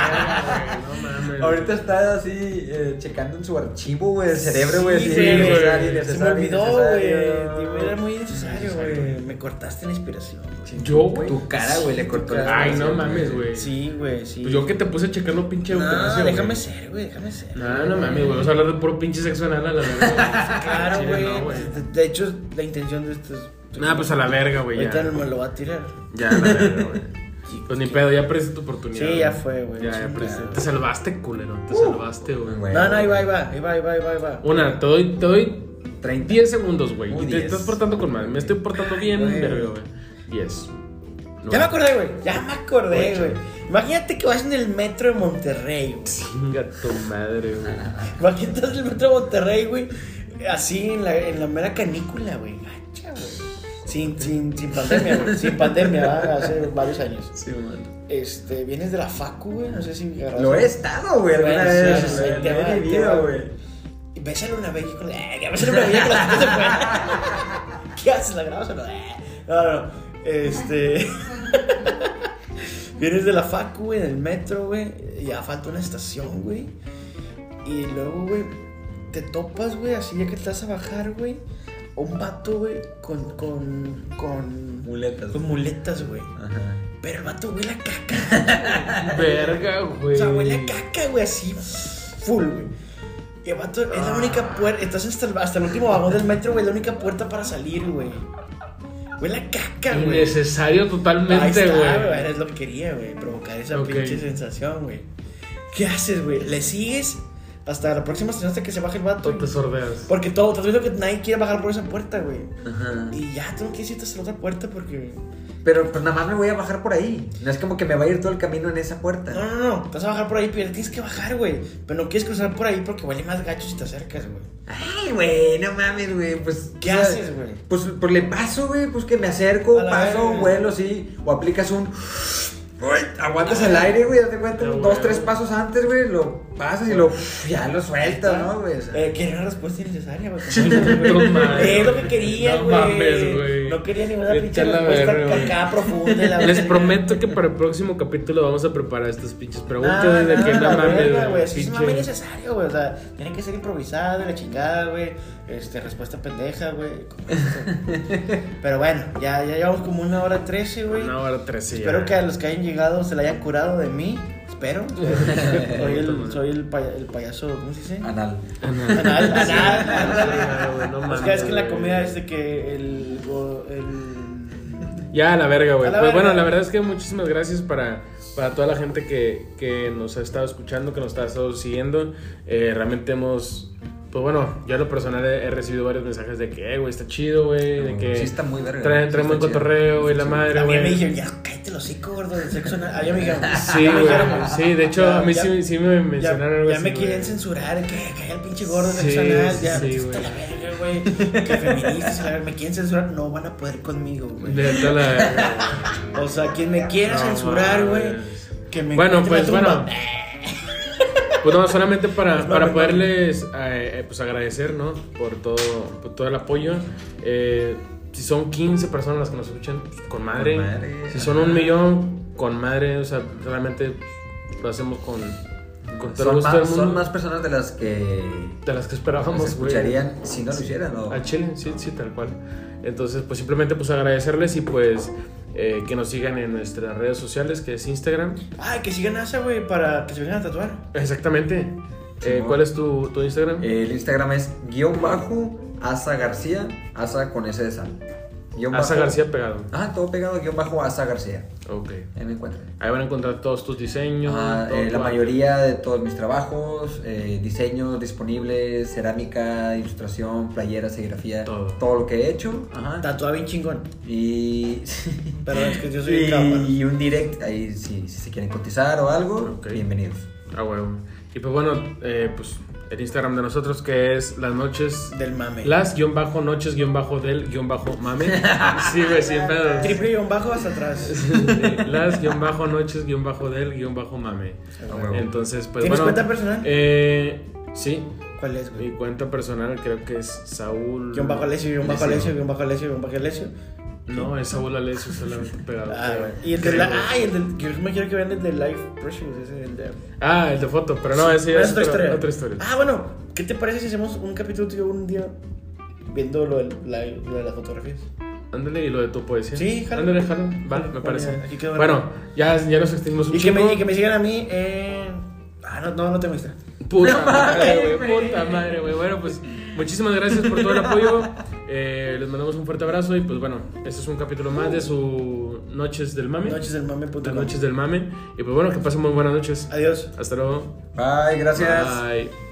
S2: No mames.
S3: Ahorita está así eh, checando en su archivo, güey, el cerebro, güey.
S1: Sí,
S3: así,
S1: güey.
S3: innecesario,
S1: Se me
S3: innecesario,
S1: olvidó, güey.
S3: innecesario.
S1: Digo, Era muy innecesario, güey. Me cortaste la inspiración, güey.
S2: Yo, güey.
S3: Tu cara, güey, le cortó la
S2: Ay, no
S3: inspiración,
S2: mames, güey.
S1: Sí, güey, sí.
S2: Pues yo que te puse a checar lo pinche
S1: No,
S2: eutanasia, güey. Ah,
S1: déjame ser, güey, déjame ser.
S2: No, no mames, güey. Vamos a hablar de puro pinche sexo anal a la verga.
S1: Claro,
S2: Sí,
S1: güey. Pues,
S2: no, güey.
S1: de, de hecho, la intención de esto es.
S2: Nada, pues a la verga, güey. Ya,
S1: Ahorita me lo va a tirar.
S2: ya a la verga, güey.
S1: Sí,
S2: Pues ni pedo, ya perdiste tu oportunidad.
S1: Sí, ya fue, güey. Uh.
S2: Ya, ya
S1: Chingado.
S2: perdiste. Te salvaste, culero. Te salvaste, güey.
S3: güey.
S1: No, no, ahí va, ahí va, ahí va, ahí va, ahí va, ahí va.
S2: Una, te doy, te doy
S3: 30.
S2: 10 segundos, güey.
S3: Muy
S2: Y te
S3: diez.
S2: estás portando con madre. Me estoy portando bien,
S1: güey.
S2: verga, güey. 10.
S1: Ya me acordé, güey. Ya me acordé,
S2: Ocho.
S1: güey. Imagínate que vas en el metro de Monterrey, güey.
S2: Chinga tu madre, güey.
S1: Imagínate en el metro de Monterrey, güey. Así en la, en la mera canícula, güey. Gacha, güey. Sin, sin, sin pandemia, güey. Sin pandemia, ¿va? hace varios años.
S2: Sí, man.
S1: Este, vienes de la facu, güey. No sé si agarraste-
S3: Lo he estado, güey, alguna
S1: Bueno, sí,
S3: vez.
S1: sí,
S3: lo he-
S1: te
S3: lo
S1: va, te
S3: he vivido,
S1: va.
S3: güey.
S1: Y bésale una vez con la. que bésale una vez con la gente se fue. ¿Qué haces? ¿La grabas o no? Eh, No, no. Este. Vienes de la facu, güey, del metro, güey. y Ya falta una estación, güey. Y luego, güey, te topas, güey, así ya que te vas a bajar, güey. a Un vato, güey, con. con. con.
S3: Muletas.
S1: con muletas, güey.
S3: Ajá.
S1: Pero el vato huele a caca.
S2: Verga, güey.
S1: O sea, huele a caca, güey, así full, güey. Y el vato, es
S2: Ah.
S1: la única puerta. Estás hasta el, hasta el último vagón del metro, güey, la única puerta para salir, güey. Huele a caca, güey.
S2: Innecesario
S1: Ahí
S2: totalmente,
S1: está, güey.
S2: güey.
S1: Era lo que quería, güey. Provocar esa
S2: Ok.
S1: pinche sensación, güey. ¿Qué haces, güey? ¿Le sigues hasta la próxima estación hasta que se baje el vato?
S2: No te sordeas.
S1: Porque todo, te lo que nadie quiere bajar por esa puerta, güey.
S3: Ajá.
S1: Y ya, tú no quieres irte hasta la otra puerta porque.
S3: Pero pues nada más me voy a bajar por ahí. No es como que me va a ir todo el camino en esa puerta.
S1: No, no, no. Te vas a bajar por ahí, pero tienes que bajar, güey. Pero no quieres cruzar por ahí porque huele más gacho si te acercas, güey.
S3: Ay, güey, no mames, güey. Pues,
S1: ¿Qué
S3: o sea,
S1: haces, güey?
S3: Pues, pues le paso, güey. Pues que me acerco,
S1: A la
S3: paso,
S1: verga.
S3: vuelo, sí. O aplicas un. Uy, aguantas el aire, güey. Date cuenta,
S2: Ya,
S1: Ah,
S3: unos
S2: güey.
S3: dos, tres pasos antes, güey. Lo pasas y lo. Ya lo sueltas, ¿no, güey? O sea,
S1: Eh, que era una respuesta innecesaria, güey.
S2: Puta madre,
S1: Es lo que
S2: güey.
S1: quería,
S2: No
S1: güey.
S2: mames, güey.
S1: No quería ninguna
S2: Vete
S1: pinche
S2: a la
S1: respuesta
S2: verga, güey.
S1: acá profunda. La
S2: Les
S1: verga.
S2: prometo que para el próximo capítulo vamos a preparar estas pinches preguntas
S1: No,
S2: de
S1: no,
S2: que
S1: la
S2: no mames,
S1: verga,
S2: güey.
S1: güey. Eso es un
S2: pinche-
S1: mame innecesario, güey. O sea, tiene que ser improvisado, la chingada, güey. Este, respuesta pendeja, güey. como esto. Pero bueno, ya, ya llevamos como una hora trece, güey.
S2: Una hora trece. ya.
S1: Espero que a los que hayan llegado se la hayan curado de mí. Espero. soy el, soy el, paya- el payaso, ¿cómo se dice?
S3: Anal.
S1: Anal, anal,
S2: Sí, güey,
S1: anal.
S2: no
S1: Es
S2: mames,
S1: que es que la
S2: güey.
S1: comida es de que el. go- el-
S2: Ya, a la verga, güey.
S1: A la
S2: Pues bueno,
S1: verga.
S2: la verdad es que muchísimas gracias para, para toda la gente que, que nos ha estado escuchando, que nos ha estado siguiendo. Eh, realmente hemos. Pues bueno, yo a lo personal he, he recibido varios mensajes de que, eh, güey, está chido, güey. De que.
S3: Sí está muy verga.
S2: Traen,
S3: Sí
S2: traen buen
S3: está chido.
S2: cotorreo, güey, la
S3: Sí.
S2: madre,
S1: A mí
S2: güey.
S1: me dijeron, ya cállate el hocico, gordo, del sexo anal. A mí me dijeron, "Ah,
S2: Sí,
S1: ya me
S2: güey.
S1: dijeron, güey.
S2: Sí, de hecho,
S1: Ya-
S2: a mí
S1: ya-
S2: sí, sí me
S1: Ya,
S2: mencionaron algo
S1: ya
S2: así,
S1: me
S2: güey.
S1: quieren censurar, que cae el pinche gordo
S2: Sí,
S1: sexo anal, ya, pues,
S2: sí,
S1: vete a la verga, güey. Que feministas, a la verga, me quieren censurar, no van a poder conmigo, güey.
S2: De toda la-
S1: O sea, quien me quiera
S2: No
S1: censurar, güey,
S2: mames.
S1: que me
S2: Bueno,
S1: encuentre
S2: pues
S1: en la tumba.
S2: bueno. Pues no, solamente para,
S1: Pues,
S2: para
S1: mames,
S2: poderles eh, eh, pues agradecer, ¿no? Por todo, por todo el apoyo. Eh, si son 15 personas las que nos escuchan, pues, con madre.
S3: Con madre,
S2: Si son
S3: ajá.
S2: un millón, con madre. O sea, realmente lo hacemos con, con todo el
S3: Son
S2: gusto
S3: más,
S2: del mundo.
S3: son más personas de las que
S2: de las que
S3: nos
S2: esperábamos, güey. Ah,
S3: escucharían si no lo hicieran. ¿no?
S2: A Chile, sí, sí, tal cual. Entonces, pues simplemente pues agradecerles y pues eh, que nos sigan en nuestras redes sociales, que es Instagram.
S1: Ay, que sigan a esa, güey, para que se vengan a tatuar.
S2: Exactamente. Eh,
S3: Simón. Eh,
S2: ¿Cuál es tu, tu Instagram?
S3: El Instagram es guión bajo Asa García, Asa con S de San. Guión
S2: Asa
S3: bajo-
S2: García Pegado.
S3: Ah, todo pegado, guión bajo Asa García.
S2: Ok.
S3: Ahí me encuentran.
S2: Ahí van a encontrar todos tus diseños.
S3: Ah,
S2: todo
S3: eh,
S2: tu
S3: la
S2: arte.
S3: mayoría de todos mis trabajos, eh, diseños disponibles, cerámica, ilustración, playera, serigrafía,
S2: Todo.
S3: lo que he hecho. Ajá.
S1: Tatuar bien chingón.
S3: Y.
S1: Perdón, es que yo soy
S3: y,
S1: bien cabrón.
S3: y un direct, ahí si, si se quieren cotizar o algo,
S2: Ok.
S3: bienvenidos.
S2: Ah, huevo. Y pues bueno, eh, pues el Instagram de nosotros que es las noches.
S1: Del mame.
S2: Las guión bajo noches guión bajo del guión bajo mame. Sí, güey, sin pedo.
S1: Triple guión bajo hasta atrás.
S2: Las guión bajo noches guión bajo del guión bajo mame.
S3: Ah, huevo.
S2: Entonces, pues
S1: ¿Tienes
S2: bueno.
S1: cuenta personal?
S2: Eh, sí.
S1: ¿Cuál es,
S2: Mi
S1: güey?
S2: cuenta personal creo que es Saúl.
S1: Guión bajo Alessio, guión bajo Alessio, guión bajo Alessio, guión bajo Alessio.
S2: No, es Saúl Alessio solamente pegado.
S1: Ah,
S2: Sí,
S1: güey.
S2: güey.
S1: Y el de la.
S2: Sí, güey.
S1: Ah, y el del. Yo me quiero que vean el de Life Precious, ese, el de.
S2: Ah, el de foto, pero no, ese
S1: Pero
S2: ya
S1: es
S2: es
S1: otra
S2: otro-
S1: historia.
S2: otra historia.
S1: Ah, bueno, ¿qué te parece si hacemos un capítulo tuyo un día viendo lo de, la, lo de las fotografías?
S2: Ándale, y lo de tu poesía.
S1: Sí, jalo.
S2: Ándale, jalo. Vale, me
S1: Vale,
S2: parece.
S1: aquí quedó.
S2: Bueno, ya, ya nos extendimos un
S1: Y que,
S2: chingo.
S1: me, y que me sigan a mí eh... Ah, no, no, no tengo Instagram.
S2: Puta
S1: Ah,
S2: madre, güey. Puta madre, güey. Bueno, pues muchísimas gracias por todo el apoyo. Eh, les mandamos un fuerte abrazo. Y pues bueno, este es un capítulo más de su Noches del Mame.
S1: Noches del mame. punto
S2: Las
S1: com.
S2: noches del Mame. Y pues bueno, que pasen muy buenas noches.
S1: Adiós.
S2: Hasta luego.
S3: Bye, gracias.
S2: Bye.